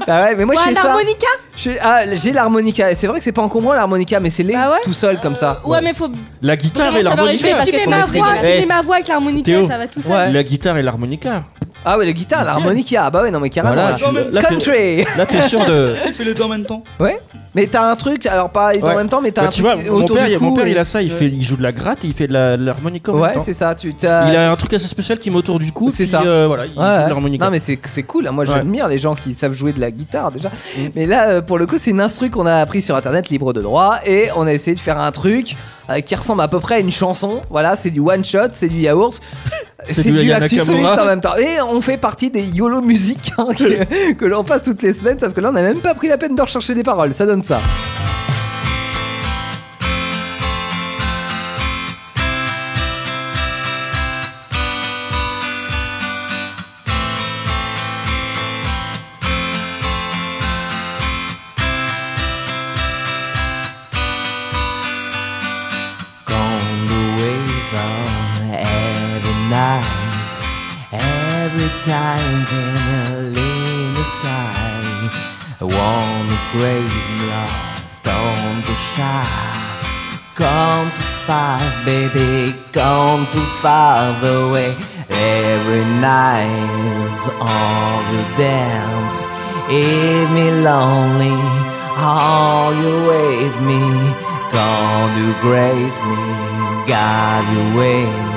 Speaker 2: Bah ouais, mais moi
Speaker 1: Ouais,
Speaker 2: je fais ça.
Speaker 1: l'harmonica
Speaker 2: Je fais- Ah, j'ai l'harmonica. Et c'est vrai que c'est pas encombrant l'harmonica, mais c'est les tout seul comme ça.
Speaker 1: Bah Ouais, mais faut.
Speaker 11: La guitare
Speaker 1: Vraiment,
Speaker 11: et
Speaker 1: ça va régler
Speaker 11: l'harmonica.
Speaker 1: parce que
Speaker 11: faut
Speaker 1: c'est ma
Speaker 11: maîtriser.
Speaker 1: voix,
Speaker 11: Eh,
Speaker 1: c'est ma voix avec l'harmonica,
Speaker 11: Théo,
Speaker 1: ça va tout seul.
Speaker 11: La guitare et l'harmonica.
Speaker 2: Ah ouais, la guitare, l'harmonica. Ah bah ouais, non, mais carrément.
Speaker 11: Voilà,
Speaker 2: là.
Speaker 11: tu- là, t'es-
Speaker 2: Country
Speaker 11: là, t'es sûr de-
Speaker 8: [laughs] Il fait les deux en même temps.
Speaker 2: Ouais. Mais t'as un truc, alors pas en
Speaker 11: Ouais.
Speaker 2: même temps, mais t'as
Speaker 11: Bah,
Speaker 2: un
Speaker 11: tu
Speaker 2: truc
Speaker 11: vois,
Speaker 2: qui-
Speaker 11: mon
Speaker 2: autour
Speaker 11: père,
Speaker 2: du
Speaker 11: il- mon
Speaker 2: cou
Speaker 11: père,
Speaker 2: et-
Speaker 11: il a ça, il,
Speaker 2: Ouais.
Speaker 11: fait, il joue de la gratte et il fait de la- de l'harmonica. en
Speaker 2: Ouais,
Speaker 11: même temps.
Speaker 2: c'est ça. Tu, t'as-
Speaker 11: Il a un truc assez spécial qui m'autour du cou.
Speaker 2: C'est
Speaker 11: puis,
Speaker 2: ça.
Speaker 11: euh, voilà, il
Speaker 2: Ouais,
Speaker 11: joue
Speaker 2: ouais.
Speaker 11: de l'harmonica.
Speaker 2: Non, mais c'est c'est cool. Moi,
Speaker 11: Ouais. Mm.
Speaker 2: j'admire les gens qui savent jouer de la guitare déjà. Mais là, euh, pour le coup, c'est une instru qu'on a appris sur internet libre de droit et on a essayé de faire un truc euh, qui ressemble à peu près à une chanson. Voilà, c'est du one shot, c'est du yaourt.
Speaker 11: [laughs] C'est
Speaker 2: C'est
Speaker 11: du
Speaker 2: du,
Speaker 11: Aya
Speaker 2: Actu
Speaker 11: Nakamura.
Speaker 2: Solite en même temps. Et on fait partie des YOLO musiques hein,
Speaker 11: [laughs]
Speaker 2: que, que l'on passe toutes les semaines, sauf que là on n'a même pas pris la peine de rechercher des paroles. Ça donne ça.
Speaker 13: Gone the wave on every night, every time in a lean the sky. I want the grave lost on the shore. Gone too far, baby, gone too far the way. Every night's all you dance, it me lonely, all you wave me, gone to grace me, God you wind.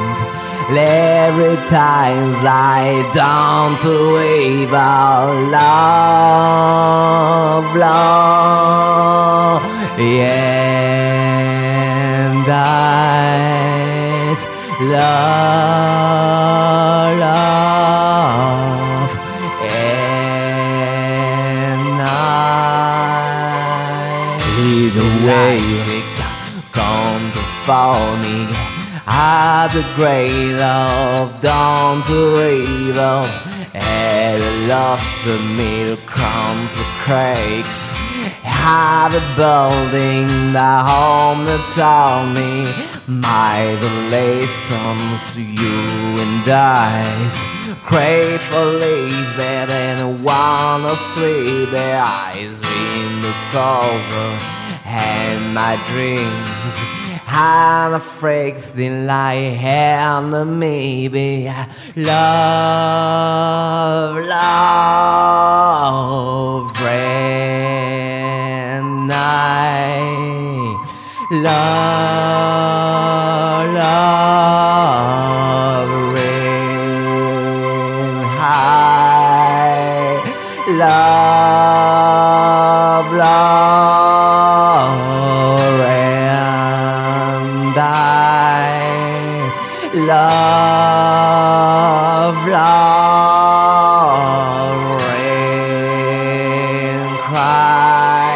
Speaker 13: Every times I down to wave our love, love, and eyes, love, love, and I see the way come to fawning at the grave of dawn to evil and I lost the middle crown for cracks have a building the home that told me my relations you and dies crave for leaves better than one or three bare eyes in the cover and my dreams and a freaking light and a maybe love love and I love love rain high love, love, and I love, love, and cry.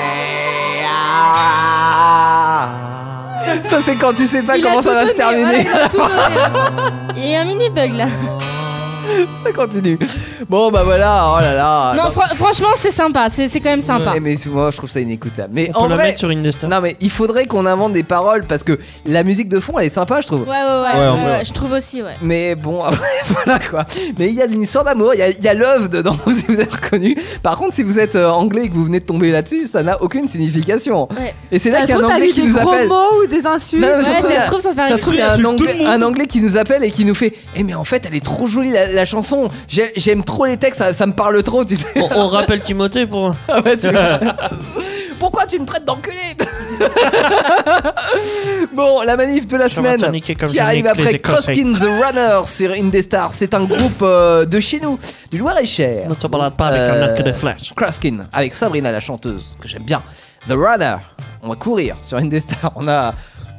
Speaker 2: Ça, c'est quand tu sais pas
Speaker 1: Il a
Speaker 2: comment ça
Speaker 1: tout
Speaker 2: va se
Speaker 1: donné,
Speaker 2: terminer. [laughs]
Speaker 1: voilà, il a tout donné. Il y a eu un mini bug là.
Speaker 2: ça continue. Bon, bah voilà, oh là là.
Speaker 1: non, fran- franchement, c'est sympa, c'est c'est quand même sympa.
Speaker 2: Ouais, Eh, mais c'est- moi, je trouve ça inécoutable. Mais
Speaker 1: On
Speaker 2: en
Speaker 1: peut la
Speaker 2: vrai,
Speaker 1: mettre
Speaker 6: sur
Speaker 2: Non, mais il faudrait qu'on invente des paroles parce que la musique de fond, elle est sympa, je trouve.
Speaker 1: Ouais, ouais, ouais,
Speaker 2: Ouais, en
Speaker 1: ouais,
Speaker 2: vrai.
Speaker 1: je trouve aussi, ouais.
Speaker 2: Mais bon, [laughs] après, voilà quoi. Mais il y a une histoire d'amour, il y a, il y a love dedans, [laughs] si vous êtes reconnu. Par contre, si vous êtes euh, anglais et que vous venez de tomber là-dessus, ça n'a aucune signification.
Speaker 1: Ouais.
Speaker 2: Et c'est là
Speaker 10: Ça
Speaker 2: qu'il y a
Speaker 10: se
Speaker 2: un
Speaker 10: trouve, t'as
Speaker 2: anglais
Speaker 10: mis
Speaker 2: qui
Speaker 10: des
Speaker 2: nous
Speaker 10: gros
Speaker 2: appelle.
Speaker 10: mots ou des insultes.
Speaker 2: Non, non, mais
Speaker 10: Ouais,
Speaker 2: il y a-
Speaker 10: ça se trouve, ça fait
Speaker 2: ça se trouve, il y a un
Speaker 10: insulte tout
Speaker 2: anglais,
Speaker 10: le monde.
Speaker 2: un Anglais qui nous appelle et qui nous fait Eh, mais en fait, elle est trop jolie la, la chanson. J'ai- J'aime trop les textes, ça, ça me parle trop, tu sais.
Speaker 6: On, on rappelle Timothée pour.
Speaker 2: [laughs] Ah ouais, tu vois. [laughs]
Speaker 1: [laughs]
Speaker 2: Pourquoi tu me traites d'enculé [laughs] Bon, la manif de la
Speaker 6: Je vais
Speaker 2: semaine
Speaker 6: t'indiquer comme
Speaker 2: qui
Speaker 6: je
Speaker 2: arrive
Speaker 6: nique les
Speaker 2: après
Speaker 6: Écossais.
Speaker 2: Croskin the Runner sur Indestar. C'est un groupe euh, de chez nous, du Loir-et-Cher. Ne te
Speaker 6: balade pas avec un arc de flèche.
Speaker 2: Croskin, avec Sabrina la chanteuse, que j'aime bien. The Runner, on va courir sur Indestar. On a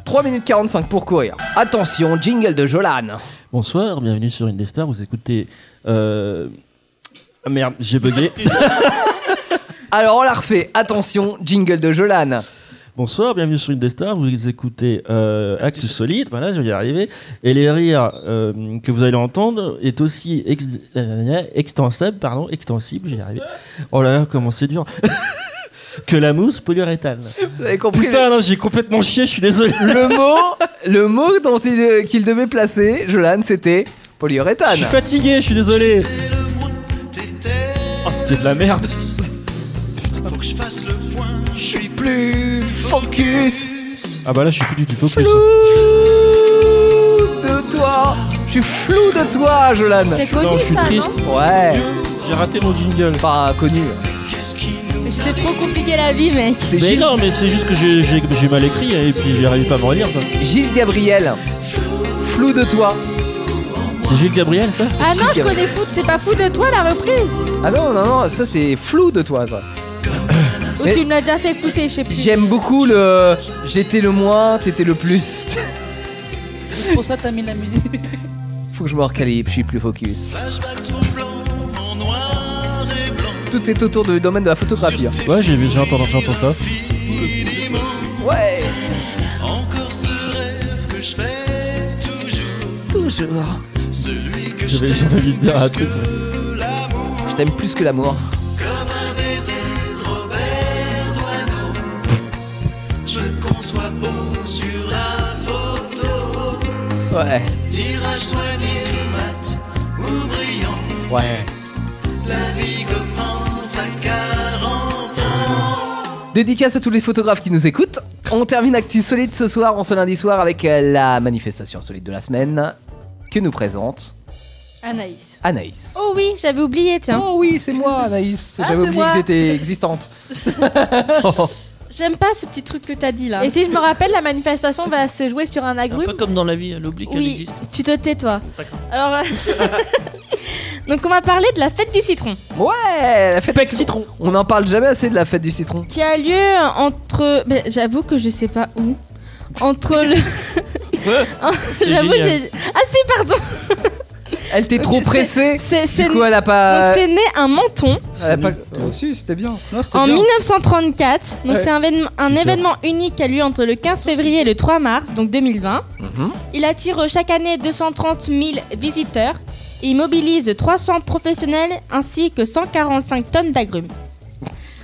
Speaker 2: 3 minutes 45 pour courir. Attention, jingle de Jolan.
Speaker 11: Bonsoir, bienvenue sur Indestar. Vous écoutez euh,
Speaker 5: Ah merde, j'ai bugué.
Speaker 2: [laughs] Alors on la refait. Attention, jingle de Jolan.
Speaker 5: Bonsoir, bienvenue sur Une des Stars. Vous écoutez euh, Actu Solide, voilà, je vais y arriver. Et les rires euh, que vous allez entendre est aussi ex- euh, extensible, pardon, extensible, j'y arrivé. Oh là là, comment c'est dur. [laughs] que la mousse polyuréthane.
Speaker 2: Vous avez compris
Speaker 5: Putain, non, j'ai complètement chié, je suis désolé.
Speaker 2: Le mot, le mot dont il- euh, qu'il devait placer, Jolan, c'était polyuréthane.
Speaker 5: Je suis fatigué, je suis désolé. Oh, c'était de la merde.
Speaker 8: Faut que je fasse le point. Je suis
Speaker 2: plus focus.
Speaker 5: Ah bah là, je suis plus du tout focus.
Speaker 2: De toi, je suis flou de toi, Jolan.
Speaker 1: C'est connu, Non, je suis ça, triste.
Speaker 2: Ouais.
Speaker 5: J'ai raté mon jingle.
Speaker 2: Pas connu.
Speaker 1: C'était trop compliqué la vie, mec.
Speaker 5: Mais non, mais c'est juste que j'ai- j'ai j'ai mal écrit hein, et puis j'arrive pas à me relire. quoi.
Speaker 2: Gilles Gabriel, flou de toi.
Speaker 5: C'est Gilles Gabriel, ça
Speaker 1: Ah non, je connais foot, c'est pas fou de toi la reprise
Speaker 2: Ah non, non, non, ça c'est flou de toi, ça.
Speaker 1: Ou
Speaker 2: Mais
Speaker 1: tu me l'as déjà fait écouter, je sais plus.
Speaker 2: J'aime beaucoup le j'étais le moins, t'étais le plus. [laughs]
Speaker 14: C'est pour ça que t'as mis la musique.
Speaker 2: Faut que je me recalibre, je suis plus focus. Tout est autour du domaine de la photographie. hein.
Speaker 5: Ouais, j'ai vu, j'ai entendu, j'ai entendu ça.
Speaker 2: Ouais.
Speaker 8: Encore ce rêve que je fais toujours.
Speaker 2: Toujours.
Speaker 8: Celui que je
Speaker 5: J'avais
Speaker 8: t'aime
Speaker 5: j'avais envie de dire un truc.
Speaker 2: Je t'aime plus que l'amour.
Speaker 8: comme un baiser de Robert Doisneau. Je conçois beau sur la photo.
Speaker 2: Ouais.
Speaker 8: Tirage soigné mat ou brillant.
Speaker 2: Ouais.
Speaker 8: La vie commence à 40 ans.
Speaker 2: Dédicace à tous les photographes qui nous écoutent. On termine Actu Solide ce soir, en ce lundi soir, avec euh, la manifestation solide de la semaine que nous présente
Speaker 1: Anaïs.
Speaker 2: Anaïs.
Speaker 1: Oh oui, j'avais oublié, tiens.
Speaker 2: Oh oui, c'est moi, Anaïs.
Speaker 1: Ah,
Speaker 2: J'avais oublié que j'étais existante.
Speaker 7: J'aime pas ce petit truc que t'as dit là.
Speaker 1: Et si je me rappelle, la manifestation va se jouer sur un
Speaker 6: Un peu
Speaker 1: agrume.
Speaker 6: comme dans la vie, elle oublie qu'elle
Speaker 1: Oui,
Speaker 6: existe.
Speaker 1: tu te tais, toi. Alors. euh, [laughs] Donc, on va parler de la fête du citron.
Speaker 2: Ouais, la fête du citron. On n'en parle jamais assez de la fête du citron.
Speaker 1: Qui a lieu entre. ben, J'avoue que je sais pas où. Entre
Speaker 2: [laughs]
Speaker 1: le. [laughs] J'avoue,
Speaker 2: génial.
Speaker 1: j'ai. Ah si, pardon
Speaker 2: Elle était trop
Speaker 1: C'est-
Speaker 2: pressée.
Speaker 1: [laughs] c'est- c'est-
Speaker 2: Du coup, elle a pas.
Speaker 1: Donc, c'est né à Menton.
Speaker 2: Elle a pas. Oh, si, c'était bien. Non, c'était
Speaker 1: En
Speaker 2: bien.
Speaker 1: 1934, donc
Speaker 2: Ouais.
Speaker 1: c'est un, évén- un
Speaker 2: sûr.
Speaker 1: événement unique qui a lieu entre le 15 février et le 3 mars, donc 2020.
Speaker 2: Mhm.
Speaker 7: Mm-hmm.
Speaker 1: Il attire chaque année 230 000 visiteurs et il mobilise 300 professionnels ainsi que 145 tonnes d'agrumes.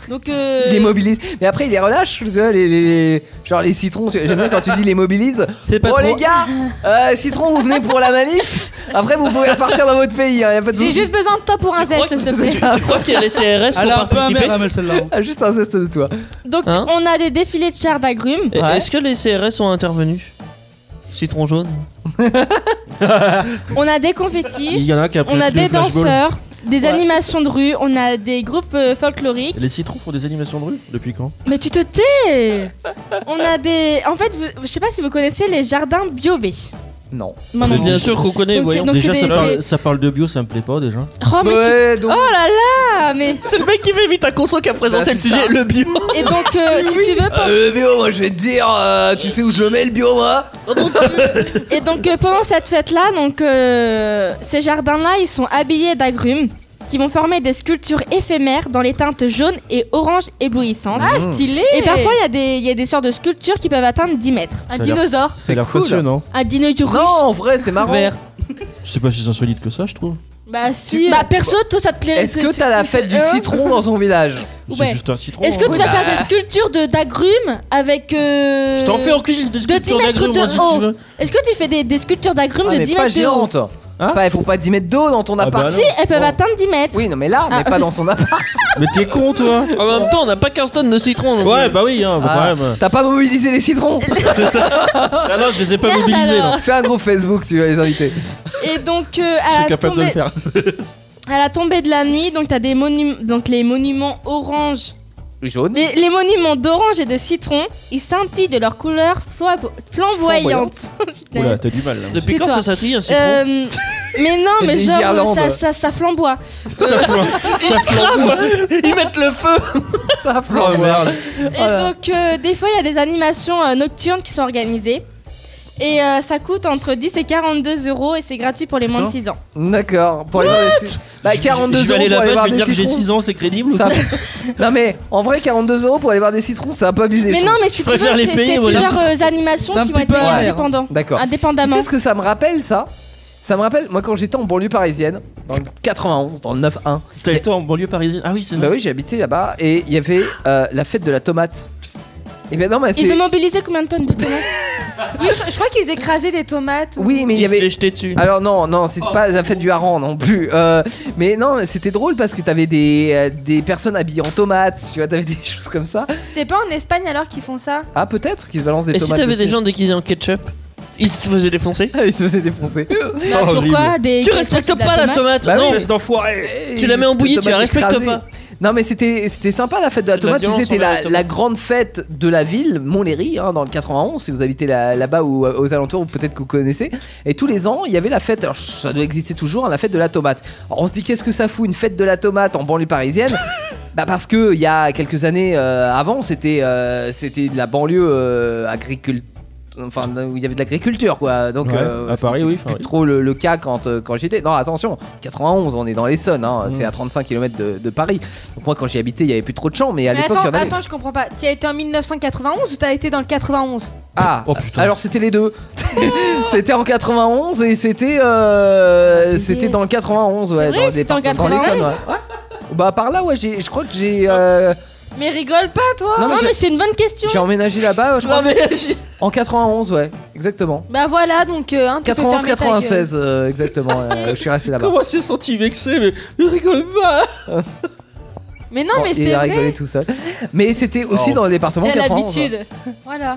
Speaker 1: Donc, euh,
Speaker 2: Il les mobilise. Mais après, il les relâche. tu vois, les, les- genre les citrons. tu- J'aime bien quand tu dis les mobilise. C'est
Speaker 14: pas
Speaker 6: Oh,
Speaker 2: Bon,
Speaker 14: trop-
Speaker 2: les gars, euh, citrons, vous venez pour la manif. Après, vous pouvez repartir dans votre pays. hein, y a pas de
Speaker 1: j'ai
Speaker 2: souci.
Speaker 1: juste besoin de toi pour un zeste, s'il te plaît.
Speaker 6: [laughs] Tu crois qu'il y a les CRS
Speaker 2: Elle
Speaker 6: pour
Speaker 2: a un peu
Speaker 6: participer
Speaker 2: amère, Ah, Juste un zeste de toi.
Speaker 1: Donc,
Speaker 6: Hein
Speaker 1: on a des défilés de chars d'agrumes.
Speaker 6: Et- Est-ce que les CRS sont intervenus Citron jaune
Speaker 1: On a des confettis.
Speaker 6: Il y en a qui a
Speaker 1: on a
Speaker 6: pris le
Speaker 1: des
Speaker 6: flashball.
Speaker 1: danseurs, des
Speaker 5: Ouais.
Speaker 1: animations de rue, on a des groupes euh, folkloriques.
Speaker 5: Les citrons font des animations de rue Depuis quand
Speaker 1: Mais tu te tais On a des... En fait, vous- je sais pas si vous connaissez les jardins Biové.
Speaker 2: Non.
Speaker 1: Non, non, non. Donc, c'est- donc,
Speaker 5: déjà,
Speaker 1: c'est
Speaker 5: ça
Speaker 1: des-
Speaker 5: parle,
Speaker 1: c'est-
Speaker 5: ça parle de bio, ça me plaît pas déjà.
Speaker 1: Oh, mais tu- oh là là mais...
Speaker 6: C'est le mec qui fait vite à conso qui a présenté
Speaker 2: le sujet, le bio.
Speaker 1: Et donc,
Speaker 6: [laughs]
Speaker 1: euh,
Speaker 6: Ah,
Speaker 1: si tu veux...
Speaker 2: Euh, le bio, moi, je vais te dire. euh, tu sais où je le mets, le bio, moi
Speaker 1: Et donc, euh, pendant cette fête-là, donc, euh, ces jardins-là, ils sont habillés d'agrumes qui vont former des sculptures éphémères dans les teintes jaune et orange éblouissantes. Mm.
Speaker 7: Ah, stylé
Speaker 1: Et parfois, il y, a des- il y a des sortes de sculptures qui peuvent atteindre 10 mètres.
Speaker 5: Ça a l'air- Ça a l'air passionnant.
Speaker 1: Un dinosaure
Speaker 2: Non, [laughs] en vrai, c'est marrant.
Speaker 5: Vert. C'est pas si insolite que ça, je trouve.
Speaker 1: Bah si. Bah perso, toi ça te plairait.
Speaker 2: Est-ce que t'as la fête du
Speaker 1: Hein
Speaker 2: citron dans ton village
Speaker 1: Ouais.
Speaker 5: Juste un citron. hein.
Speaker 1: Est-ce que tu vas
Speaker 2: Bah.
Speaker 1: faire des sculptures de d'agrumes avec euh,
Speaker 5: Je t'en fais en cuisine
Speaker 1: de
Speaker 5: des
Speaker 1: 10
Speaker 5: sculptures
Speaker 1: mètres
Speaker 5: d'agrumes, moi, si tu
Speaker 1: de haut
Speaker 5: veux.
Speaker 1: Est-ce que tu fais des, des sculptures d'agrumes
Speaker 2: Ah,
Speaker 1: de
Speaker 2: mais
Speaker 1: 10
Speaker 2: pas
Speaker 1: mètes de haut
Speaker 2: géante.
Speaker 5: Hein
Speaker 2: pas, elles font pas 10 mètres d'eau dans ton
Speaker 5: Ah, bah
Speaker 2: appart.
Speaker 1: Si, elles peuvent atteindre 10 mètres.
Speaker 2: Oui, non, mais là, mais
Speaker 1: Ah.
Speaker 2: pas dans son appart.
Speaker 5: Mais t'es con, toi
Speaker 6: Ah, En même temps, on n'a pas 15 tonnes de citron. donc- euh.
Speaker 5: Ouais, bah oui, hein, bah,
Speaker 2: Ah,
Speaker 5: quand même.
Speaker 2: T'as pas mobilisé
Speaker 1: [laughs]
Speaker 2: les citrons
Speaker 5: C'est ça. Ah non, je les ai pas
Speaker 1: Merde,
Speaker 5: mobilisés.
Speaker 1: alors.
Speaker 5: non.
Speaker 2: Fais un groupe Facebook, tu vas les inviter.
Speaker 1: [laughs] Et donc euh, à, la tombée, à la tombée de la nuit, donc t'as des monuments, donc les monuments orange,
Speaker 5: [laughs]
Speaker 2: Jaune.
Speaker 1: les, les monuments d'orange et de citron, ils scintillent de leur couleur fla- flamboyante. Putain. [laughs]
Speaker 5: Oula, t'as du mal là.
Speaker 6: Depuis quand
Speaker 1: Putain.
Speaker 6: ça scintille un citron
Speaker 1: Euh, mais
Speaker 2: [laughs]
Speaker 1: non,
Speaker 6: Et
Speaker 1: mais
Speaker 6: des
Speaker 1: genre
Speaker 6: guirlandes.
Speaker 1: ça, ça, ça flamboie.
Speaker 6: Ça flambe.
Speaker 1: [laughs]
Speaker 6: Ça flambe. Ils mettent le feu.
Speaker 2: Ça
Speaker 6: flambe.
Speaker 10: Oh
Speaker 1: Et donc, euh, des fois, il y a des animations euh, nocturnes qui sont organisées. Et euh, ça coûte entre 10 et 42 euros et c'est gratuit pour les moins de 6 ans.
Speaker 2: D'accord. Pour les gens des six- Bah,
Speaker 11: Je- je-
Speaker 2: 42
Speaker 11: je vais
Speaker 2: euros
Speaker 11: aller
Speaker 2: pour aller
Speaker 11: là-bas,
Speaker 2: voir
Speaker 11: je vais
Speaker 2: des
Speaker 11: dire que j'ai
Speaker 2: citrons.
Speaker 11: 6 ans, c'est crédible ou
Speaker 2: Ça-
Speaker 11: quoi
Speaker 2: non mais en vrai 42 euros pour aller voir des citrons ça va pas abuser.
Speaker 1: Mais
Speaker 2: je
Speaker 1: non,
Speaker 2: trouve.
Speaker 1: mais si tu veux, c'est c'est plusieurs euh, animations qui vont être payées indépendants.
Speaker 2: D'accord.
Speaker 1: Indépendamment.
Speaker 2: Tu sais ce que ça me rappelle ça Ça me rappelle moi quand j'étais en banlieue parisienne dans le 91 dans le 91.
Speaker 11: T'as été en banlieue parisienne Ah oui c'est
Speaker 2: Bah oui j'ai habité là-bas et il y avait euh, la fête de la tomate. Et ben non mais
Speaker 1: Ils
Speaker 2: c'est
Speaker 1: ont mobilisé combien de tonnes de tomates
Speaker 10: [laughs] Oui, je, je crois qu'ils écrasaient des tomates. ou-
Speaker 2: Oui, mais il y avait. Alors non, non, c'était pas la fête du hareng non plus. Euh, mais non, c'était drôle parce que t'avais des euh, des personnes habillées en tomates, tu vois, t'avais des [laughs] choses comme ça.
Speaker 10: C'est pas en Espagne alors qu'ils font ça
Speaker 2: Ah peut-être qu'ils se balancent des
Speaker 6: Et si
Speaker 2: tomates.
Speaker 6: t'avais des
Speaker 2: dessus.
Speaker 6: gens déguisés en ketchup ils se faisaient défoncer
Speaker 2: [laughs] Ils se faisaient défoncer.
Speaker 6: Bah, pourquoi
Speaker 2: Horrible.
Speaker 6: des Tu ketchup, respectes c'est de la pas la tomate tomate,
Speaker 2: Bah
Speaker 6: non.
Speaker 2: oui.
Speaker 6: Espèce d'enfoiré. Tu la mets en bouillie, tu la
Speaker 2: Tomate
Speaker 6: respectes
Speaker 2: écrasée.
Speaker 6: pas.
Speaker 2: Non mais c'était c'était sympa la fête de la
Speaker 6: C'est de la
Speaker 2: tomate, tu sais
Speaker 6: violence
Speaker 2: c'était
Speaker 6: envers
Speaker 2: la,
Speaker 6: la tomate.
Speaker 2: la grande fête de la ville Montlhéry hein, dans le 91 si vous habitez là- là-bas ou euh, aux alentours ou peut-être que vous connaissez et tous les ans il y avait la fête alors ça doit exister toujours hein, la fête de la tomate. Alors on se dit qu'est-ce que ça fout une fête de la tomate en banlieue parisienne [laughs] Bah parce que il y a quelques années euh, avant c'était euh, c'était de la banlieue euh, agricole enfin où il y avait de l'agriculture quoi donc
Speaker 11: Ouais,
Speaker 6: Ah
Speaker 2: euh,
Speaker 11: à
Speaker 2: c'était
Speaker 11: Paris,
Speaker 2: plus-
Speaker 11: oui,
Speaker 2: plus
Speaker 11: enfin, oui.
Speaker 2: trop le, le cas quand, euh, quand j'étais non attention 91 on est dans l'Essonne hein,
Speaker 11: Mm.
Speaker 2: c'est à 35 km de, de Paris donc moi quand j'y habitais il y avait plus trop de champs mais à
Speaker 10: Mais
Speaker 2: l'époque il y
Speaker 10: attends,
Speaker 2: en avait
Speaker 10: attends, je comprends pas. Tu as été en 1991 ou t'as été dans le 91
Speaker 2: ah
Speaker 11: Oh,
Speaker 2: alors c'était
Speaker 10: [laughs]
Speaker 2: les deux c'était en 91 et c'était euh, c'était dans le 91
Speaker 10: Ah,
Speaker 2: ouais
Speaker 10: C'est vrai,
Speaker 2: dans, le
Speaker 10: c'était en Oh,
Speaker 2: département- dans l'Essonne
Speaker 10: 91.
Speaker 2: ouais. Ouais. bah par là ouais j'ai- je crois que j'ai euh,
Speaker 1: Mais rigole pas, toi
Speaker 2: Non,
Speaker 1: Non,
Speaker 2: mais
Speaker 1: mais,
Speaker 2: j'ai-
Speaker 1: c'est une bonne question
Speaker 2: j'ai emménagé là-bas je crois en 91 ouais exactement
Speaker 10: Bah voilà, donc. euh, hein, tu peux
Speaker 2: 91
Speaker 10: fermer ta gueule.
Speaker 2: 96 euh, exactement euh, je suis resté là-bas
Speaker 11: Comment s'est senti vexé mais, mais rigole pas
Speaker 10: Mais non,
Speaker 2: Bon,
Speaker 10: mais
Speaker 2: il
Speaker 10: c'est
Speaker 2: a
Speaker 10: vrai.
Speaker 2: rigolé tout seul. Mais c'était aussi
Speaker 11: Oh.
Speaker 2: dans le département
Speaker 10: Elle a
Speaker 2: 91.
Speaker 10: l'habitude.
Speaker 2: hein.
Speaker 10: [laughs] voilà.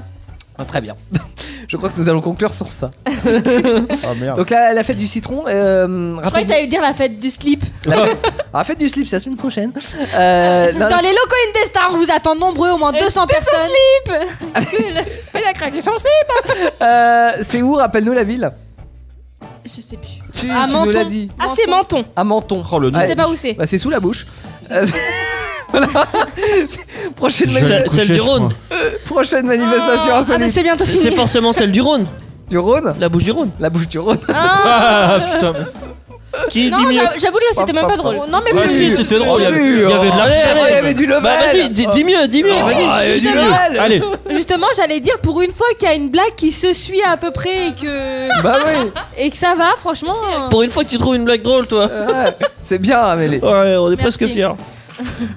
Speaker 2: Ah, très bien. [laughs] Je crois que nous allons conclure sur ça.
Speaker 6: Ah,
Speaker 2: [laughs]
Speaker 11: merde.
Speaker 2: Donc la, la fête du citron, euh,
Speaker 1: Je croyais que
Speaker 2: rappelez-vous-
Speaker 1: t'allais dire la fête du slip.
Speaker 6: [laughs]
Speaker 2: la, fête, la fête du slip, c'est la semaine prochaine. Euh, non,
Speaker 10: Dans les locaux Indestar, on vous attend nombreux, au moins 200 personnes. [laughs]
Speaker 2: Il a craqué son slip euh, C'est où Rappelle-nous la ville.
Speaker 1: Je sais plus.
Speaker 2: Tu,
Speaker 1: Ah,
Speaker 2: tu nous
Speaker 1: Menton.
Speaker 2: l'as dit.
Speaker 1: Ah, c'est Menton.
Speaker 2: À Menton.
Speaker 6: Oh,
Speaker 1: nom. Je sais pas où c'est.
Speaker 2: Bah, c'est sous
Speaker 1: [laughs]
Speaker 2: la bouche. Euh, voilà. [laughs] Prochaine
Speaker 6: Je vais aller me
Speaker 2: manifestation.
Speaker 6: Celle- celle du Rhône.
Speaker 2: Prochaine manifestation.
Speaker 6: Ah,
Speaker 2: insolite.
Speaker 6: mais c'est bientôt C'est- fini. c'est forcément celle du Rhône.
Speaker 2: Du Rhône
Speaker 6: La bouche du Rhône.
Speaker 2: La bouche du Rhône. [laughs]
Speaker 6: Ah, putain. [laughs] Qui dit
Speaker 1: Non,
Speaker 6: mieux
Speaker 1: j'a- j'avoue que là, c'était même pas drôle. Non, mais
Speaker 6: Bah
Speaker 1: plus.
Speaker 6: si, c'était drôle.
Speaker 2: Oh,
Speaker 6: Il y avait,
Speaker 2: si,
Speaker 6: il y avait de
Speaker 2: oh,
Speaker 6: la
Speaker 2: oh, il y avait du level.
Speaker 6: Bah vas-y, dis, dis mieux, dis mieux.
Speaker 2: Oh,
Speaker 6: vas-y,
Speaker 2: il y avait
Speaker 6: dis
Speaker 2: du
Speaker 6: mieux.
Speaker 2: level.
Speaker 6: Allez.
Speaker 10: Justement, j'allais dire pour une fois qu'il y a une blague qui se suit à peu près et que.
Speaker 2: Bah oui.
Speaker 10: [laughs] Et que ça va, franchement. euh,
Speaker 6: Pour une fois que tu trouves une blague drôle, toi.
Speaker 2: Euh, C'est bien, Amélie.
Speaker 6: Ouais, on est
Speaker 10: Merci.
Speaker 6: presque fiers.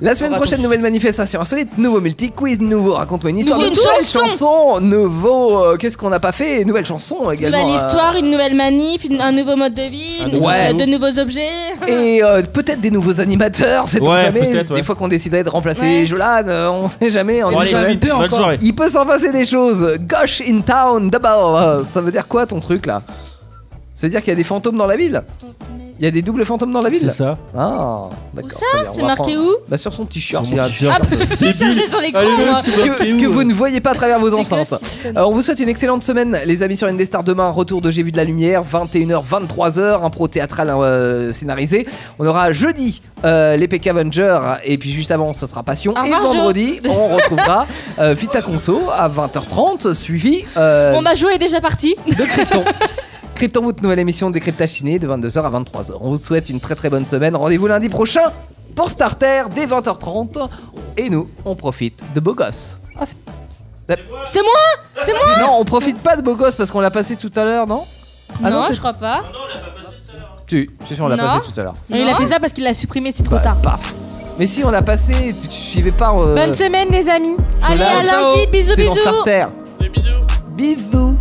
Speaker 2: La semaine prochaine, nouvelle manifestation insolite, nouveau multi-quiz, nouveau raconte-moi une histoire,
Speaker 1: Nouvelle
Speaker 2: nouvelle
Speaker 1: chanson.
Speaker 2: chanson, nouveau euh, qu'est-ce qu'on n'a pas fait, nouvelle chanson également.
Speaker 1: Nouvelle
Speaker 2: euh,
Speaker 1: histoire, une nouvelle manif, une- un nouveau mode de vie,
Speaker 2: Un
Speaker 1: une-
Speaker 2: nouveau
Speaker 1: euh,
Speaker 2: look.
Speaker 1: de nouveaux objets. [laughs]
Speaker 2: Et euh, peut-être des nouveaux animateurs, c'est
Speaker 11: Ouais,
Speaker 2: jamais.
Speaker 11: peut-être, ouais.
Speaker 2: Des fois qu'on déciderait de remplacer
Speaker 11: Ouais.
Speaker 2: Jolan, euh, on sait jamais. On
Speaker 11: Bon,
Speaker 2: est
Speaker 11: allez,
Speaker 2: jamais-
Speaker 11: bonne
Speaker 2: encore.
Speaker 11: soirée.
Speaker 2: Il peut s'en passer des choses. Gosh in town, d'abord. Euh, Ça veut dire quoi ton truc là Ça veut dire qu'il y a des fantômes dans la ville Il y a des doubles fantômes dans la ville
Speaker 11: C'est ça.
Speaker 2: Ah, d'accord.
Speaker 1: ça
Speaker 2: très bien. On
Speaker 1: C'est
Speaker 2: va
Speaker 1: marqué
Speaker 2: prendre-
Speaker 1: où
Speaker 2: Bah, sur son t-shirt.
Speaker 11: Sur
Speaker 2: il
Speaker 11: mon
Speaker 2: a un
Speaker 11: t-shirt.
Speaker 1: [laughs]
Speaker 2: t-shirt.
Speaker 1: Chargé sur l'écran.
Speaker 2: Allez,
Speaker 1: moi.
Speaker 2: monsieur, que, que vous ne voyez pas à travers vos enceintes.
Speaker 1: classique.
Speaker 2: Euh, on vous souhaite une excellente semaine, les amis sur Indestar. Demain, retour de J'ai vu de la lumière, 21h, 23h, impro théâtral euh, scénarisé. On aura jeudi euh, les PK Avengers, et puis juste avant, ce sera Passion.
Speaker 1: Au
Speaker 2: et
Speaker 1: revoir, Jo.
Speaker 2: vendredi, on retrouvera euh, Vita Conso à 20h30, suivi euh,
Speaker 1: Bon, bah, jouer est déjà parti.
Speaker 2: de Krypton. Krypton Boot, nouvelle émission de Décryptage Ciné de 22h à 23h. On vous souhaite une très très bonne semaine. Rendez-vous lundi prochain pour Starter dès 20h30. Et nous, on profite de beaux gosses. Ah, c'est-
Speaker 1: C'est moi C'est moi
Speaker 2: Non, on profite pas de beau gosse parce qu'on l'a passé tout à l'heure, non
Speaker 1: [laughs]
Speaker 2: Ah
Speaker 1: non,
Speaker 2: c'est-
Speaker 1: je crois pas.
Speaker 2: tu, c'est sûr, on l'a
Speaker 1: Non.
Speaker 2: passé tout à l'heure. Bah,
Speaker 10: Non, il a fait ça parce qu'il l'a supprimé, c'est trop tard.
Speaker 2: Paf. Mais si, on l'a passé, tu, tu suivais pas. euh,
Speaker 10: Bonne semaine, les amis.
Speaker 2: Jolan.
Speaker 10: Allez, à lundi, bisous,
Speaker 2: C'était dans
Speaker 10: bisous.
Speaker 2: Starter. Bisous. Bisous.